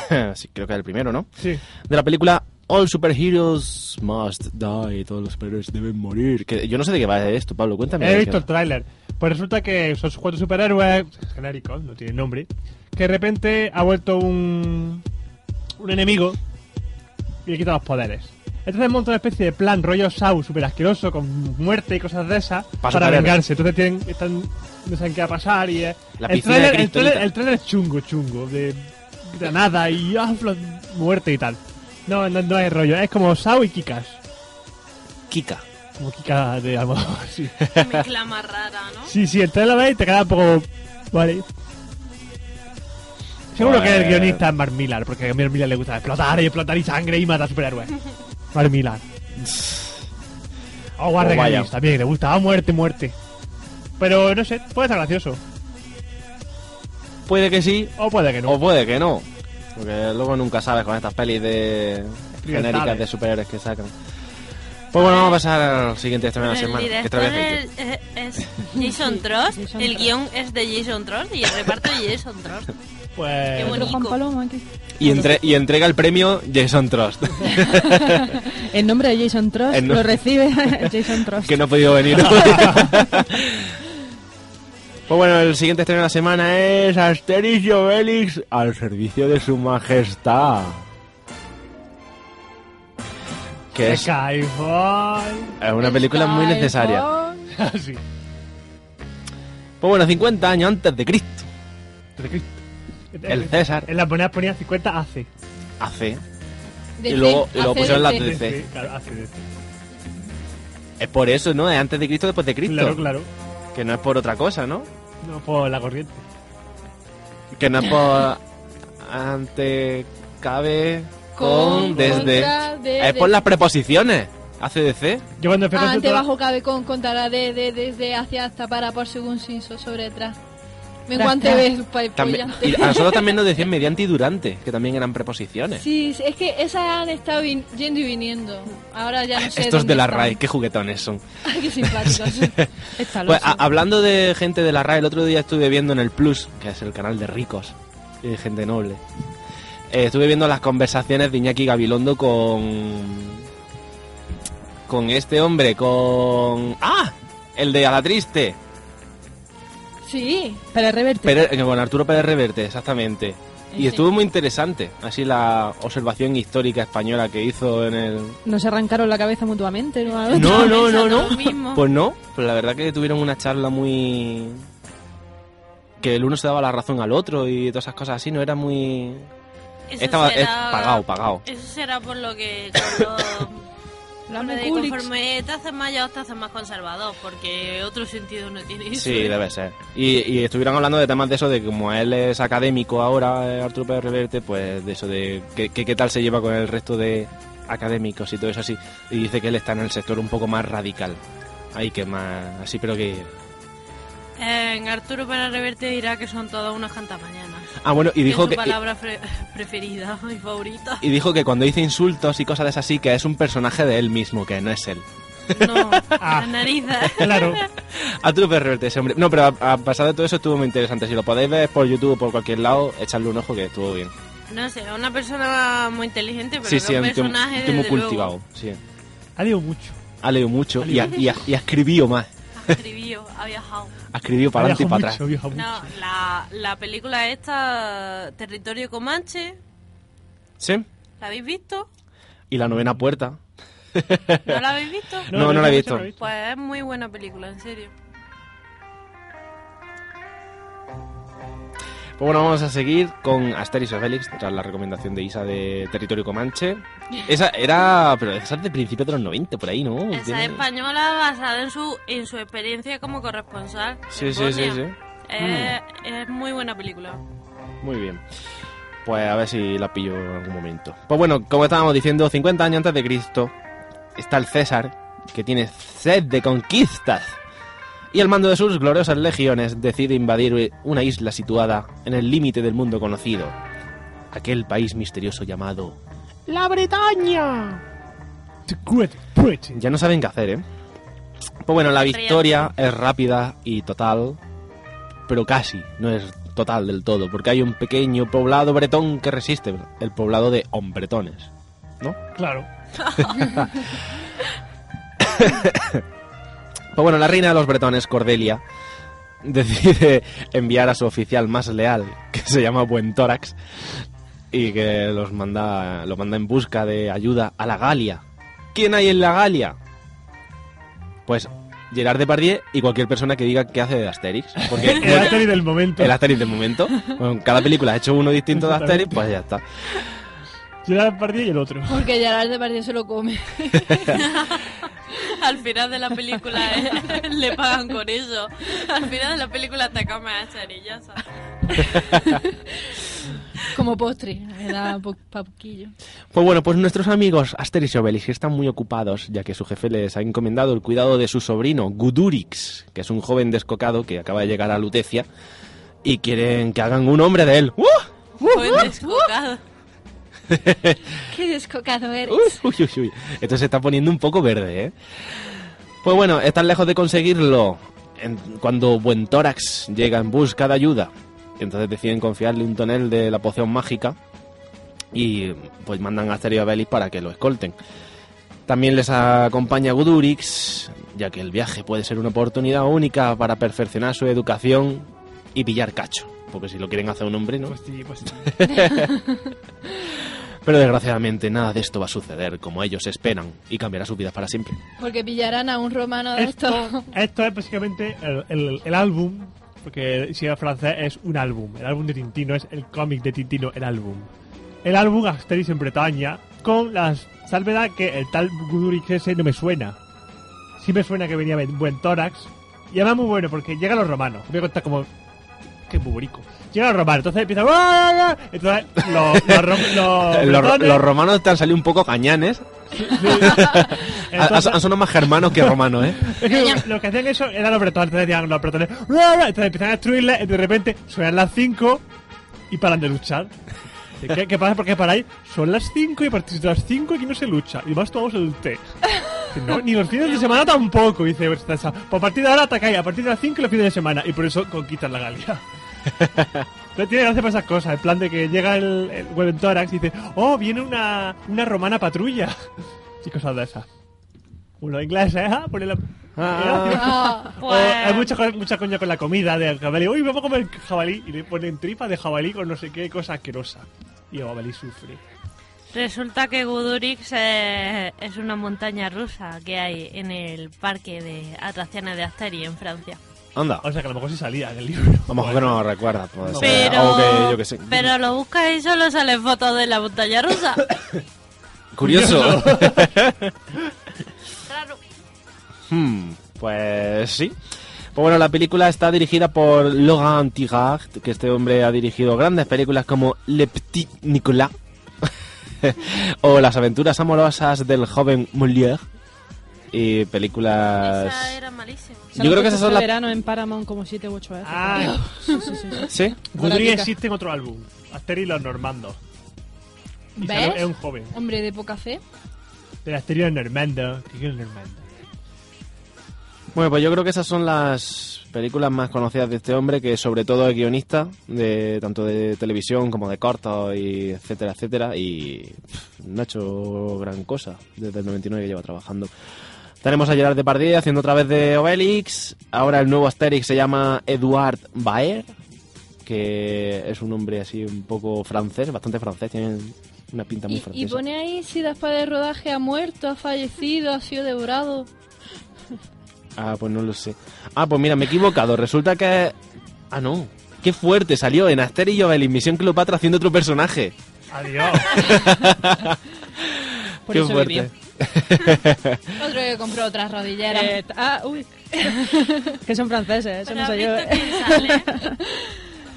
Speaker 5: sí, creo que es el primero, ¿no?
Speaker 4: Sí.
Speaker 5: De la película All Superheroes Must Die. Todos los superhéroes deben morir. Que yo no sé de qué va esto, Pablo. Cuéntame.
Speaker 4: He
Speaker 5: de
Speaker 4: visto
Speaker 5: qué
Speaker 4: el tráiler. Pues resulta que son cuatro superhéroes genéricos, no tienen nombre, que de repente ha vuelto un, un enemigo y le quita los poderes. Entonces monta una especie de plan rollo Sau super asqueroso con muerte y cosas de esas para
Speaker 5: superhéroes.
Speaker 4: vengarse. Entonces tienen, están, no saben qué va a pasar y es...
Speaker 5: La
Speaker 4: el,
Speaker 5: piscina de
Speaker 4: tráiler, el,
Speaker 5: kriptonita.
Speaker 4: tráiler- el tráiler es chungo, chungo, de granada y ah, flo- muerte y tal. No, no, no hay rollo, es como Sau y Kikas.
Speaker 5: va. Kika.
Speaker 4: Como Kika de amor, sí.
Speaker 2: Mezcla más rara, ¿no?
Speaker 4: Sí, sí, el trailer ahí te queda un poco... Vale. Seguro que el
Speaker 5: Pues-
Speaker 4: guionista es Mark Millar, porque a Mark Millar le gusta explotar y explotar y sangre y matar superhéroes. Mark Millar. O Warren
Speaker 5: Oh, vaya.
Speaker 4: Ellis también, le gusta. Ah, muerte, muerte. Pero no sé, puede estar gracioso.
Speaker 5: Puede que sí,
Speaker 4: O puede que
Speaker 5: o
Speaker 4: no.
Speaker 5: puede que no. Porque luego nunca sabes con estas pelis de
Speaker 4: Prioridades.
Speaker 5: genéricas de superhéroes que sacan. Pues bueno, vamos a pasar al siguiente estreno de la
Speaker 2: Pero
Speaker 5: semana.
Speaker 2: el
Speaker 5: que
Speaker 2: director
Speaker 5: otra vez
Speaker 2: es, es- es Jason Trost,
Speaker 7: Jason
Speaker 2: el
Speaker 7: Trost.
Speaker 2: guión es de Jason Trost y el reparto de Jason Trost.
Speaker 4: Pues.
Speaker 2: Qué bonito.
Speaker 7: Juan Paloma aquí.
Speaker 5: Y, entre- y entrega el premio Jason Trust,
Speaker 7: En nombre de Jason Trost
Speaker 5: En nom-
Speaker 7: lo recibe Jason Trost.
Speaker 5: que no ha podido venir. hoy. Pues bueno, el siguiente estreno de la semana es Asterix y Obelix al servicio de su majestad. Que es
Speaker 4: Skyfall.
Speaker 5: es una película muy necesaria.
Speaker 4: Así.
Speaker 5: Pues bueno, 50 años antes de Cristo. El César
Speaker 4: En la moneda ponía 50 AC.
Speaker 5: hace. Y luego- y luego pusieron la
Speaker 6: de
Speaker 5: DC.
Speaker 4: Claro, AC.
Speaker 5: Es por eso, ¿no? Es antes de Cristo, después de Cristo.
Speaker 4: Claro, claro.
Speaker 5: Que no es por otra cosa, ¿no?
Speaker 4: No, por la corriente.
Speaker 5: Que no es por. Ante. Cabe. Con.
Speaker 6: Con,
Speaker 5: Desde.
Speaker 6: contra, de,
Speaker 5: es por
Speaker 6: de.
Speaker 5: las preposiciones. ACDC.
Speaker 4: Yo cuando
Speaker 2: Ah,
Speaker 4: empecé a hacer
Speaker 6: Ah, Ante,
Speaker 4: toda-
Speaker 6: bajo, cabe, con, contra, la de, de, desde, hacia, hasta, para, por, según, sin, so, sobre, tras. Me
Speaker 7: Tras,
Speaker 6: guante,
Speaker 7: tras.
Speaker 6: ves, pa,
Speaker 5: También,
Speaker 6: pollante.
Speaker 5: y a nosotros también nos decían mediante y durante, que también eran preposiciones.
Speaker 6: Sí, sí, es que esas han estado vin- yendo y viniendo. Ahora ya no sé.
Speaker 5: Estos
Speaker 6: pues, eh, dónde
Speaker 5: de la
Speaker 6: están.
Speaker 5: RAE, qué juguetones son.
Speaker 6: Ay, qué simpáticos.
Speaker 7: Está
Speaker 5: Pues,
Speaker 7: loco.
Speaker 5: a- hablando de gente de la RAE, el otro día estuve viendo en el Plus, que es el canal de ricos y de gente noble, eh, estuve viendo las conversaciones de Iñaki Gabilondo con. con este hombre, con. ¡Ah! El de A la Triste.
Speaker 6: sí,
Speaker 7: Pero reverte.
Speaker 5: Pérez- eh, con Arturo Pérez Reverte,
Speaker 2: Eh,
Speaker 5: exactamente. Y
Speaker 6: Ese.
Speaker 5: estuvo muy interesante, así la observación histórica española que hizo en el...
Speaker 7: No se arrancaron la cabeza mutuamente. ¿no? Al otro.
Speaker 5: No, no, no,
Speaker 2: pensando
Speaker 5: no.
Speaker 2: lo mismo.
Speaker 5: Pues no, pues la verdad que tuvieron una charla muy... Que el uno se daba la razón al otro y todas esas cosas así, no era muy...
Speaker 2: Eso
Speaker 5: Estaba es
Speaker 2: será-
Speaker 5: pagado, pagado.
Speaker 2: Eso será por lo que cuando-
Speaker 7: Lo
Speaker 2: Hombre,
Speaker 7: hace
Speaker 2: y
Speaker 7: Kulix.
Speaker 2: conforme te haces más mayor, te haces más conservador, porque otro sentido no tiene eso.
Speaker 5: Sí, debe ser. Y, y estuvieron hablando de temas de eso, de que como él es académico ahora, eh, Arturo Pérez Reverte, pues de eso, de qué, qué- qué tal se lleva con el resto de académicos y todo eso así. Y dice que él está en el sector un poco más radical. Ahí que más, así, pero que...
Speaker 2: En Arturo para Reverte dirá que son todas unas cantamañanas.
Speaker 5: Ah, bueno, y dijo
Speaker 2: es su
Speaker 5: que...
Speaker 2: palabra fre- preferida, mi favorita.
Speaker 5: Y dijo que cuando dice insultos y cosas de esas así, que es un personaje de él mismo, que no es él.
Speaker 2: No, eh.
Speaker 4: Ah.
Speaker 2: las narices.
Speaker 4: Claro.
Speaker 5: A Trooper Reverte ese hombre. No, pero a, a pasar de todo eso estuvo muy interesante. Si lo podéis ver por YouTube o por cualquier lado, echadle un ojo que estuvo bien.
Speaker 2: No sé, una persona muy inteligente, pero
Speaker 5: sí,
Speaker 2: no
Speaker 5: sí,
Speaker 2: un
Speaker 5: un tío- un
Speaker 2: personaje
Speaker 5: tío muy
Speaker 2: desde
Speaker 5: cultivado.
Speaker 2: luego.
Speaker 5: Sí.
Speaker 4: Ha leído mucho.
Speaker 5: Ha leído mucho y ha, y ha- y ha escribido más.
Speaker 2: Ha escribido, ha viajado.
Speaker 5: Ha escribido para adelante y
Speaker 4: Viaja
Speaker 5: para
Speaker 4: mucho,
Speaker 5: atrás.
Speaker 4: viaja mucho.
Speaker 2: No, la, la película esta, Territorio Comanche,
Speaker 5: Sí.
Speaker 2: ¿la habéis visto?
Speaker 5: Y la novena puerta.
Speaker 2: ¿No la habéis visto?
Speaker 5: No, no la he visto.
Speaker 2: Pues es muy buena película, en serio.
Speaker 5: Pues bueno, vamos a seguir con Asterix y Obelix, tras la recomendación de Isa de Territorio Comanche. Esa era. Pero esa es de principios de los 90, por ahí, ¿no?
Speaker 2: Esa
Speaker 5: Tiene-
Speaker 2: española basada en su en su experiencia como corresponsal.
Speaker 5: Sí,
Speaker 2: en
Speaker 5: sí, sí,
Speaker 2: Bosnia.
Speaker 5: sí.
Speaker 2: Eh, Es muy buena película.
Speaker 5: Muy bien. Pues a ver si la pillo en algún momento. Pues bueno, como estábamos diciendo, 50 años antes de Cristo está el César, que tiene sed de conquistas. Y al mando de sus gloriosas legiones decide invadir una isla situada en el límite del mundo conocido. Aquel país misterioso llamado... ¡La Bretaña!
Speaker 4: The Great Britain.
Speaker 5: Ya no saben qué hacer, ¿eh? Pues bueno, la
Speaker 2: Fría.
Speaker 5: victoria es rápida y total, pero casi, no es total del todo, porque hay un pequeño poblado bretón que resiste, el poblado de hombretones.
Speaker 4: Claro.
Speaker 5: Pues bueno, la reina de los bretones, Cordelia, decide enviar a su oficial más leal, que se llama Buen Tórax, y que los manda, lo manda en busca de ayuda a la Galia. ¿Quién hay en la Galia? Pues Gerard Depardieu y cualquier persona que diga qué hace de Asterix. Porque
Speaker 4: El Atari del momento.
Speaker 5: el Asterix de momento, con cada película ha hecho uno distinto de Asterix,
Speaker 4: Exactamente.
Speaker 5: pues ya está.
Speaker 4: Gerard Depardieu y el otro.
Speaker 6: porque Gerard Depardieu se lo come.
Speaker 2: Al final de la película eh, le pagan con eso. Al final de la película te comes a cerillasa.
Speaker 6: Como postre, me da po- pa' poquillo.
Speaker 5: Pues bueno, pues nuestros amigos Asterix y Obelix están muy ocupados, ya que su jefe les ha encomendado el cuidado de su sobrino, Gudurix, que es un joven descocado que acaba de llegar a Lutecia, y quieren que hagan un hombre de él. ¡Uh!
Speaker 2: Fue descocado.
Speaker 6: Qué descocado eres.
Speaker 5: Uy, uy, uy, uy. Esto se está poniendo un poco verde, ¿eh? Pues bueno, están lejos de conseguirlo en- cuando Buen Tórax llega en busca de ayuda. Y entonces deciden confiarle un tonel de la poción mágica y pues mandan a Asterio y a Belis para que lo escolten. También les acompaña Gudurix, ya que el viaje puede ser una oportunidad única para perfeccionar su educación y pillar cacho. Porque si lo quieren hacer un hombre, ¿no?
Speaker 4: Pues sí, pues sí.
Speaker 5: Pero desgraciadamente nada de esto va a suceder como ellos esperan y cambiará sus vidas para siempre.
Speaker 6: Porque pillarán a un romano de
Speaker 4: Esto,
Speaker 6: estos.
Speaker 4: esto es básicamente el, el- el álbum, porque si era francés es un álbum. El álbum de Tintino es el cómic de Tintino, el álbum. El álbum Asterix en Bretaña, con la salvedad que el tal Gudurix ese no me suena. Sí me suena que venía ben- buen tórax. Y además muy bueno, porque llegan los romanos. Voy a contar como... Qué buburico. Llegan los romanos, entonces empiezan... "¡Ah!". Entonces los, los, rom- los
Speaker 5: los, ro-
Speaker 4: bretones-
Speaker 5: los romanos te han salido un poco cañanes. Ha- ha-
Speaker 4: entonces-
Speaker 5: han sonado más germanos que romanos, ¿eh?
Speaker 4: Es que lo que hacían eso eran los bretones, entonces decían los bretones, "Ruah, ruah", entonces empiezan a destruirla y de repente suenan las 5 y paran de luchar. ¿Qué, qué pasa? ¿Por qué paráis? Son las 5 y a partir de las 5 aquí no se lucha. Y más tomamos el té. Dice, No, ni los fines de semana tampoco, dice Verstaza. Pues a partir de ahora atacáis, a partir de las 5 los fines de semana. Y por eso conquistan la Galia. No tiene gracia para esas cosas, en plan de que llega el, el Webentórax y dice, oh, viene una, una romana patrulla. Y cosas de esas. Uno inglés, ¿eh? Ah, Ponle la...
Speaker 6: Ah,
Speaker 4: O hay mucha, co- mucha coña con la comida del jabalí. Uy, vamos a comer jabalí. Y le ponen tripa de jabalí con no sé qué cosa asquerosa. Y el jabalí sufre.
Speaker 2: Resulta que Gudurix eh, es una montaña rusa que hay en el parque de atracciones de Asteri en Francia.
Speaker 5: Anda,
Speaker 4: O sea que a lo mejor sí salía en el libro.
Speaker 5: vamos a ver, no lo recuerda. puede ser,
Speaker 2: Pero,
Speaker 5: o que yo que sé.
Speaker 2: pero lo buscas y solo salen fotos de la montaña rusa.
Speaker 5: Curioso.
Speaker 2: claro.
Speaker 5: Hmm, pues sí. Pues bueno, la película está dirigida por Laurent Tigard, que este hombre ha dirigido grandes películas como Le Petit Nicolas o Las aventuras amorosas del joven Molière y películas...
Speaker 2: Esa era malísima.
Speaker 7: Se
Speaker 5: Yo creo
Speaker 7: han
Speaker 5: que
Speaker 7: puesto
Speaker 5: esas son
Speaker 7: este
Speaker 5: las-
Speaker 7: verano en Paramount como 7 u 8 veces.
Speaker 4: Ah,
Speaker 7: Sí, sí, sí, sí.
Speaker 5: ¿Sí?
Speaker 4: Gudrun
Speaker 7: Hola,
Speaker 4: existe en otro álbum. Asterix y los normandos. Y
Speaker 6: ¿Ves?
Speaker 4: sale- Es un joven.
Speaker 6: Hombre de poca fe.
Speaker 4: Del Asterix y los normandos. ¿Qué es el normando?
Speaker 5: Bueno, pues yo creo que esas son las películas más conocidas de este hombre, que sobre todo es guionista, de, tanto de televisión como de cortos, y etcétera, etcétera, y pff, no ha hecho gran cosa desde el 99 que lleva trabajando. Tenemos a Gerard Depardieu haciendo otra vez de Obelix, ahora el nuevo Asterix se llama Eduard Baer, que es un hombre así un poco francés, bastante francés, tiene una pinta muy
Speaker 6: Y,
Speaker 5: francesa.
Speaker 6: y pone ahí si después del rodaje ha muerto, ha fallecido, ha sido devorado.
Speaker 5: Ah, pues no lo sé. Ah, pues mira, me he equivocado. Resulta que. Ah, no. Qué fuerte salió en Aster y Obelix, Misión Cleopatra haciendo otro personaje.
Speaker 4: Adiós.
Speaker 7: Por
Speaker 5: Qué
Speaker 7: eso
Speaker 5: fuerte.
Speaker 6: Otro que compró otras rodilleras.
Speaker 7: Eh, t- ah, uy. que son franceses, eso
Speaker 2: Pero
Speaker 7: no
Speaker 2: has
Speaker 7: sé yo.
Speaker 2: visto quién sale.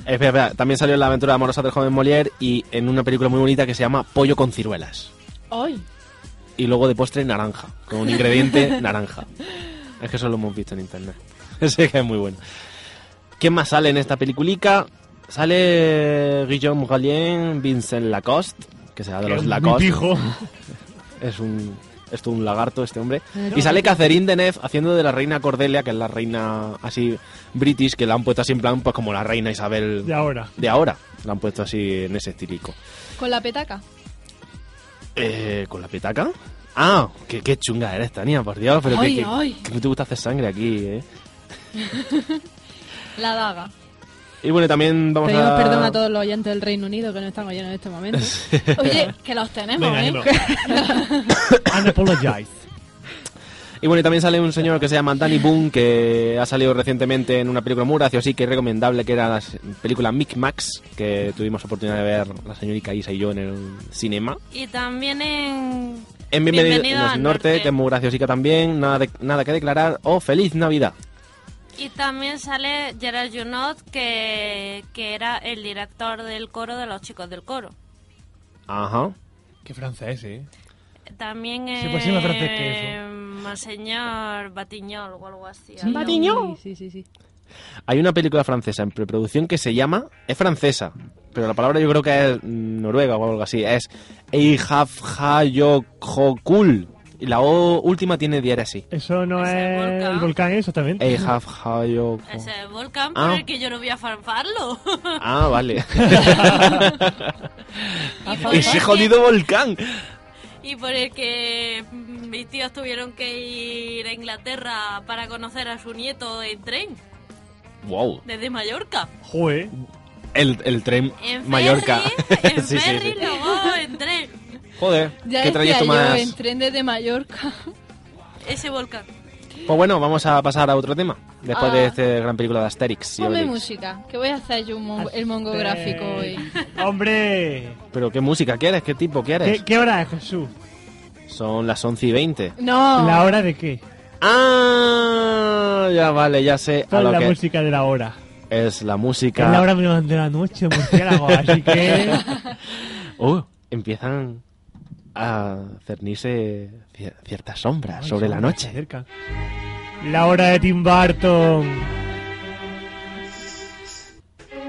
Speaker 5: Espera, espera, También salió en La aventura amorosa del joven Molière y en una película muy bonita que se llama Pollo con ciruelas.
Speaker 6: Ay,
Speaker 5: Y luego de postre naranja, con un ingrediente naranja. Es que eso lo hemos visto en internet. Así que es muy bueno. ¿Quién más sale en esta peliculica? Sale Guillaume Galien, Vincent Lacoste, que será de
Speaker 4: Que es
Speaker 5: los
Speaker 4: un
Speaker 5: Lacoste.
Speaker 4: pijo.
Speaker 5: es un es todo un lagarto este hombre y sale Catherine Deneuve haciendo de la reina Cordelia que es la reina así british que la han puesto así en plan pues como la reina Isabel
Speaker 4: De ahora.
Speaker 5: de ahora la han puesto así en ese estilico
Speaker 6: con la petaca.
Speaker 5: Eh, con la petaca ah qué, qué chunga eres Tania por Dios pero que-
Speaker 6: Ay,
Speaker 5: que,
Speaker 6: ay.
Speaker 5: que no te gusta hacer sangre aquí eh.
Speaker 6: La daga.
Speaker 5: y bueno también vamos
Speaker 7: Pedimos
Speaker 5: a
Speaker 7: perdón a todos los oyentes del Reino Unido que no están oyendo en este momento.
Speaker 6: Oye, que los tenemos,
Speaker 4: Venga,
Speaker 6: ¿eh?
Speaker 4: ánimo. Unapologize.
Speaker 5: Y bueno, y también sale un señor que se llama Danny Boone, que ha salido recientemente en una película muy graciosa así que es recomendable, que era la s- película Mic Max, que tuvimos oportunidad de ver la señorita Isa y yo en el cinema.
Speaker 2: Y también en...
Speaker 5: En Bienvenido,
Speaker 2: Bienvenido
Speaker 5: al
Speaker 2: al
Speaker 5: norte,
Speaker 2: Norte.
Speaker 5: que es muy graciosica también, nada, de- nada que declarar, o Feliz Navidad.
Speaker 2: Y también sale Gerard Junot, que, que era el director del coro de los chicos del coro.
Speaker 5: Ajá.
Speaker 4: Qué francés, eh.
Speaker 2: También
Speaker 4: Sí,
Speaker 2: es
Speaker 4: pues sí me parece que eso.
Speaker 2: Monseñor Batiñol o algo así.
Speaker 7: Sí,
Speaker 2: ¿no?
Speaker 7: Sí, sí, sí.
Speaker 5: Hay una película francesa en preproducción que se llama, es francesa, pero la palabra yo creo que es mm, noruega o algo así, es Eijafjayokokul, Y La O última tiene diaria así.
Speaker 4: Eso no es,
Speaker 2: Ese volcán.
Speaker 4: el volcán, exactamente.
Speaker 5: Eh, half, Hayo-
Speaker 2: Ese
Speaker 4: Oh.
Speaker 2: es volcán
Speaker 5: Ah.
Speaker 2: por el que yo no voy a farfarlo.
Speaker 5: Ah, vale.
Speaker 7: Ah,
Speaker 2: y, por
Speaker 7: eh,
Speaker 2: el
Speaker 5: Ese
Speaker 2: que-
Speaker 5: jodido volcán.
Speaker 2: y por el que mm, mis tíos tuvieron que ir a Inglaterra para conocer a su nieto en tren,
Speaker 5: Wow.
Speaker 2: desde Mallorca.
Speaker 4: Jue.
Speaker 5: El, el tren
Speaker 2: En ferry,
Speaker 5: Mallorca.
Speaker 2: En
Speaker 5: Sí, sí,
Speaker 2: ferry,
Speaker 5: sí.
Speaker 2: luego en tren.
Speaker 5: Joder,
Speaker 6: Ya
Speaker 5: qué
Speaker 6: decía
Speaker 5: trayecto
Speaker 6: yo,
Speaker 5: más.
Speaker 6: en tren desde Mallorca.
Speaker 2: Ese volcán.
Speaker 5: Pues bueno, vamos a pasar a otro tema. Después
Speaker 6: Ah.
Speaker 5: de esta gran película de Asterix. y
Speaker 6: Ponme
Speaker 5: Obelix.
Speaker 6: música, que voy a hacer yo un mon- el mongo gráfico hoy.
Speaker 4: Hombre.
Speaker 5: Pero qué música quieres, qué tipo quieres.
Speaker 4: ¿Qué, qué hora es, Jesús?
Speaker 5: Son las 11 y 20.
Speaker 6: No,
Speaker 4: ¿La hora de qué?
Speaker 5: Ah, ya vale, ya sé. A
Speaker 4: Pon
Speaker 5: lo
Speaker 4: la
Speaker 5: que
Speaker 4: música de la hora.
Speaker 5: es la
Speaker 4: Es la
Speaker 5: música.
Speaker 4: hora menos de la noche, murciélago. así que.
Speaker 5: Oh, empiezan a cernirse cier- ciertas sombras
Speaker 4: Ay,
Speaker 5: sobre la
Speaker 4: se
Speaker 5: noche.
Speaker 4: acercan. La hora de Tim Burton.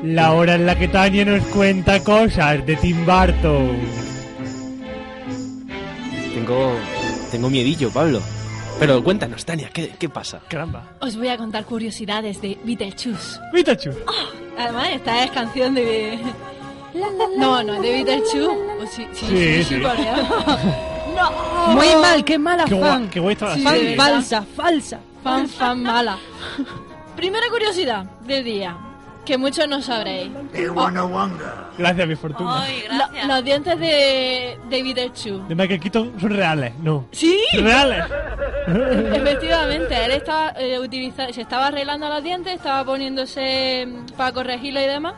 Speaker 4: La hora en la que Tania nos cuenta cosas de Tim Burton.
Speaker 5: Tengo, tengo miedillo, Pablo. Pero cuéntanos, Tania, ¿qué, qué pasa?
Speaker 4: Caramba.
Speaker 6: os voy a contar curiosidades de Beetlejuice.
Speaker 4: Pikachu.
Speaker 6: Además, esta es canción de... No, no, de Beetlejuice. O sí,
Speaker 4: Sí,
Speaker 6: sí, sí, sí,
Speaker 4: sí.
Speaker 6: por Dios. No.
Speaker 7: Muy mal, qué mala
Speaker 4: Qué guay,
Speaker 7: fan.
Speaker 4: qué guay estaba
Speaker 6: Sí,
Speaker 4: la
Speaker 7: Fan
Speaker 4: serie.
Speaker 6: va-
Speaker 7: falsa, falsa.
Speaker 6: Fan, fan mala. Primera curiosidad del día, que muchos no sabréis.
Speaker 4: Gracias, mi fortuna.
Speaker 2: Ay,
Speaker 6: Lo-
Speaker 2: gracias.
Speaker 6: los dientes de, de Beetlejuice.
Speaker 4: De Michael Keaton son reales, no.
Speaker 6: Sí,
Speaker 4: ¡Reales!
Speaker 6: efectivamente, él estaba eh, utiliza- se estaba arreglando los dientes, estaba poniéndose mm, para corregirlo y demás,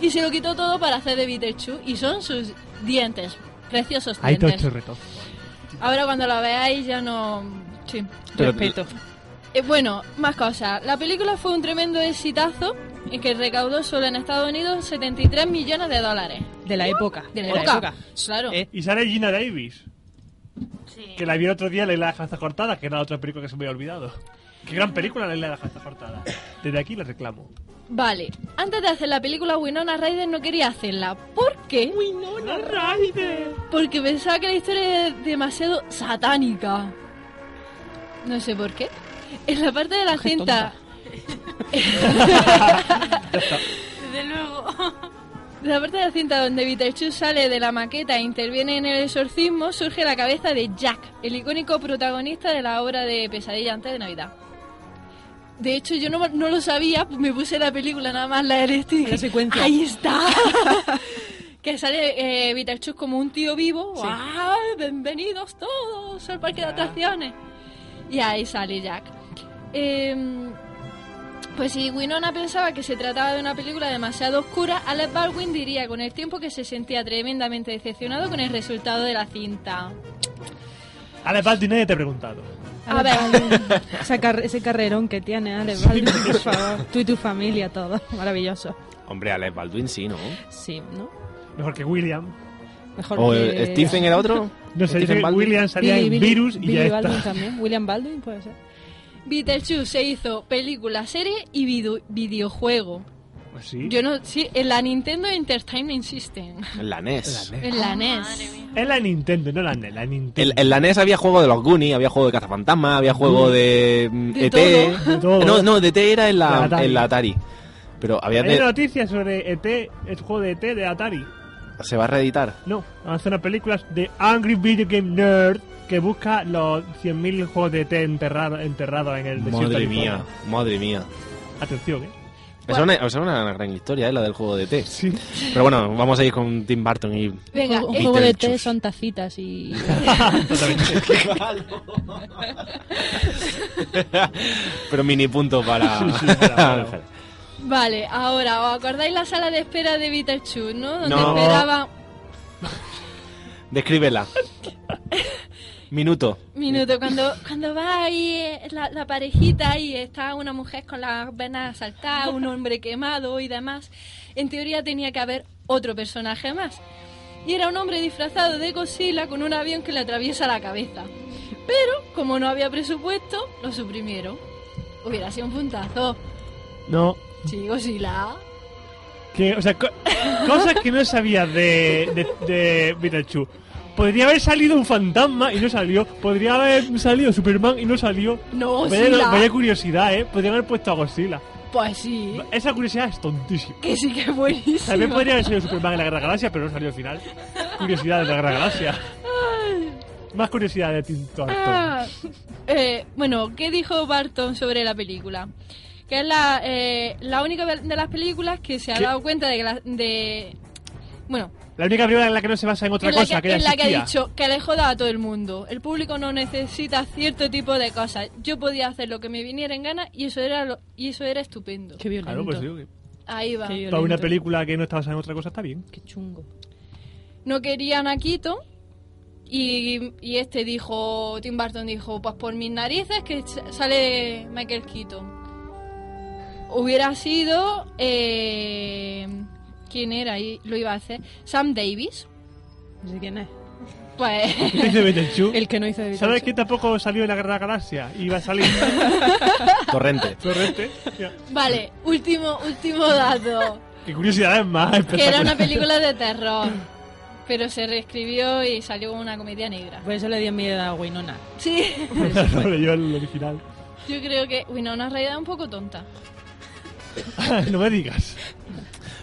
Speaker 6: y se lo quitó todo para hacer de Beetlejuice, y son sus dientes, preciosos
Speaker 4: Ahí todo
Speaker 6: dientes.
Speaker 4: chorreto.
Speaker 6: Ahora cuando lo veáis ya no... Sí.
Speaker 5: Pero-
Speaker 7: Respeto.
Speaker 6: Eh, bueno, más cosas. La película fue un tremendo exitazo en que recaudó solo en Estados Unidos 73 millones de dólares.
Speaker 7: De la época.
Speaker 6: De la época. Claro.
Speaker 7: Eh,
Speaker 4: Y sale Gina Davis,
Speaker 2: Sí.
Speaker 4: que la vi el otro día, La Isla de las Cabezas Cortadas, que era otra película que se me había olvidado. Qué gran película, La Isla de las Cabezas Cortadas. Desde aquí la reclamo.
Speaker 6: Vale, antes de hacer la película Winona Ryder no quería hacerla. ¿Por qué?
Speaker 4: ¡Winona Ryder!
Speaker 6: Porque pensaba que la historia era demasiado satánica. No sé por qué. En la parte de la
Speaker 7: Qué
Speaker 6: cinta,
Speaker 2: Desde luego.
Speaker 6: en la parte de la cinta donde Beetlejuice sale de la maqueta e interviene en el exorcismo, surge la cabeza de Jack, el icónico protagonista de la obra de Pesadilla antes de Navidad. De hecho, yo no, no lo sabía, pues me puse la película nada más, la LST. y
Speaker 7: La
Speaker 6: dije,
Speaker 7: secuencia.
Speaker 6: ¡Ahí está! que sale eh, Beetlejuice como un tío vivo. ¡Ah, bienvenidos todos al parque de atracciones! Y ahí sale Jack. Em, pues si Winona pensaba que se trataba de una película demasiado oscura, Alec Baldwin diría con el tiempo que se sentía tremendamente decepcionado con el resultado de la cinta.
Speaker 4: Ale Baldi, nadie te ha preguntado.
Speaker 6: A ver,
Speaker 7: esa car- ese carrerón que tiene, Ale, Baldi, por favor. Tú y tu familia, todo. Maravilloso.
Speaker 5: Hombre, Alex Baldwin sí, ¿no?
Speaker 7: Sí, ¿no?
Speaker 4: Mejor que William.
Speaker 7: Mejor
Speaker 5: ¿O
Speaker 7: que...
Speaker 5: eh, Stephen era otro?
Speaker 4: No sé, dice
Speaker 5: Stephen
Speaker 4: que
Speaker 5: Baldwin.
Speaker 4: William salía
Speaker 7: Billy-
Speaker 4: en
Speaker 7: Billy-
Speaker 4: Virus y
Speaker 7: Billy
Speaker 4: ya
Speaker 7: Baldwin
Speaker 4: está.
Speaker 7: también. William Baldwin puede ser.
Speaker 6: Beetlejuice se hizo película, serie y vidu- videojuego.
Speaker 4: Pues sí.
Speaker 6: Yo no, sí, en la Nintendo Entertainment System,
Speaker 5: La E NES.
Speaker 4: La NES.
Speaker 6: en la
Speaker 2: Ah,
Speaker 6: E
Speaker 2: Madre
Speaker 6: NES.
Speaker 2: mía.
Speaker 4: Es la Nintendo, no la NES, la Nintendo.
Speaker 5: En, en la NES había juego de los Goonies, había juego de Cazafantasma, había juego de, mm,
Speaker 6: De
Speaker 5: ET.
Speaker 6: todo.
Speaker 4: De todo.
Speaker 5: No, no, de ET era en
Speaker 4: La
Speaker 5: la,
Speaker 4: Atari.
Speaker 5: en la Atari. Pero había
Speaker 4: Hay una
Speaker 5: de,
Speaker 4: noticia sobre ET, el juego de ET de Atari.
Speaker 5: se va a reeditar.
Speaker 4: No, van a hacer una película de Angry Video Game Nerd que busca los 100.000 juegos de ET enterrado- enterrados en el desierto.
Speaker 5: Madre
Speaker 4: de Arizona.
Speaker 5: mía, madre mía.
Speaker 4: Atención, ¿eh?
Speaker 5: Esa es una, esa es una gran historia, ¿eh? la del juego de ET.
Speaker 4: Sí.
Speaker 5: Pero bueno, vamos a ir con Tim Burton y...
Speaker 6: Venga,
Speaker 7: un
Speaker 6: eh,
Speaker 7: juego de
Speaker 5: Beetlejuice.
Speaker 7: té son tacitas y...
Speaker 5: Pero mini punto para...
Speaker 4: Sí, sí, para- para.
Speaker 6: vale, ahora, ¿os acordáis la sala de espera de Beetlejuice, no? Donde
Speaker 5: No.
Speaker 6: esperaba
Speaker 5: Descríbela. Minuto.
Speaker 6: minuto cuando cuando va ahí eh, la, la parejita y está una mujer con las venas saltadas, un hombre quemado y demás. En teoría tenía que haber otro personaje más. Y era un hombre disfrazado de Godzilla con un avión que le atraviesa la cabeza. Pero como no había presupuesto, lo suprimieron. Hubiera sido un puntazo.
Speaker 4: No.
Speaker 6: Sí, Godzilla.
Speaker 4: Que, o sea, co- cosas que no sabía de, de, de Beetlejuice. Podría haber salido un fantasma y no salió. Podría haber salido Superman y no salió.
Speaker 6: No,
Speaker 4: Vaya,
Speaker 6: Godzilla.
Speaker 4: vaya curiosidad, ¿eh? Podrían haber puesto a Godzilla.
Speaker 6: Pues sí.
Speaker 4: Esa curiosidad es tontísima.
Speaker 6: Que sí que es buenísimo.
Speaker 4: También podría haber sido Superman en la Guerra de las Galaxias, pero no salió al final. Curiosidad de la Guerra de las Galaxias. Más curiosidad de Tim Burton.
Speaker 6: Ah, eh, bueno, ¿qué dijo Barton sobre la película? Que es la, eh, la única de las películas que se ha
Speaker 4: ¿Qué?
Speaker 6: dado cuenta de que la- de bueno
Speaker 4: La única película en la que no se basa en otra
Speaker 6: en,
Speaker 4: cosa
Speaker 6: la que,
Speaker 4: que ya
Speaker 6: en la que ha
Speaker 4: existía.
Speaker 6: dicho que le joda a todo el mundo. El público no necesita cierto tipo de cosas. Yo podía hacer lo que me viniera en gana y eso era lo- y eso era estupendo.
Speaker 7: Qué violento.
Speaker 4: Claro, pues digo que
Speaker 6: Ahí va.
Speaker 7: Qué violento.
Speaker 4: para una película que no está basada en otra cosa está bien.
Speaker 7: Qué chungo.
Speaker 6: No querían a Quito y, y este dijo, Tim Burton dijo, pues por mis narices que s- sale Michael Keaton. Hubiera sido... eh, ¿Quién era? Y lo iba a hacer. Sam Davis.
Speaker 7: No sé quién es.
Speaker 6: Pues...
Speaker 4: Dice Betelgeuse.
Speaker 7: El que no hizo de
Speaker 4: ¿Sabes
Speaker 7: Beethoven.
Speaker 4: que tampoco salió en la Guerra de la Galaxia? Iba a salir
Speaker 5: Torrente.
Speaker 4: Torrente. Mira,
Speaker 6: vale, último, último dato.
Speaker 4: Qué curiosidad es más.
Speaker 6: que era una película de terror. Pero se reescribió y salió una comedia negra.
Speaker 7: Por eso le dio miedo a Winona.
Speaker 6: Sí,
Speaker 4: espectacular. No leyó el original.
Speaker 6: yo creo que Winona Ryder es un poco tonta.
Speaker 4: Ah, no me digas.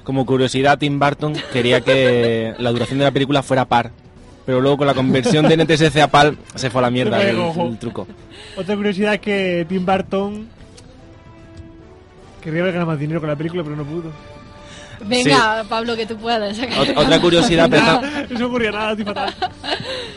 Speaker 5: Como curiosidad, Tim Burton quería que la duración de la película fuera par. Pero luego con la conversión de NTSC a PAL se fue a la mierda
Speaker 4: Se fue
Speaker 5: el,
Speaker 4: cojo.
Speaker 5: el truco.
Speaker 4: Otra curiosidad es que Tim Burton querría haber ganado más dinero con la película, pero no pudo.
Speaker 6: Venga, Pablo, que tú puedas. saca.
Speaker 5: Ot- otra curiosidad
Speaker 4: Nada,
Speaker 5: pensando-
Speaker 4: eso no ocurrió nada, estoy fatal.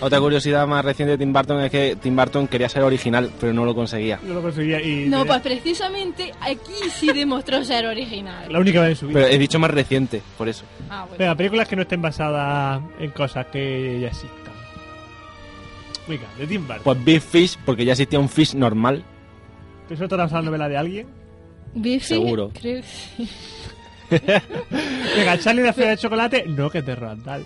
Speaker 5: otra curiosidad más reciente de Tim Burton es que Tim Burton quería ser original, pero no lo conseguía.
Speaker 4: No lo conseguía y
Speaker 6: No,
Speaker 4: tenía-
Speaker 6: pues precisamente aquí sí demostró ser original.
Speaker 4: la única vez en su vida.
Speaker 5: Pero he dicho más reciente, por eso.
Speaker 6: Ah, bueno.
Speaker 4: Venga, películas que no estén basadas en cosas que ya existan. Venga, de Tim Burton.
Speaker 5: Pues Big Fish, porque ya existía un Fish normal. Pues-
Speaker 4: ¿Eso está basado en la novela de alguien?
Speaker 6: Biffy,
Speaker 5: seguro.
Speaker 6: creo que sí.
Speaker 4: Venga, Charlie la Feria de Chocolate, no, que es de Roald Dahl.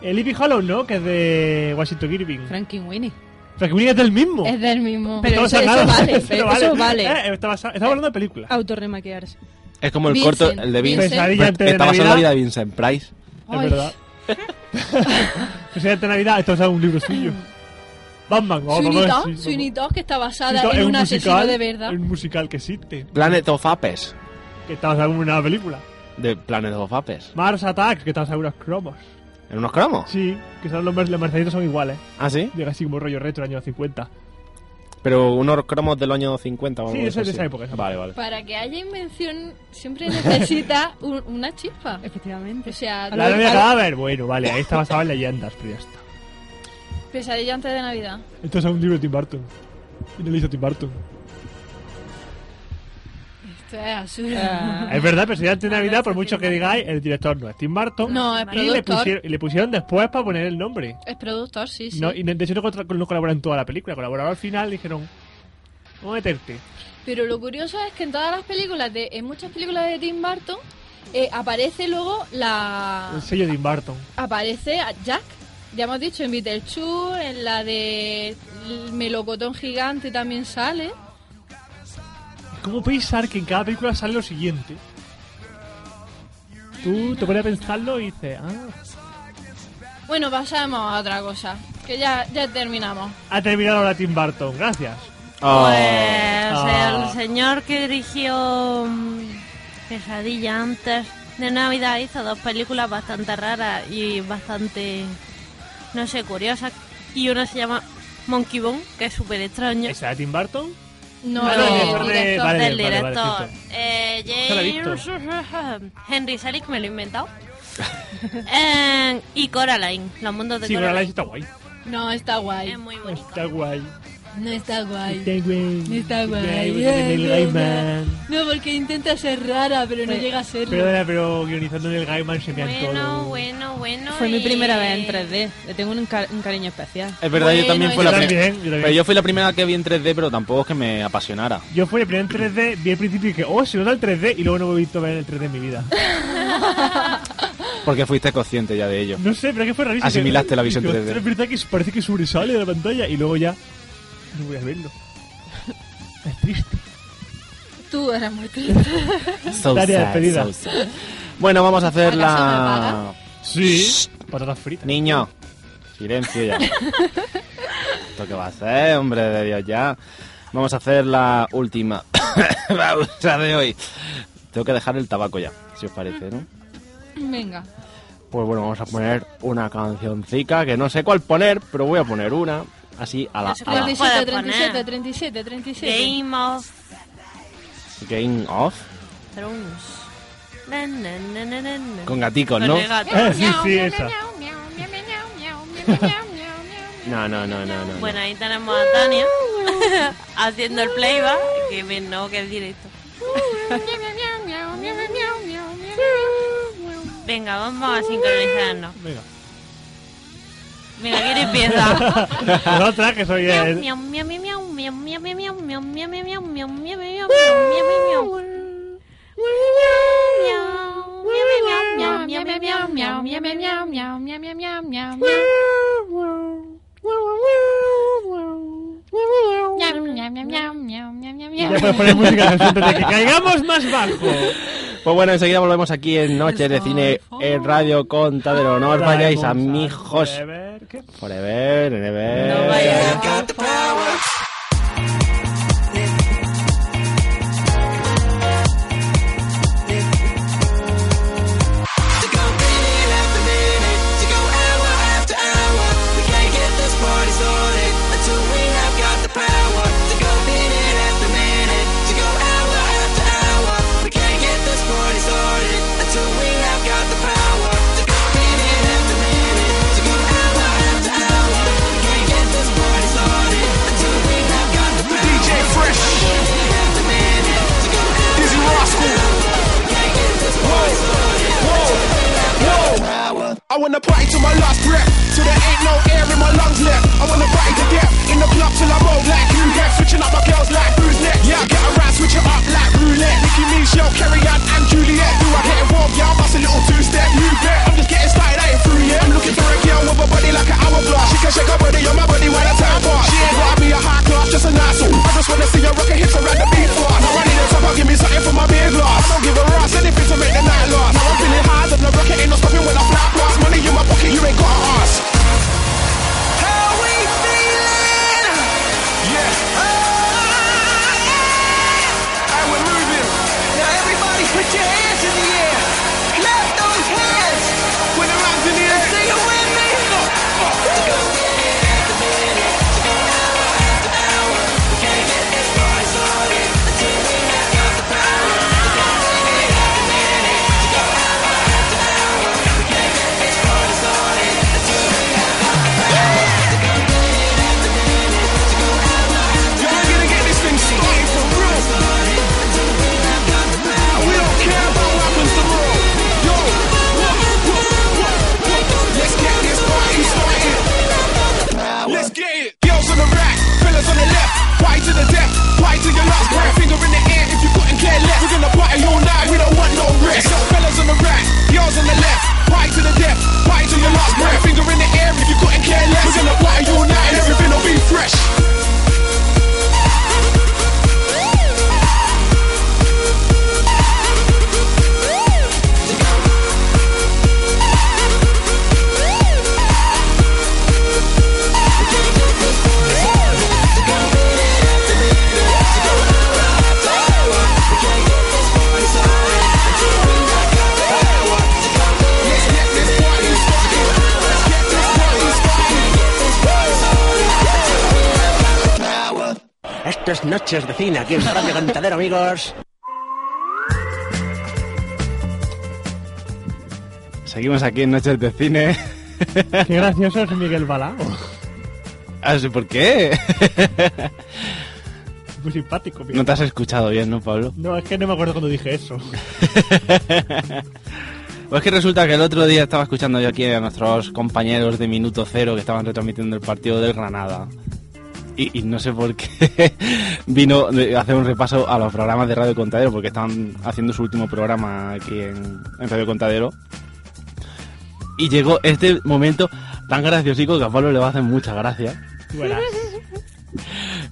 Speaker 4: El Sleepy Hollow, no, que es de Washington Irving.
Speaker 7: Frankie Winnie.
Speaker 4: Frank Winnie es del mismo.
Speaker 6: Es del mismo.
Speaker 7: Pero
Speaker 4: Estamos
Speaker 7: eso, eso
Speaker 4: hablando-
Speaker 7: vale,
Speaker 4: no
Speaker 7: eso vale.
Speaker 4: Eh, está basado- estamos hablando de
Speaker 6: Ah,
Speaker 4: películas.
Speaker 7: Autorremaquearse.
Speaker 5: Es como el
Speaker 6: Vincent,
Speaker 5: corto, el de
Speaker 6: Vincent.
Speaker 5: Vincent.
Speaker 4: Pesadilla antes de
Speaker 5: Está basado en la
Speaker 4: Navidad.
Speaker 5: vida de Vincent Price.
Speaker 6: Ay.
Speaker 4: Es verdad. Presidente de Navidad, esto es un libro suyo. Batman, vamos
Speaker 6: Sweeney
Speaker 4: a
Speaker 6: Todd, Sweeney Todd, que está basada en un, asesino de verdad.
Speaker 4: Un musical que existe,
Speaker 5: Planet of Apes.
Speaker 4: que está basado en una película.
Speaker 5: De Planet of Apes.
Speaker 4: Mars Attacks, que está basado en unos cromos.
Speaker 5: ¿En unos cromos?
Speaker 4: Sí, que son los, mer- los mercenarios son iguales.
Speaker 5: Ah, sí.
Speaker 4: Llega así como rollo retro, años 50.
Speaker 5: Pero unos cromos del año 50 o
Speaker 4: Sí,
Speaker 5: algo
Speaker 4: eso es de
Speaker 5: así.
Speaker 4: esa época, esa
Speaker 5: Vale, vale.
Speaker 6: Para que haya invención siempre necesita un- una chispa.
Speaker 7: Efectivamente.
Speaker 6: O sea,
Speaker 4: La
Speaker 7: Al-
Speaker 4: novia
Speaker 7: al-
Speaker 4: cadáver, bueno, vale, ahí está basado en leyendas, pero ya está.
Speaker 6: pesadilla antes de Navidad.
Speaker 4: Esto es un libro de Tim Burton. Y no lo hizo Tim Burton.
Speaker 6: Esto es absurdo.
Speaker 7: Ah,
Speaker 4: Es verdad, pero si antes de Navidad, por mucho que digáis, el director no es Tim Burton.
Speaker 6: No, es
Speaker 4: y le,
Speaker 6: productor.
Speaker 4: pusieron, y le pusieron después para poner el nombre.
Speaker 6: Es productor, sí, sí.
Speaker 4: No, y no- de hecho no, contra- no colaboran en toda la película, colaboraron al final y dijeron, vamos a meterte.
Speaker 6: Pero lo curioso es que en todas las películas, de, en muchas películas de Tim Burton, eh, aparece luego la...
Speaker 4: El sello de Tim Burton.
Speaker 6: Aparece a Jack, ya hemos dicho, en Beetlejuice, en la de El Melocotón Gigante también sale.
Speaker 4: ¿Cómo pensar que en cada película sale lo siguiente? Tú te pones a pensarlo y dices, ah.
Speaker 6: Bueno, pasamos a otra cosa, que ya, ya terminamos.
Speaker 4: Ha terminado ahora Tim Burton, gracias.
Speaker 5: Oh.
Speaker 2: Pues
Speaker 4: Ah.
Speaker 2: el señor que dirigió mm, Pesadilla antes de Navidad hizo dos películas bastante raras y bastante, no sé, curiosas. Y una se llama Monkey Bone, que es súper extraño.
Speaker 4: ¿Esa de Tim Burton?
Speaker 6: No,
Speaker 4: Ah,
Speaker 2: no,
Speaker 6: el
Speaker 2: director
Speaker 4: de-
Speaker 6: director.
Speaker 4: vale.
Speaker 2: del director
Speaker 4: cierto.
Speaker 2: eh,
Speaker 4: Ya la he visto.
Speaker 2: James Henry Selick, me lo he inventado. Eh, y Coraline, los mundos de Pues
Speaker 4: Sí, Coraline
Speaker 2: Coraline.
Speaker 4: está guay.
Speaker 6: No, está guay.
Speaker 2: Es muy bonito.
Speaker 4: Está guay.
Speaker 6: No está guay.
Speaker 4: Está guay.
Speaker 6: Está guay.
Speaker 4: El Gaiman.
Speaker 6: No, porque intenta ser rara, pero no llega a serlo.
Speaker 4: Perdona, pero guionizando en el Gaiman se me han
Speaker 2: Bueno,
Speaker 4: todo.
Speaker 2: bueno, bueno.
Speaker 7: Fue mi
Speaker 2: y-
Speaker 7: primera vez en 3D. Le tengo un, ca- un cariño especial.
Speaker 5: Es verdad, yo
Speaker 6: Pues, Bueno,
Speaker 5: también fui
Speaker 4: Yo
Speaker 5: la
Speaker 4: también,
Speaker 5: primera.
Speaker 4: yo también.
Speaker 5: Pero yo fui la primera que vi en 3D, pero tampoco es que me apasionara.
Speaker 4: Yo fui el primer en 3D, vi el principio y dije, oh, se nota el 3D, y luego no me he visto ver el 3D en mi vida.
Speaker 5: Porque fuiste consciente ya de ello.
Speaker 4: No sé, pero es que fue rarísimo.
Speaker 5: Asimilaste la visión
Speaker 4: Digo,
Speaker 5: 3D.
Speaker 4: Es verdad que parece que sobresale de la pantalla, y luego ya, no voy a verlo. Es triste.
Speaker 6: Tú eras muy triste.
Speaker 5: So
Speaker 4: Tarea
Speaker 5: sad,
Speaker 4: despedida.
Speaker 5: so sad. Bueno, vamos a hacer
Speaker 6: ¿Acaso me
Speaker 5: la...
Speaker 6: paga?
Speaker 4: Sí. Patatas fritas.
Speaker 5: Niño, Silencio ya. ¿Esto qué va a ser, hombre de Dios, ya? Vamos a hacer la última pausa de hoy. Tengo que dejar el tabaco ya, si os parece, ¿no?
Speaker 6: Venga.
Speaker 4: Ah,
Speaker 5: Pues bueno, vamos a poner una cancioncica que no sé cuál poner, pero voy a poner una así a la,
Speaker 2: No sé
Speaker 5: a la
Speaker 6: 37,
Speaker 2: cuál puede poner.
Speaker 6: 37, 37, 37.
Speaker 2: Game of
Speaker 5: Game Off
Speaker 2: Thrones. Na, na, na, na, na, na.
Speaker 5: con gaticos,
Speaker 2: Con
Speaker 5: ¿no?
Speaker 2: el gato.
Speaker 4: Eh, sí, sí, esa.
Speaker 5: No, no, no, no, no.
Speaker 2: Bueno, ahí tenemos a Tania haciendo el playback, que me- no, que es directo. Venga, vamos a sincronizarnos.
Speaker 4: Venga.
Speaker 2: Venga, ¿quién empieza?
Speaker 4: La otra, que soy
Speaker 2: Miau,
Speaker 4: el.
Speaker 2: miau, miau, miau, miau, miau, miau, miau, miau, miau, miau, miau, miau, miau, miau, miau, miau.
Speaker 4: Ya puedes poner música de antes de que caigamos más bajo.
Speaker 5: Pues bueno, enseguida volvemos aquí en Noches de Cine en Radio Contadero. No os vayáis a mis hijos.
Speaker 4: Forever, ¿qué?
Speaker 5: Forever, never.
Speaker 2: No vaya.
Speaker 8: DJ Fresh. Dizzy Rascal. Whoa, whoa, whoa. I wanna party till my last breath, till there ain't no air in my lungs left. I wanna party to death in the club till I'm old like who get switching up my girls like who's next. Yeah, I get around, switch it up like roulette. Nicki me, she'll carry on and Juliet. Do I get involved? Yeah, I bust a little two step. You bet. I'm just getting started, I ain't through yet. I'm looking for a girl with a body like an hourglass. She can shake her body on my body while I time bar. She ain't gotta be a high class, just a nice one. I just wanna see her rockin' hips around the beat for. Now I need a top, I'll give me something for my beer glass. I don't give a ass, anything to make the night last. Now I'm feeling high, then the rocket ain't no stopping when I fly past. Money in my pocket, you ain't got to ask. How we feeling? Yes. Oh, And we're moving. Now everybody put your hands in the air. Clap those hands. Put your hands in the air. Sing it with me. Y'all gonna get this thing started for real. And we don't care about what happens tomorrow. Yo, what, what, what, what? Let's get this party started. Let's get it. Girls on the right, fellas on the left. Party to the death, party to your last breath. Finger in the air if you couldn't care less. We're gonna party all night, we don't want no rest. So fellas on the right, girls on the left. Party to the death, party to your last breath. Finger in the air if you couldn't care less. We're gonna party all night and everything'll be fresh.
Speaker 10: Esto es Noches de Cine, aquí en Radio Cantadero, amigos.
Speaker 5: Seguimos aquí en Noches de Cine.
Speaker 4: Qué gracioso es Miguel Balao.
Speaker 5: Ah, sí, ¿Por qué?
Speaker 4: Muy simpático,
Speaker 5: No
Speaker 4: Miguel.
Speaker 5: te has escuchado bien, ¿no, Pablo?
Speaker 4: No, es que no me acuerdo cuando dije eso.
Speaker 5: Pues que resulta que el otro día estaba escuchando yo aquí a nuestros compañeros de Minuto Cero que estaban retransmitiendo el partido del Granada. Y, y no sé por qué vino de- a hacer un repaso a los programas de Radio Contadero, porque estaban haciendo su último programa aquí en, en Radio Contadero. Y llegó este momento tan graciosico que a Pablo le va a hacer mucha gracia.
Speaker 4: Tú verás.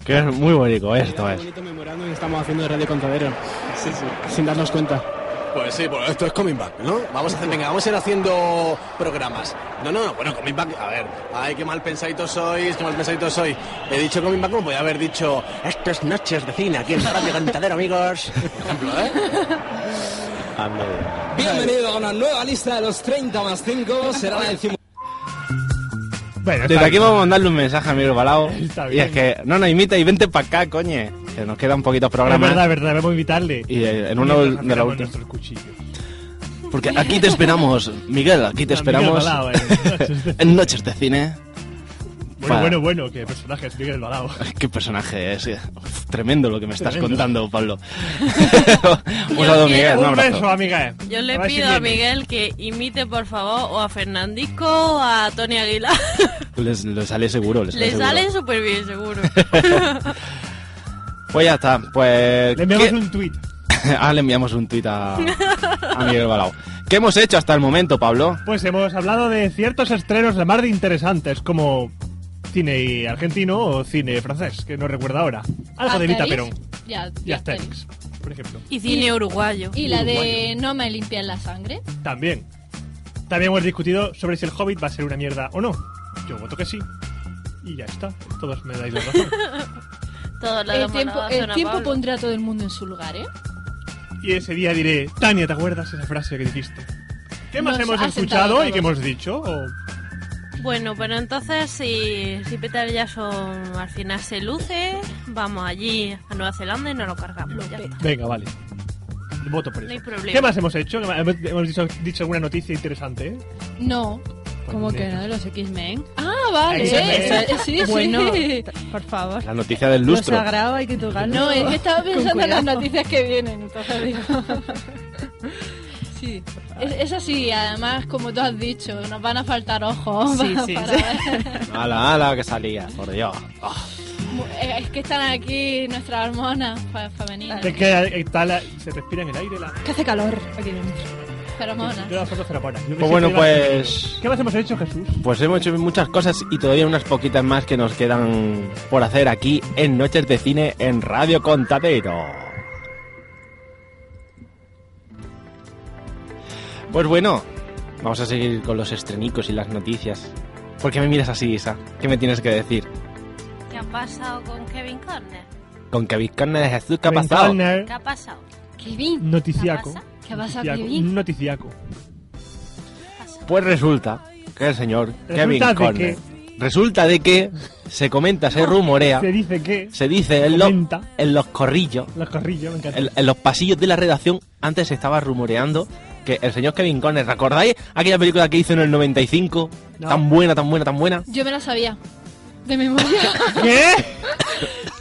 Speaker 5: Que es muy bonito, esto es.
Speaker 11: Mira qué bonito memorando que estamos haciendo de Radio Contadero. Sí, sí. Sin darnos cuenta.
Speaker 12: Pues sí, pues esto es Coming Back, ¿no? Vamos a hacer, venga, vamos a ir haciendo programas. No, no, no, bueno, Coming Back, a ver, ay, qué mal pensadito sois, qué mal pensadito sois. He dicho Coming Back como podía haber dicho, esto es Noches de Cine, aquí en Radio Cantadero, amigos. Por ejemplo, ¿eh?
Speaker 13: Bienvenido a una nueva lista de los 30 más 5. Será la decimo.
Speaker 4: Bueno, está
Speaker 5: Desde aquí
Speaker 4: bien.
Speaker 5: vamos a mandarle un mensaje a Miguel Balao.
Speaker 4: Está
Speaker 5: Y
Speaker 4: bien.
Speaker 5: es que no nos imita y vente para acá, coñe. Que nos quedan poquitos
Speaker 4: Es verdad,
Speaker 5: programas.
Speaker 4: es verdad, debemos invitarle.
Speaker 5: ¿eh? Y eh, en uno
Speaker 4: Mientras
Speaker 5: de los
Speaker 4: afilamos
Speaker 5: últimos.
Speaker 4: nuestros cuchillos.
Speaker 5: Porque aquí te esperamos, Miguel, aquí te
Speaker 4: Ah, Miguel
Speaker 5: esperamos.
Speaker 4: Balao, eh.
Speaker 5: en Noches de Cine.
Speaker 4: Bueno,
Speaker 5: Para-
Speaker 4: bueno, bueno, que personaje, Miguel Alvarado.
Speaker 5: Qué personaje es. eh. Uf, Tremendo lo que me estás
Speaker 4: Tremendo.
Speaker 5: contando, Pablo. un saludo, Miguel.
Speaker 4: Un
Speaker 5: Un abrazo.
Speaker 4: beso, amiga.
Speaker 2: Yo le
Speaker 4: A ver si
Speaker 2: pido a
Speaker 4: viene.
Speaker 2: Miguel que imite, por favor, o a Fernandisco o a Tony Aguilar.
Speaker 5: Les, les sale seguro. Les sale
Speaker 2: le
Speaker 5: seguro.
Speaker 2: sale súper bien, seguro.
Speaker 5: Pues ya está. Pues.
Speaker 4: Le enviamos
Speaker 5: ¿qué-
Speaker 4: un tuit.
Speaker 5: ah, le enviamos un tuit a, a Miguel Balao. ¿Qué hemos hecho hasta el momento, Pablo?
Speaker 4: Pues hemos hablado de ciertos estrenos de mar de interesantes, como cine argentino o cine francés, que no recuerda ahora. Algo de Vita Perón.
Speaker 6: Ya,
Speaker 4: Y Asterix, por ejemplo.
Speaker 2: y cine uruguayo.
Speaker 6: Y la de No me limpian la sangre.
Speaker 4: También. También hemos discutido sobre si el Hobbit va a ser una mierda o no. Yo voto que sí. Y ya está. Todos me dais la razón.
Speaker 2: Todos le
Speaker 6: El
Speaker 2: damos
Speaker 6: tiempo,
Speaker 2: la
Speaker 6: el
Speaker 2: razón a
Speaker 6: tiempo
Speaker 2: Pablo.
Speaker 6: pondrá a todo el mundo en su lugar, ¿eh?
Speaker 4: Y ese día diré, Tania, ¿te acuerdas esa frase que dijiste? ¿Qué más
Speaker 6: Nos
Speaker 4: hemos
Speaker 6: ha sentado
Speaker 4: escuchado
Speaker 6: a
Speaker 4: y qué
Speaker 6: todos.
Speaker 4: hemos dicho? O-
Speaker 2: Bueno, pero entonces si, si Peter Jackson al final se luce, vamos allí a Nueva Zelanda y nos lo cargamos. Ya está.
Speaker 4: Venga, vale. Voto por eso.
Speaker 2: No hay problema.
Speaker 4: ¿Qué más hemos hecho? ¿Qué más- Hemos, hemos dicho, dicho alguna noticia interesante, ¿eh?
Speaker 6: No.
Speaker 4: Pues
Speaker 7: Como que
Speaker 4: neta.
Speaker 7: no de los X-Men.
Speaker 6: Ah, vale.
Speaker 4: Eso es-
Speaker 6: eh, sí, sí.
Speaker 7: Bueno, t- por favor.
Speaker 5: La noticia del
Speaker 7: Lo
Speaker 5: lustro.
Speaker 7: sagrado hay que tocarlo.
Speaker 6: No, es que estaba
Speaker 7: con
Speaker 6: pensando en las
Speaker 7: cuidado.
Speaker 6: noticias que vienen, entonces digo. Sí, es, es así, además, como tú has dicho, nos van a faltar ojos.
Speaker 7: Sí,
Speaker 6: para-
Speaker 7: sí,
Speaker 6: para
Speaker 7: sí.
Speaker 6: ver.
Speaker 5: Ala, ala, que salía, por Dios.
Speaker 6: Eh, Es que están aquí nuestras hormonas fe- femeninas,
Speaker 4: Es que está la- se respira en el aire la...
Speaker 7: Que hace calor aquí dentro.
Speaker 6: feromonas.
Speaker 4: Yo la foto se la pone. Yo siempre
Speaker 5: Pues bueno,
Speaker 4: iba
Speaker 5: pues.
Speaker 4: ¿Qué más hemos hecho, Jesús?
Speaker 5: Pues hemos hecho muchas cosas y todavía unas poquitas más que nos quedan por hacer aquí en Noches de Cine en Radio Contadero. Pues bueno, vamos a seguir con los estrenicos y las noticias. ¿Por qué me miras así, Isa? ¿Qué me tienes que decir?
Speaker 2: ¿Qué ha pasado con Kevin Corner?
Speaker 5: Con que Vizcarra de Jesús, ¿qué ha pasado?
Speaker 4: Turner,
Speaker 2: ¿Qué ha pasado?
Speaker 6: Kevin,
Speaker 4: Noticiaco.
Speaker 2: ¿Qué ha pasado?
Speaker 6: ¿qué vas a
Speaker 4: Noticiaco,
Speaker 6: pedir?
Speaker 4: Un noticiaco.
Speaker 5: Pues resulta que el señor Kevin
Speaker 4: de
Speaker 5: Conner... Resulta de que se comenta, se rumorea,
Speaker 4: Se dice que...
Speaker 5: se dice en los,
Speaker 4: comenta.
Speaker 5: en los corrillos
Speaker 4: Los corrillos, me encanta.
Speaker 5: en, en los pasillos de la redacción antes se estaba rumoreando que el señor Kevin Conner, ¿recordáis aquella película que hizo en el 95?
Speaker 4: No.
Speaker 5: Tan buena, tan buena, tan buena.
Speaker 6: Yo me la sabía, de memoria.
Speaker 4: ¿Qué?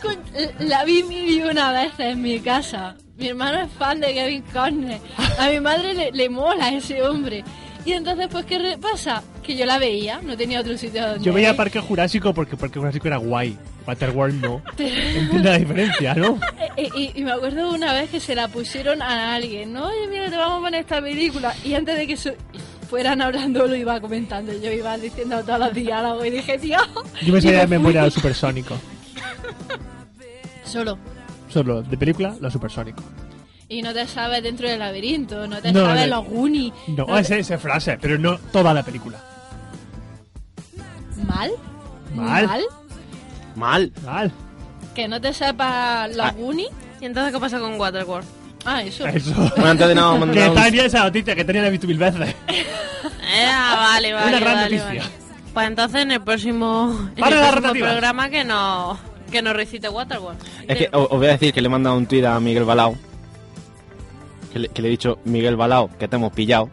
Speaker 6: Con- La vi mil y una veces en mi casa. Mi hermano es fan de Kevin Conner. A mi madre le, le mola ese hombre. Y entonces, pues, ¿qué re- pasa? Que yo la veía, no tenía otro sitio donde
Speaker 4: Yo veía
Speaker 6: ir.
Speaker 4: Parque Jurásico porque Parque Jurásico era guay. Waterworld no. Entiende la diferencia, ¿no?
Speaker 6: Eh, Y, y me acuerdo de una vez que se la pusieron a alguien, ¿no? Oye, mira, te vamos a poner esta película. Y antes de que su- fueran hablando, lo iba comentando. Yo iba diciendo todos los diálogos y dije, tío.
Speaker 4: Yo me sabía
Speaker 6: y
Speaker 4: de
Speaker 6: me
Speaker 4: memoria
Speaker 6: fui.
Speaker 4: los supersónicos.
Speaker 6: Solo.
Speaker 4: Solo de película, los supersónicos.
Speaker 6: Y no te sabes dentro del laberinto, no te
Speaker 4: No,
Speaker 6: sabes
Speaker 4: no.
Speaker 6: los Goonies.
Speaker 4: No,
Speaker 6: no
Speaker 4: esa, esa frase, pero no toda la película.
Speaker 6: te- ¿Mal?
Speaker 4: Mal.
Speaker 6: ¿Mal?
Speaker 5: Mal.
Speaker 4: Mal.
Speaker 6: Que no te sepas los
Speaker 5: Ah.
Speaker 6: Goonies.
Speaker 2: ¿Y entonces qué pasa con Waterworld?
Speaker 6: Ah, eso.
Speaker 4: Eso.
Speaker 5: Bueno, antes de nada, vamos a
Speaker 4: que
Speaker 5: mandar un-
Speaker 4: Tania esa noticia, que Tania la ha visto mil veces.
Speaker 2: Ah, vale, vale.
Speaker 4: Una gran
Speaker 2: vale,
Speaker 4: noticia.
Speaker 2: vale. Pues entonces en el próximo, en
Speaker 4: Para
Speaker 2: el
Speaker 4: las
Speaker 2: próximo
Speaker 4: rotativas.
Speaker 2: programa que nos que nos recite Waterworld.
Speaker 5: Es que o- os voy a decir que le he mandado un tuit a Miguel Balao. Que le, que le he dicho, Miguel Balao, que te hemos pillado.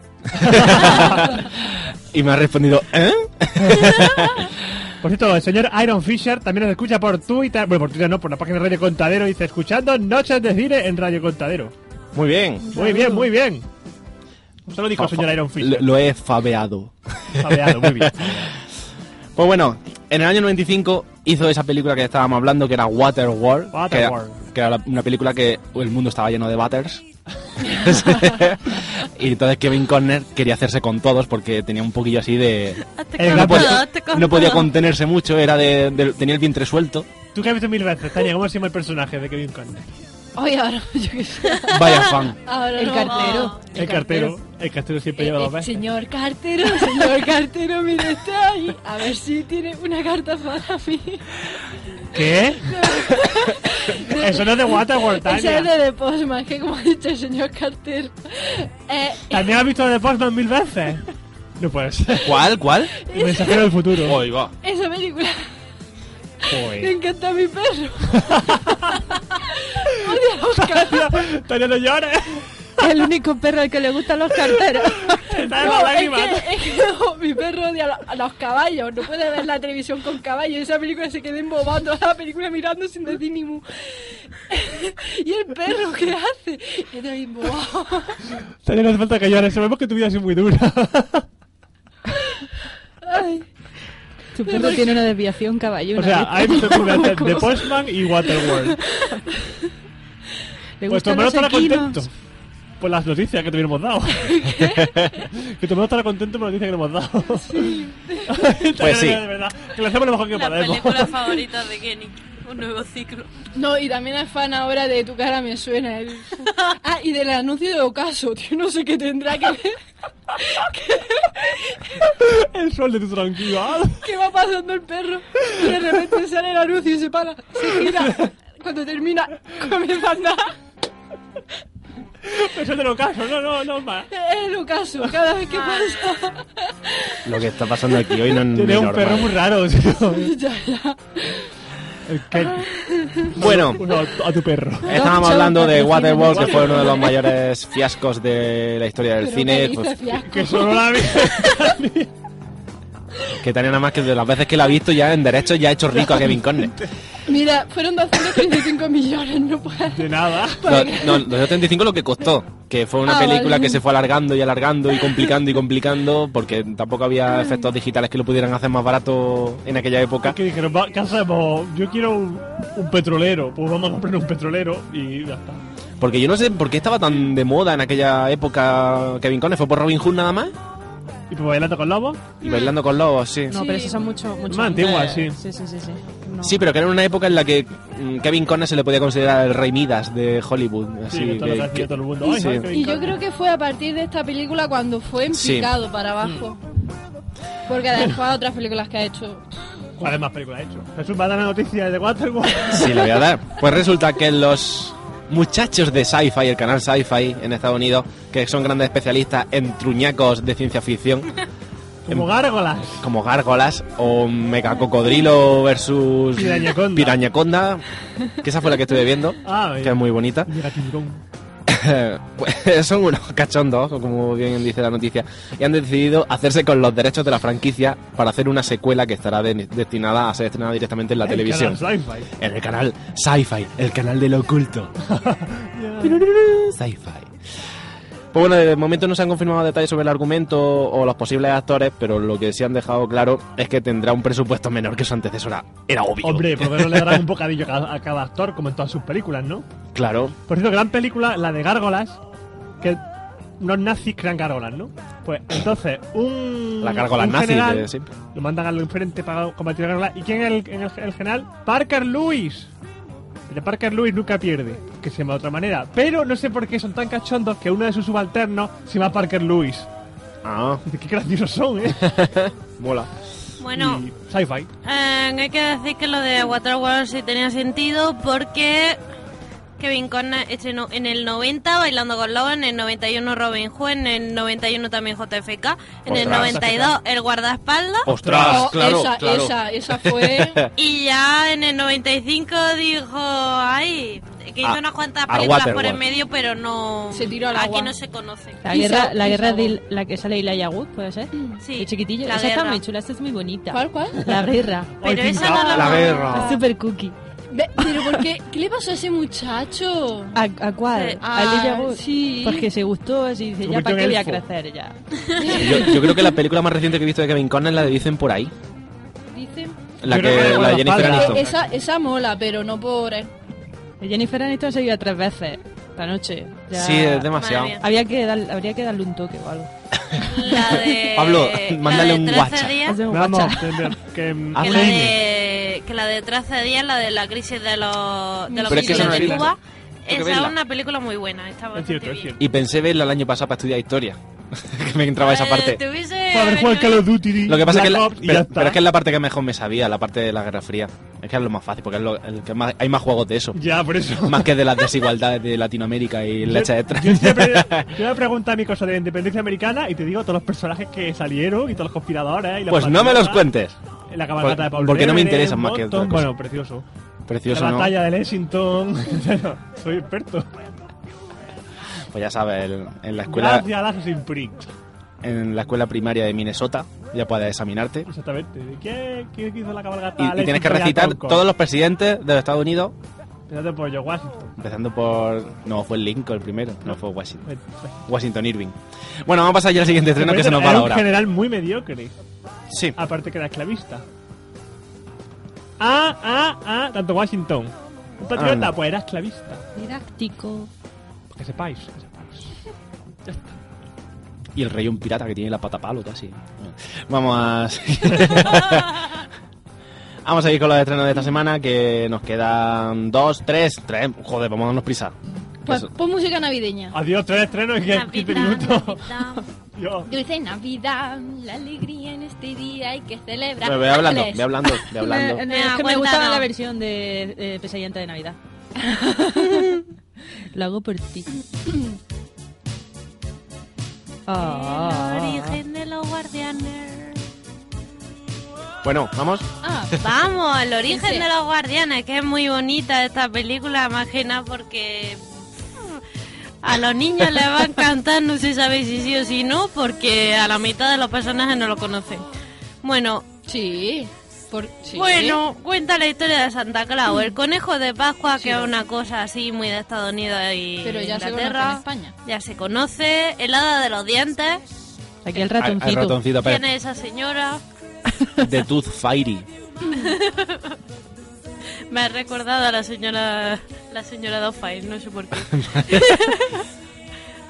Speaker 5: y me ha respondido, ¿eh?
Speaker 4: Por cierto, el señor Iron Fisher también nos escucha por Twitter. Bueno, por Twitter no, por la página de Radio Contadero. Dice, escuchando Noches de Cine en Radio Contadero.
Speaker 5: Muy bien.
Speaker 4: Muy bien, muy bien. Solo lo dijo el señor Iron
Speaker 5: Lo,
Speaker 4: Fisher.
Speaker 5: lo he fabeado.
Speaker 4: Fabeado, muy bien.
Speaker 5: Pues bueno, en el año 95 hizo esa película que estábamos hablando, que era Waterworld. que era-
Speaker 4: Waterworld.
Speaker 5: Que era, la- una película que el mundo estaba lleno de butters. y entonces Kevin Conner quería hacerse con todos porque tenía un poquillo así de...
Speaker 2: Hazte
Speaker 4: El gran-
Speaker 2: con
Speaker 5: No
Speaker 2: todo,
Speaker 5: podía,
Speaker 2: hazte con
Speaker 5: no podía
Speaker 2: todo.
Speaker 5: contenerse mucho, era de, de- tenía el vientre suelto.
Speaker 4: Tú que has visto mil veces, Tania, ¿cómo se llama el personaje de Kevin Conner?
Speaker 6: Hoy ahora, yo qué sé.
Speaker 5: Vaya fan.
Speaker 6: Ahora
Speaker 7: El
Speaker 6: no. Ah,
Speaker 7: cartero.
Speaker 4: El cartero. El cartero siempre lleva dos
Speaker 6: Eh, eh,
Speaker 4: veces.
Speaker 6: señor cartero, señor cartero, mire está ahí. A ver si tiene una carta para mí.
Speaker 4: ¿Qué? Eso no es de Waterworld,
Speaker 6: Esa
Speaker 4: Tania.
Speaker 6: es de Postman, que como ha dicho el señor cartero. Eh,
Speaker 4: También has visto The Postman mil veces. No puedes.
Speaker 5: ¿Cuál? ¿Cuál?
Speaker 4: El mensajero del futuro.
Speaker 5: Hoy va.
Speaker 6: esa película le
Speaker 4: Joder.
Speaker 6: encanta a mi perro. Odio a Oscar.
Speaker 4: Tania, Tania, no llores.
Speaker 7: El único perro al que le gustan los carteros.
Speaker 4: Te salen las
Speaker 6: No, es
Speaker 4: lágrimas.
Speaker 6: que, es que no, mi perro odia a lo- a los caballos. No puede ver la televisión con caballos. Esa película se queda embobando a la película mirando sin decir ni mu. ¿Y el perro qué hace? Queda embobado.
Speaker 4: Tania, no hace falta que llores. Sabemos que tu vida ha sido muy dura.
Speaker 6: Ay,
Speaker 7: Tu perro tiene una desviación caballona. ¿eh?
Speaker 4: O sea, ah,
Speaker 7: ¿viste?
Speaker 4: hay visto tú veces The Postman y Waterworld.
Speaker 7: Le
Speaker 4: Pues tu
Speaker 7: gustan
Speaker 4: hermano
Speaker 7: los
Speaker 4: estará
Speaker 7: equinos.
Speaker 4: contento. Por las noticias que te hubiéramos dado. que tu hermano estará contento por las noticias que le hemos dado. Tania,
Speaker 5: Pues sí.
Speaker 4: de verdad, Que lo hacemos lo mejor que
Speaker 2: La
Speaker 4: podemos.
Speaker 2: película favorita de Kenny. Un nuevo ciclo.
Speaker 6: No, y también es fan ahora de Tu cara me suena. el- Ah, y del anuncio de Ocaso, tío, no sé qué tendrá que ver.
Speaker 4: El sol de tu tranquilidad.
Speaker 6: ¿Qué va pasando el perro? Y de repente sale el anuncio y se para, se gira. Cuando termina, comienza a andar.
Speaker 4: El sol del ocaso. No, no, no, más.
Speaker 6: Es el Ocaso, cada vez que pasa.
Speaker 5: Lo que está pasando aquí hoy no es
Speaker 4: Tiene un perro muy raro, tío.
Speaker 6: Ya, ya.
Speaker 4: El Ken.
Speaker 5: Bueno,
Speaker 4: Uno a tu perro.
Speaker 5: estábamos
Speaker 7: Don
Speaker 5: hablando de
Speaker 7: John
Speaker 5: Waterworld, que
Speaker 7: Waterworld.
Speaker 5: fue uno de los mayores fiascos de la historia del
Speaker 6: Pero
Speaker 5: cine.
Speaker 6: ¿qué dices,
Speaker 5: Pues,
Speaker 6: fiasco?
Speaker 4: Que solo la vi.
Speaker 5: que tenía nada más que de las veces que la ha visto ya en derecho ya ha hecho rico a Kevin Conner.
Speaker 6: Mira, fueron 235 millones, no puedo.
Speaker 4: De nada.
Speaker 5: No, no, 235 lo que costó, que fue una
Speaker 6: Ah,
Speaker 5: película
Speaker 6: vale.
Speaker 5: que se fue alargando y alargando y complicando y complicando, porque tampoco había efectos digitales que lo pudieran hacer más barato en aquella época.
Speaker 4: Que dijeron, "Va, ¿qué hacemos? Yo quiero un, un petrolero. Pues vamos a comprar un petrolero y ya está.
Speaker 5: Porque yo no sé por qué estaba tan de moda en aquella época Kevin Conner, fue por Robin Hood nada más
Speaker 4: ¿Y pues bailando con lobos?
Speaker 5: y bailando con lobos, sí.
Speaker 7: No, pero eso son mucho, mucho
Speaker 4: Más antigua,
Speaker 7: antes.
Speaker 4: sí.
Speaker 7: Sí, sí, sí. sí. No.
Speaker 5: Sí, pero que era una época en la que mm, Kevin Conner se le podía considerar el rey Midas de Hollywood. Así
Speaker 4: Sí, que esto lo
Speaker 5: que-
Speaker 4: que hacía
Speaker 5: que-
Speaker 4: todo el mundo.
Speaker 5: Y-
Speaker 4: Ay,
Speaker 5: sí.
Speaker 4: ay, qué bien
Speaker 6: Y yo
Speaker 4: caro.
Speaker 6: creo que fue a partir de esta película cuando fue en
Speaker 5: Sí. Mm.
Speaker 6: picado para abajo. Porque después otras películas que ha hecho.
Speaker 4: ¿Cuál es más película ha hecho? Jesús, va a dar la noticia de Waterworld.
Speaker 5: Sí, la voy a dar. Pues resulta que los muchachos de Sci-Fi, el canal Sci-Fi en Estados Unidos, que son grandes especialistas en truñacos de ciencia ficción, Em
Speaker 4: Como gárgolas.
Speaker 5: como gárgolas o megacocodrilo versus
Speaker 4: Pirañaconda.
Speaker 5: pirañaconda, que esa fue la que estuve viendo,
Speaker 4: Ah, bien.
Speaker 5: que em es muy bonita.
Speaker 4: Llega King Kong.
Speaker 5: Pues son unos cachondos, como bien dice la noticia, y han decidido hacerse con los derechos de la franquicia para hacer una secuela que estará de- destinada a ser estrenada directamente en la
Speaker 4: El
Speaker 5: televisión.
Speaker 4: canal Sci-Fi.
Speaker 5: En el canal Sci-Fi, el canal del oculto. Sci-Fi. Pues bueno, de momento no se han confirmado detalles sobre el argumento o los posibles actores, pero lo que sí han dejado claro es que tendrá un presupuesto menor que su antecesora. Era obvio.
Speaker 4: Hombre, por lo menos le darán un bocadillo a cada- a cada actor, como en todas sus películas, ¿no?
Speaker 5: Claro.
Speaker 4: Por cierto, gran película, la de Gárgolas, que unos nazis crean gárgolas, ¿no? Pues entonces, un.
Speaker 5: La gárgola
Speaker 4: un
Speaker 5: nazi
Speaker 4: general
Speaker 5: de siempre.
Speaker 4: Lo mandan al frente para combatir gárgolas. ¿Y quién es el, en el, el general? Parker Lewis. El de Parker Lewis nunca pierde, que se llama de otra manera. Pero no sé por qué son tan cachondos que uno de sus subalternos se llama Parker Lewis.
Speaker 5: Ah,
Speaker 4: Dice, Qué graciosos son, ¿eh?
Speaker 5: mola.
Speaker 2: Bueno,
Speaker 4: Y sci-fi.
Speaker 2: eh, hay que decir que lo de Waterworld sí tenía sentido porque Kevin Conner estrenó en el 90 Bailando con Lobos, en el 91 Robin Hood, en el 91 también JFK, en el
Speaker 5: Ostras.
Speaker 2: 92 El Guardaespaldas
Speaker 5: Ostras,
Speaker 6: Oh,
Speaker 5: claro,
Speaker 6: esa,
Speaker 5: claro.
Speaker 6: esa, esa fue.
Speaker 2: y ya en el 95 dijo, ay, que hizo
Speaker 5: Ah,
Speaker 2: unas cuantas
Speaker 5: al
Speaker 2: películas por el
Speaker 5: Waterworld.
Speaker 2: medio pero no...
Speaker 6: Se tiró al agua.
Speaker 2: Aquí no se conoce.
Speaker 7: La guerra,
Speaker 6: Pisa-
Speaker 7: la guerra
Speaker 6: Pisa-
Speaker 7: de Il- la que sale Ila Yagud, ¿puede ser?
Speaker 2: Sí,
Speaker 7: Qué chiquitilla.
Speaker 2: la
Speaker 7: Esa está
Speaker 2: guerra.
Speaker 7: muy chula, esta es muy bonita.
Speaker 6: ¿Cuál, cuál?
Speaker 7: La guerra.
Speaker 2: Pero
Speaker 4: Ay,
Speaker 2: esa
Speaker 4: pinta-
Speaker 2: no la,
Speaker 5: La guerra.
Speaker 7: Es súper cookie.
Speaker 6: Ve- Pero ¿por qué? ¿Qué le pasó a ese muchacho?
Speaker 7: ¿A, a cuál?
Speaker 2: Sí. Ah,
Speaker 7: ¿A Ila Yagud?
Speaker 6: sí.
Speaker 7: Porque se gustó así dice, ya
Speaker 4: Convirtió
Speaker 7: para
Speaker 4: en
Speaker 7: qué voy a
Speaker 4: elfo.
Speaker 7: crecer ya.
Speaker 5: Yo, yo creo que la película más reciente que he visto de Kevin Conner es la de Dicen por ahí.
Speaker 6: Dice. "Eh,
Speaker 5: La,
Speaker 4: Yo
Speaker 5: que,
Speaker 4: creo que
Speaker 5: la de
Speaker 4: la
Speaker 5: Jennifer
Speaker 4: espalda.
Speaker 5: Aniston.
Speaker 6: Esa, esa mola, pero no por. eh, él.
Speaker 7: Pues Jennifer Aniston se ha ido tres veces esta noche. Ya-
Speaker 5: Sí, es demasiado.
Speaker 2: Madre mía.
Speaker 7: Había que dar, habría que darle un toque o algo.
Speaker 2: La de...
Speaker 5: Pablo,
Speaker 2: la de
Speaker 5: mándale un
Speaker 2: 13
Speaker 5: WhatsApp.
Speaker 2: días.
Speaker 7: Hazme un
Speaker 4: Vamos,
Speaker 7: WhatsApp.
Speaker 4: que- mm, que.
Speaker 5: Ah,
Speaker 2: que
Speaker 5: Hazme
Speaker 2: la,
Speaker 5: N.
Speaker 2: de, que la de 13 días, la de la crisis de los, de los
Speaker 5: Pero es que
Speaker 2: misiles
Speaker 5: eso no
Speaker 2: de
Speaker 5: es
Speaker 2: Cuba,
Speaker 5: que
Speaker 2: Esa es
Speaker 5: verla.
Speaker 2: una película muy buena. Está bastante bien.
Speaker 5: Y pensé verla el año pasado para estudiar historia. que me entraba esa
Speaker 2: Eh,
Speaker 5: parte.
Speaker 2: te hubiese
Speaker 4: Para jugar Call of Duty.
Speaker 5: Lo que pasa es que,
Speaker 4: Black
Speaker 5: la-
Speaker 4: Ops y ya
Speaker 5: pero,
Speaker 4: está.
Speaker 5: pero es que es la parte que mejor me sabía, la parte de la Guerra Fría. Es que es lo más fácil, porque es lo, el que más, hay más juegos de eso.
Speaker 4: Ya, por eso.
Speaker 5: Más que de las desigualdades de Latinoamérica y
Speaker 4: Yo-
Speaker 5: leche extra.
Speaker 4: Yo siempre yo me pregunto a mi cosa de la independencia americana y te digo todos los personajes que salieron y todos los conspiradores. Y la
Speaker 5: Pues no me los
Speaker 4: patata,
Speaker 5: cuentes.
Speaker 4: La cabalgata
Speaker 5: Por-
Speaker 4: de Paul
Speaker 5: porque no me
Speaker 4: Revere,
Speaker 5: interesan más que
Speaker 4: Boston,
Speaker 5: otra cosa.
Speaker 4: Bueno, precioso.
Speaker 5: Precioso,
Speaker 4: la
Speaker 5: ¿no?
Speaker 4: batalla de Lexington. Bueno, Soy experto.
Speaker 5: Pues ya sabes, el- en la escuela
Speaker 4: Gracias, Assassin's Creed.
Speaker 5: en la escuela primaria de Minnesota ya puedes examinarte.
Speaker 4: Exactamente. ¿De ¿Quién, quién hizo la cabalgata?
Speaker 5: Y, y tienes que recitar todos los presidentes de los Estados Unidos,
Speaker 4: Empezando por George Washington.
Speaker 5: empezando por... No, fue Lincoln el primero, no fue Washington.
Speaker 4: Eh,
Speaker 5: Washington Irving. Bueno, vamos a pasar ya al siguiente estreno que se nos va
Speaker 4: Era
Speaker 5: la
Speaker 4: un
Speaker 5: hora.
Speaker 4: general muy mediocre.
Speaker 5: Sí.
Speaker 4: Aparte que era esclavista. Ah, ah, ah, tanto Washington. Un patriota,
Speaker 5: Anda.
Speaker 4: pues era esclavista.
Speaker 7: Didáctico.
Speaker 4: Para que sepáis, que sepáis.
Speaker 5: Y el rey un pirata que tiene la pata palo casi. Vamos a... Vamos a ir con los estrenos de esta semana que nos quedan dos, tres, tres. Joder, vamos a darnos prisa.
Speaker 6: Pues
Speaker 5: Eso.
Speaker 6: pon música navideña.
Speaker 4: Adiós, tres estrenos en 15 minutos. Dios.
Speaker 6: Dulce Navidad, la alegría en este día hay que celebrar.
Speaker 5: Bueno, ve hablando,
Speaker 6: Ángeles.
Speaker 5: ve hablando, ve hablando.
Speaker 7: Me, me-
Speaker 2: Venga,
Speaker 7: es que me
Speaker 2: cuéntanos.
Speaker 7: gustaba la versión de, de Pesadilla antes de Navidad. Lo hago por ti. Ah.
Speaker 2: El origen de los guardianes.
Speaker 5: Bueno, vamos.
Speaker 6: Ah,
Speaker 2: Vamos,
Speaker 6: Sí,
Speaker 2: el
Speaker 6: sí.
Speaker 2: origen de los guardianes, que es muy bonita esta película, más que nada porque pff, a los niños les va a encantar, no se sabe si sí o si no, porque a la mitad de los personajes no lo conocen. Bueno,
Speaker 6: sí. Por, sí.
Speaker 2: bueno, cuenta la historia de Santa Claus, el conejo de Pascua, que es una cosa así muy de Estados Unidos y
Speaker 6: Pero ya se conoce en
Speaker 2: Inglaterra.
Speaker 6: España.
Speaker 2: ya se conoce, el hada de los dientes,
Speaker 7: Aquí el
Speaker 5: Al-
Speaker 7: ratoncito.
Speaker 5: Al ratoncito, Pérez.
Speaker 2: tiene esa señora.
Speaker 5: The Tooth Fairy.
Speaker 2: Me ha recordado a la señora la señora Doffay, no sé por qué.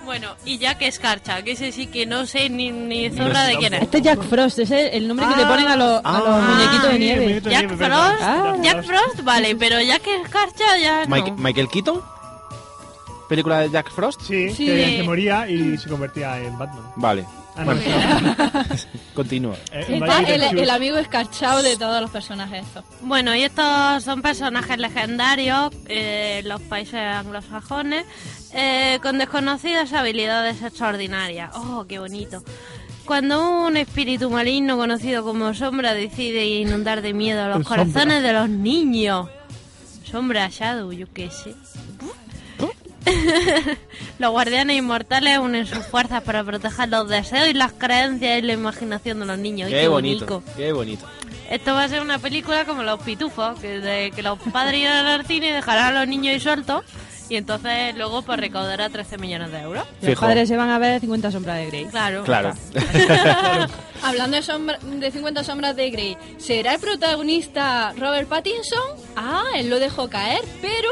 Speaker 2: bueno, y Jack Escarcha, que ese sí que no sé ni, ni zorra de quién es.
Speaker 7: Este es Jack Frost, ese es el nombre que le ponen a los, a los muñequitos de
Speaker 4: Ah, sí,
Speaker 7: nieve.
Speaker 4: muñequito de
Speaker 2: Jack
Speaker 4: nieve, perdón.
Speaker 2: Frost,
Speaker 7: Ah.
Speaker 2: Jack Frost, vale, pero Jack Escarcha ya
Speaker 5: Mike-
Speaker 2: no.
Speaker 5: Michael Keaton. Película de Jack Frost.
Speaker 4: Sí,
Speaker 6: Sí.
Speaker 4: Que, que moría y se convertía en Batman.
Speaker 5: Vale.
Speaker 4: Ah, no,
Speaker 5: Bueno,
Speaker 4: no.
Speaker 5: continúa.
Speaker 4: Eh, en
Speaker 6: Está
Speaker 4: Batman
Speaker 6: Ah, el,
Speaker 4: Detective.
Speaker 6: el amigo escarchado de todos los personajes estos.
Speaker 2: Bueno, y estos son personajes legendarios eh, en los países anglosajones eh, con desconocidas habilidades extraordinarias. ¡Oh, qué bonito! Cuando un espíritu maligno conocido como Sombra decide inundar de miedo los
Speaker 4: El Sombra.
Speaker 2: corazones de los niños. Sombra, Shadow, yo qué sé. Los guardianes inmortales unen sus fuerzas para proteger los deseos y las creencias y la imaginación de los niños. ¡Y
Speaker 5: Qué bonito.
Speaker 2: bonito.
Speaker 5: Qué bonito.
Speaker 2: Esto va a ser una película como Los Pitufos, que, de- que los padres irán al cine y dejarán a los niños ahí sueltos y entonces luego pues recaudará 13 millones de euros.
Speaker 7: Los
Speaker 5: Fijo.
Speaker 7: padres se van a ver 50 sombras de Grey.
Speaker 2: Claro.
Speaker 5: Claro.
Speaker 6: Hablando de, sombra- de 50 sombras de Grey, ¿será el protagonista Robert Pattinson? Ah, él lo dejó caer, pero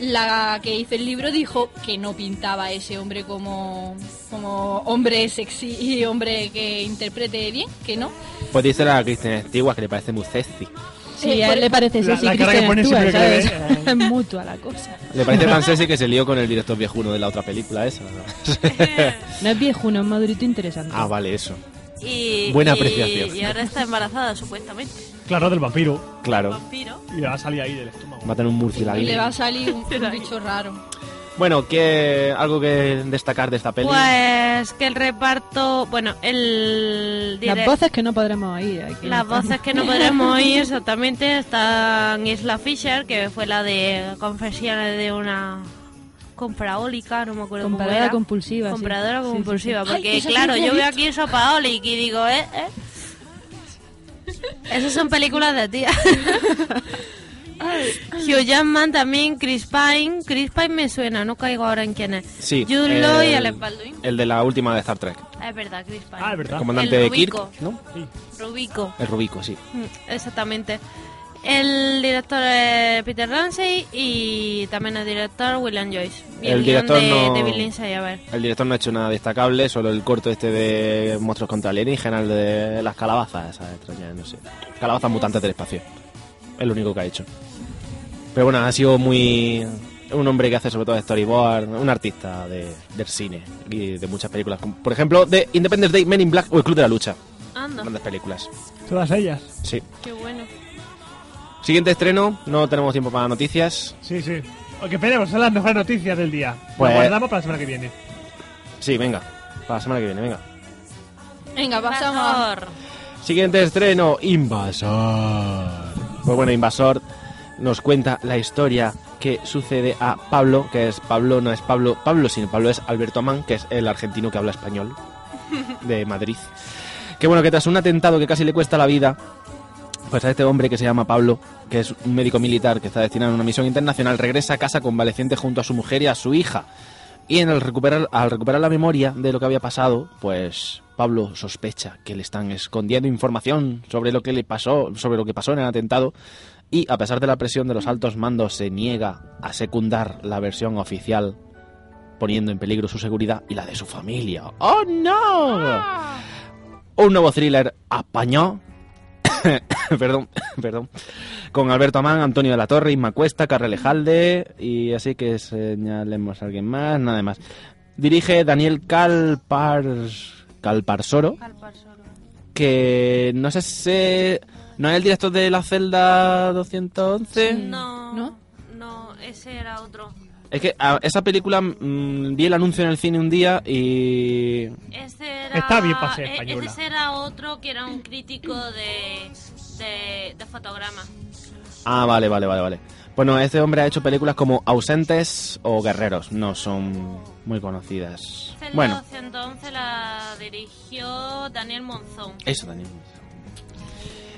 Speaker 6: la que hizo el libro dijo que no pintaba a ese hombre como, como hombre sexy y hombre que interprete bien, que no.
Speaker 5: Pues dice la Cristina Estigua que le parece muy sexy.
Speaker 7: Sí,
Speaker 6: Eh,
Speaker 7: a él
Speaker 6: por-
Speaker 7: le parece
Speaker 4: La-
Speaker 7: sexy
Speaker 4: la cara que
Speaker 7: Kristen
Speaker 4: pone
Speaker 7: Stewart,
Speaker 4: siempre que le
Speaker 7: ¿sabes? Es mutua la cosa.
Speaker 5: Le parece tan sexy que se lió con el director viejuno de la otra película esa.
Speaker 7: No es viejuno, es madurito interesante.
Speaker 5: ah, vale, eso.
Speaker 2: Y,
Speaker 5: Buena
Speaker 2: y-
Speaker 5: apreciación.
Speaker 2: Y ahora está embarazada supuestamente.
Speaker 4: Claro, del vampiro.
Speaker 5: Claro.
Speaker 2: Vampiro.
Speaker 4: Y le va a salir ahí del estómago.
Speaker 5: Matan un
Speaker 6: Y le va a
Speaker 5: murciélago.
Speaker 6: salir un, un bicho raro.
Speaker 5: Bueno, ¿qué, algo que destacar de esta peli.
Speaker 2: Pues que el reparto, bueno, el
Speaker 7: Las
Speaker 2: direc-
Speaker 7: voces que no podremos oír. aquí.
Speaker 2: Las voces que no podremos oír exactamente están Isla Fisher, que fue la de Confesiones de una compraólica, no me acuerdo cómo
Speaker 7: Compradora
Speaker 2: era.
Speaker 7: compulsiva, sí.
Speaker 2: Compradora
Speaker 7: Sí, sí,
Speaker 2: compulsiva,
Speaker 6: sí.
Speaker 2: porque
Speaker 6: Ay, esa
Speaker 2: claro,
Speaker 6: sí la he
Speaker 2: yo veo
Speaker 6: visto.
Speaker 2: aquí Sopaólic y digo, eh, eh. Esas son películas de tía. Hugh Jackman también, Chris Pine. Chris Pine me suena, no caigo ahora en quién es.
Speaker 5: Sí. eh,
Speaker 2: Jude
Speaker 5: el-
Speaker 2: Law y Alec Baldwin.
Speaker 5: El de la última de Star Trek.
Speaker 2: Ah, Es verdad, Chris Pine.
Speaker 4: Ah, es verdad.
Speaker 5: El comandante
Speaker 2: El
Speaker 5: de Kirk,
Speaker 2: Rubico.
Speaker 5: ¿no?
Speaker 2: Rubico.
Speaker 5: El Rubico, sí.
Speaker 2: Mm, Exactamente. El director es Peter Ramsey y también el director William Joyce. Y el,
Speaker 5: El
Speaker 2: guion
Speaker 5: director
Speaker 2: de,
Speaker 5: no-
Speaker 2: de Bill Lindsay, a ver.
Speaker 5: El director no ha hecho nada destacable, solo el corto este de Monstruos contra alienígenas, el de las calabazas, esas extrañas, no sé. Calabazas mutantes del espacio. Es lo único que ha hecho. Pero bueno, ha sido muy un hombre que hace sobre todo storyboard, un artista de, del cine y de muchas películas. como, Por ejemplo, de Independence Day, Men in Black o El Club de la Lucha.
Speaker 2: Anda.
Speaker 5: Grandes películas.
Speaker 4: Todas ellas.
Speaker 5: Sí.
Speaker 2: Qué bueno.
Speaker 5: Siguiente estreno, no tenemos tiempo para noticias.
Speaker 4: Sí, sí. O que esperemos, pues son las mejores noticias del día.
Speaker 5: Pues-
Speaker 4: Lo guardamos para la semana que viene.
Speaker 5: Sí, venga. Para la semana que viene, venga.
Speaker 6: Venga, pasamos.
Speaker 2: Pastor.
Speaker 5: Siguiente estreno, Invasor. Pues bueno, Invasor nos cuenta la historia que sucede a Pablo, que es Pablo, no es Pablo, Pablo, sino Pablo es Alberto Amán, que es el argentino que habla español de Madrid. Que bueno, que tras un atentado que casi le cuesta la vida, pues a este hombre que se llama Pablo, que es un médico militar que está destinado a una misión internacional, regresa a casa convaleciente junto a su mujer y a su hija. Y en el recuperar, al recuperar la memoria de lo que había pasado, pues Pablo sospecha que le están escondiendo información sobre lo que le pasó, sobre lo que pasó en el atentado, y a pesar de la presión de los altos mandos se niega a secundar la versión oficial, poniendo en peligro su seguridad y la de su familia. ¡Oh no! Un nuevo thriller apañó. perdón, perdón. Con Alberto Amán, Antonio de la Torre, Isma Cuesta, Carre Lejalde. Y así que señalemos a alguien más, nada más. Dirige Daniel Calpars, Calparsoro, que no sé si. ¿No es el director de La Celda
Speaker 6: Eh,
Speaker 5: 211?
Speaker 2: No,
Speaker 7: ¿No?
Speaker 2: no. ese era otro.
Speaker 5: Es que a- esa película mm, vi el anuncio en el cine un día y.
Speaker 2: Ese era,
Speaker 4: Está bien para ser
Speaker 2: e-
Speaker 4: española.
Speaker 2: Ese era otro que era un crítico de, de, de fotograma.
Speaker 5: Ah, vale, vale, vale, vale. Bueno, este hombre ha hecho películas como Ausentes o Guerreros. No son muy conocidas.
Speaker 2: Celda
Speaker 5: Bueno,
Speaker 2: 211 la dirigió Daniel Monzón.
Speaker 5: eso, Daniel.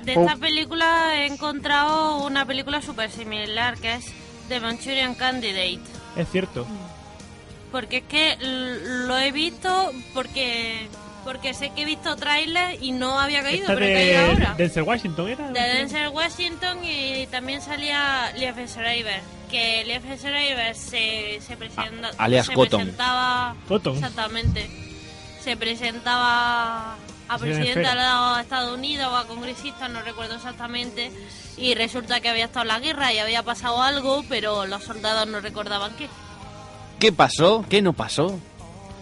Speaker 2: De
Speaker 5: Oh.
Speaker 2: esta película he encontrado una película súper similar que es The Manchurian Candidate.
Speaker 4: Es cierto.
Speaker 2: Porque es que l- lo he visto porque porque sé que he visto trailers y no había caído,
Speaker 4: Esta
Speaker 2: pero he caído
Speaker 4: de
Speaker 2: ahora.
Speaker 4: Denzel Washington era.
Speaker 2: De Denzel Washington y también salía Lief Schreiber. Que Lief Schreiber se, se, presenta-
Speaker 5: A- Ah, alias
Speaker 2: se
Speaker 5: Cotton.
Speaker 2: presentaba.
Speaker 4: Cotton.
Speaker 2: Exactamente. Se presentaba a
Speaker 4: Se
Speaker 2: presidente
Speaker 4: espera.
Speaker 2: de los Estados Unidos o a congresista, no recuerdo exactamente. Y resulta que había estado la guerra y había pasado algo, pero los soldados no recordaban qué.
Speaker 5: ¿Qué pasó? ¿Qué no pasó?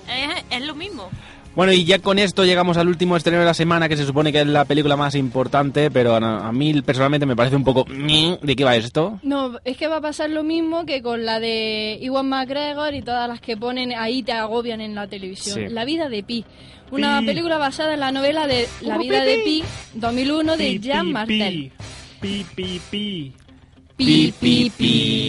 Speaker 2: Es, es lo mismo.
Speaker 5: Bueno, y ya con esto llegamos al último estreno de la semana, que se supone que es la película más importante, pero a, a mí personalmente me parece un poco... ñe, ¿De qué va esto?
Speaker 6: No, es que va a pasar lo mismo que con la de Iwan McGregor y todas las que ponen ahí te agobian en la televisión.
Speaker 5: Sí.
Speaker 6: La vida de Pi. Una
Speaker 4: Pi.
Speaker 6: película basada en la novela de La
Speaker 4: Uh,
Speaker 6: vida
Speaker 4: pi,
Speaker 6: de
Speaker 4: pi.
Speaker 6: Pi, 2001 de
Speaker 4: Pi,
Speaker 6: Jean
Speaker 4: pi,
Speaker 6: Martel.
Speaker 4: Pi, pi, pi.
Speaker 5: Pi, pi,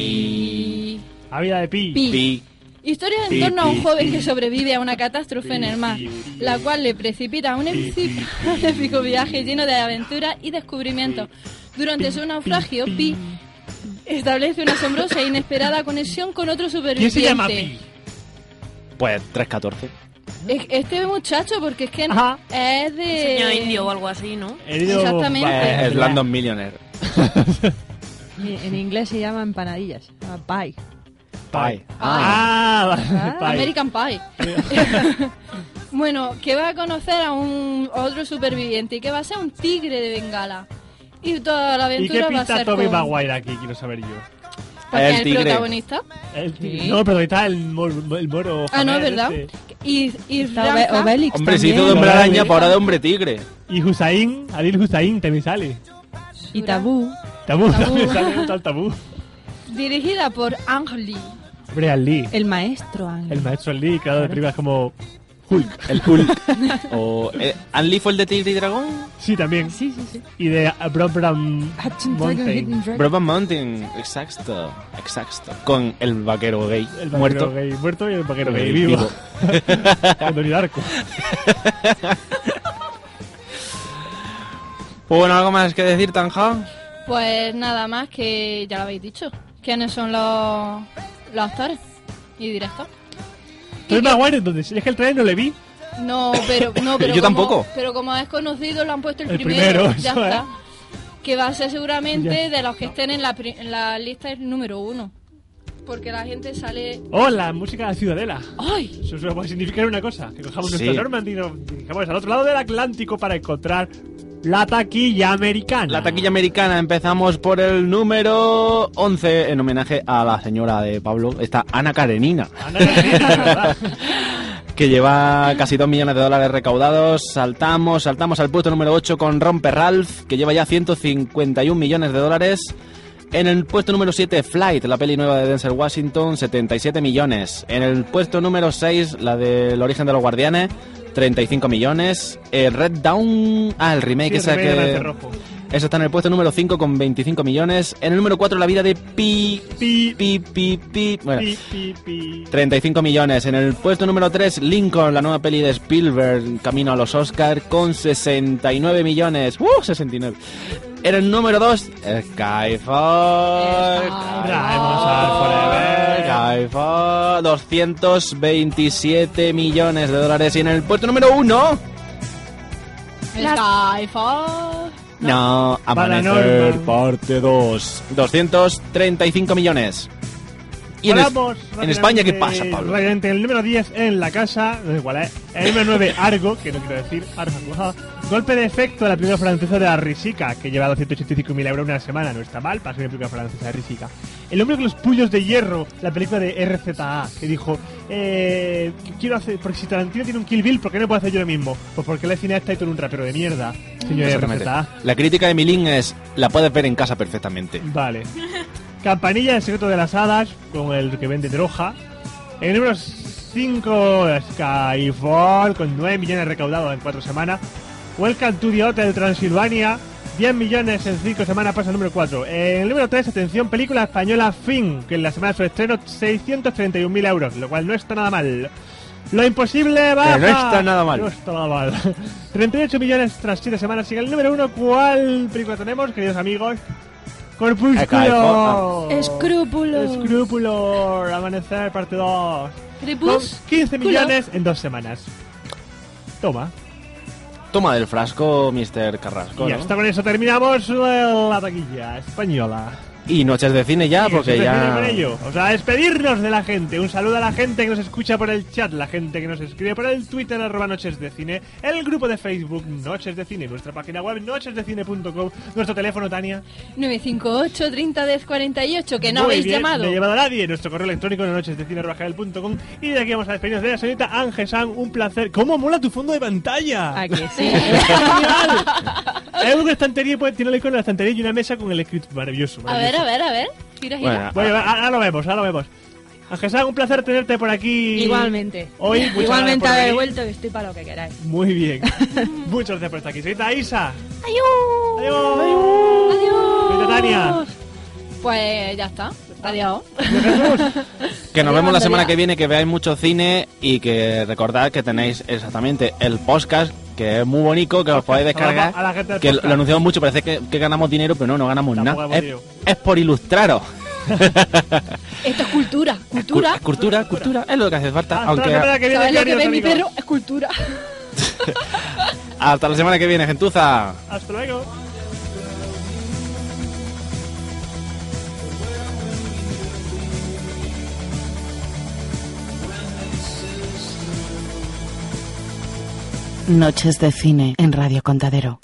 Speaker 6: pi.
Speaker 4: Había de pi.
Speaker 6: Pi.
Speaker 5: Pi.
Speaker 6: Historia en
Speaker 5: Pi,
Speaker 6: torno a
Speaker 5: pi,
Speaker 6: un joven
Speaker 5: pi.
Speaker 6: que sobrevive a una catástrofe en el mar, la cual le precipita a un épico un épico viaje lleno de aventuras y descubrimientos. Durante su naufragio, Pi establece una asombrosa e inesperada conexión con otro
Speaker 4: ¿Quién
Speaker 6: superviviente.
Speaker 4: se llama pi?
Speaker 5: Pues 314.
Speaker 6: Es- Este muchacho, porque es que
Speaker 4: Ajá.
Speaker 6: es de...
Speaker 2: Señor indio o algo así, ¿no?
Speaker 4: He ido-
Speaker 6: Exactamente.
Speaker 4: Vale,
Speaker 5: es Landon Eh, Millionaire.
Speaker 7: Y En inglés se llama empanadillas, se llama pie.
Speaker 5: Pie.
Speaker 4: Ah, vale,
Speaker 7: Ah,
Speaker 4: vale.
Speaker 6: American Pie. bueno, que va a conocer a un a otro superviviente y que va a ser un tigre de Bengala. Y toda la
Speaker 4: ¿Y qué
Speaker 6: aventura va a
Speaker 4: pinta
Speaker 6: ser
Speaker 4: Toby
Speaker 6: con-
Speaker 4: Maguire aquí? Quiero saber yo.
Speaker 6: porque
Speaker 5: El
Speaker 6: es el
Speaker 5: tigre.
Speaker 6: protagonista.
Speaker 4: El tigre-
Speaker 7: Sí.
Speaker 4: No, pero está el, mor- el moro.
Speaker 6: Ah, no,
Speaker 4: Hamed
Speaker 6: ¿verdad?
Speaker 4: este.
Speaker 6: Y, y
Speaker 7: Está Obe-
Speaker 6: Franza-
Speaker 7: Obelix
Speaker 5: Hombre, se
Speaker 7: también.
Speaker 5: hizo de hombre
Speaker 4: Vale,
Speaker 5: araña
Speaker 4: vale.
Speaker 5: por pues ahora de hombre tigre.
Speaker 4: Y Hussein, Adil Hussein también sale.
Speaker 7: Y tabú.
Speaker 4: Tabú,
Speaker 6: Tabú.
Speaker 4: también sale tal tabú.
Speaker 6: dirigida por Ang Lee.
Speaker 4: Brian Lee,
Speaker 7: El maestro Ángel.
Speaker 4: el maestro Lee, creador de películas como Hulk.
Speaker 5: El Hulk. o, eh, ¿Ann Lee fue el de Tigre y Dragón?
Speaker 4: Sí, también.
Speaker 7: Sí, sí, sí.
Speaker 4: Y de Brown Brown
Speaker 7: Action Dragon, Hidden
Speaker 4: Mountain.
Speaker 7: Dragon.
Speaker 5: Brokeback Mountain, exacto, exacto. Con el vaquero gay
Speaker 4: El vaquero
Speaker 5: muerto.
Speaker 4: gay muerto y el vaquero
Speaker 5: El
Speaker 4: gay
Speaker 5: vivo.
Speaker 4: vivo. Con Donnie Darko.
Speaker 5: Pues bueno, ¿algo más que decir, Tanja?
Speaker 6: Pues nada más que ya lo habéis dicho. ¿Quiénes son los, los actores y directores?
Speaker 4: Toby Maguire, entonces. Es que el trailer no le vi.
Speaker 6: No, pero, no, pero
Speaker 5: Yo
Speaker 6: como,
Speaker 5: tampoco.
Speaker 6: Pero como es conocido, lo han puesto el,
Speaker 4: El
Speaker 6: primero.
Speaker 4: primero,
Speaker 6: ya
Speaker 4: eso
Speaker 6: está.
Speaker 4: es.
Speaker 6: Que va a ser
Speaker 4: Ya.
Speaker 6: seguramente de los que estén en la, pri- en la lista el número uno. Porque la gente sale.
Speaker 4: Hola, música de la Ciudadela.
Speaker 6: ¡Ay!
Speaker 4: Eso solo puede significar una cosa: que cojamos
Speaker 5: Sí.
Speaker 4: nuestra Normandy y nos dirijamos al otro lado del Atlántico para encontrar La taquilla americana.
Speaker 5: La taquilla americana, empezamos por el número 11, en homenaje a la señora de Pablo, esta Ana Karenina. que lleva casi 2 millones de dólares recaudados. Saltamos, saltamos al puesto número 8 con Romper Ralph, que lleva ya 151 millones de dólares. En el puesto número 7, Flight, la peli nueva de Denzel Washington, 77 millones. En el puesto número 6, la del origen de los guardianes, 35 millones. El Red Down, ah, el remake,
Speaker 4: Sí, el
Speaker 5: esa
Speaker 4: remake del
Speaker 5: que...
Speaker 4: Cerrojo.
Speaker 5: Eso está en el puesto número 5 con 25 millones. En el número 4, la vida de Pi...
Speaker 4: Pi...
Speaker 5: Pi... Pi... Pi... Bueno,
Speaker 4: Pi, pi, pi.
Speaker 5: 35 millones. En el puesto número 3, Lincoln, la nueva peli de Spielberg, camino a los Oscar, con 69 millones. ¡Uh! 69. En el número 2, Skyfall. Skyfall. 227 millones de dólares. Y en el puesto número 1,
Speaker 6: Skyfall.
Speaker 5: no, Amanecer,
Speaker 4: Paranormal.
Speaker 5: parte 2. 235 millones. Y en, es-
Speaker 4: Volamos
Speaker 5: en España, ¿qué pasa,
Speaker 4: rápidamente-
Speaker 5: Pablo?
Speaker 4: Rápidamente, el número 10 en la casa, no es igual, ¿eh? El número 9, Argo, que no quiero decir, Argo, ajá. Golpe de efecto de la película francesa de la Risica, que lleva 285.000 euros una semana, no está mal para ser una película francesa de Risica. El hombre con los puños de hierro, la película de RZA, que dijo, eh, quiero hacer, porque si Tarantino tiene un Kill Bill, ¿por qué no puedo hacer yo lo mismo? Pues porque la cineasta y tú eres un rapero de mierda, señor
Speaker 5: Exactamente.
Speaker 4: RZA.
Speaker 5: La crítica de Milín es, la puedes ver en casa perfectamente.
Speaker 4: Vale. Campanilla del secreto de las hadas, con el que vende droga. El número 5, Skyfall, con 9 millones recaudados en 4 semanas. Welcome to the Hotel Transilvania, 10 millones en 5 semanas pasa al número 4. El número 3, atención, película española Fin, que en la semana de su estreno 631.000 euros, lo cual no está nada mal. Lo imposible baja.
Speaker 5: Que no está nada mal.
Speaker 4: No está nada mal. 38 millones tras 7 semanas. Sigue el número 1. ¿Cuál película tenemos, queridos amigos? Corpúsculo.
Speaker 6: Escrúpulos.
Speaker 4: Escrúpulo. Amanecer, parte 2. Con
Speaker 6: Crepúsculo.
Speaker 4: 15 millones en dos semanas. Toma.
Speaker 5: Toma del frasco, Mr. Carrasco.
Speaker 4: Y
Speaker 5: ¿no?
Speaker 4: hasta con eso terminamos eh, la taquilla española.
Speaker 5: Y noches de cine ya,
Speaker 4: Y
Speaker 5: Ah, porque
Speaker 4: eso termina con
Speaker 5: ya.
Speaker 4: ello. O sea, a despedirnos de la gente. Un saludo a la gente que nos escucha por el chat, la gente que nos escribe por el Twitter, arroba Noches de Cine, el grupo de Facebook Noches de Cine, nuestra página web nochesdecine.com, nuestro teléfono, Tania.
Speaker 6: 958 30 10 48 que no
Speaker 4: Muy
Speaker 6: habéis
Speaker 4: bien,
Speaker 6: llamado.
Speaker 4: No he llamado a nadie. Nuestro correo electrónico nochesdecine.com y de aquí vamos a despedirnos de la señorita Ángel San. Un placer. ¿Cómo mola tu fondo de pantalla?
Speaker 7: ¿A Ah, que sí?
Speaker 4: ¡Es genial! Hay una estantería, pues, tiene el icono de la estantería y una mesa con el escrito maravilloso.
Speaker 6: A ver,
Speaker 4: maravilloso.
Speaker 6: a ver, a ver. Gira, gira.
Speaker 5: Bueno,
Speaker 4: Bueno, ahora lo vemos, ahora lo vemos. Ángel San, un placer tenerte por aquí.
Speaker 7: Igualmente.
Speaker 4: Hoy, muchas gracias
Speaker 7: Igualmente
Speaker 4: por
Speaker 7: habéis
Speaker 4: venir.
Speaker 7: vuelto que estoy para lo que queráis.
Speaker 4: Muy bien. Muchas gracias por estar aquí. Señorita Isa. Adiós.
Speaker 6: Adiós.
Speaker 4: Señorita Tania.
Speaker 6: Pues ya está. Adiós.
Speaker 5: que nos
Speaker 6: Adiós,
Speaker 5: vemos la semana
Speaker 6: Andalucía.
Speaker 5: que viene, que veáis mucho cine y que recordad que tenéis exactamente el podcast, que es muy bonito, que os podéis descargar.
Speaker 4: A la gente del
Speaker 5: que lo
Speaker 4: podcast.
Speaker 5: anunciamos mucho, parece que, que ganamos dinero, pero no, no ganamos
Speaker 4: Tampoco
Speaker 5: nada. Es,
Speaker 4: ganamos
Speaker 5: es por ilustraros.
Speaker 6: Esto es cultura, cultura.
Speaker 5: Cul- Cultura, cultura, es lo que hace falta.
Speaker 4: Ah, Hasta
Speaker 5: aunque
Speaker 4: la semana que viene,
Speaker 6: ¿Sabes lo que
Speaker 4: queridos
Speaker 6: ve mi
Speaker 4: amigos.
Speaker 6: perro? Es cultura.
Speaker 5: hasta la semana que viene, gentuza.
Speaker 4: Hasta luego.
Speaker 3: Noches de cine en Radio Contadero.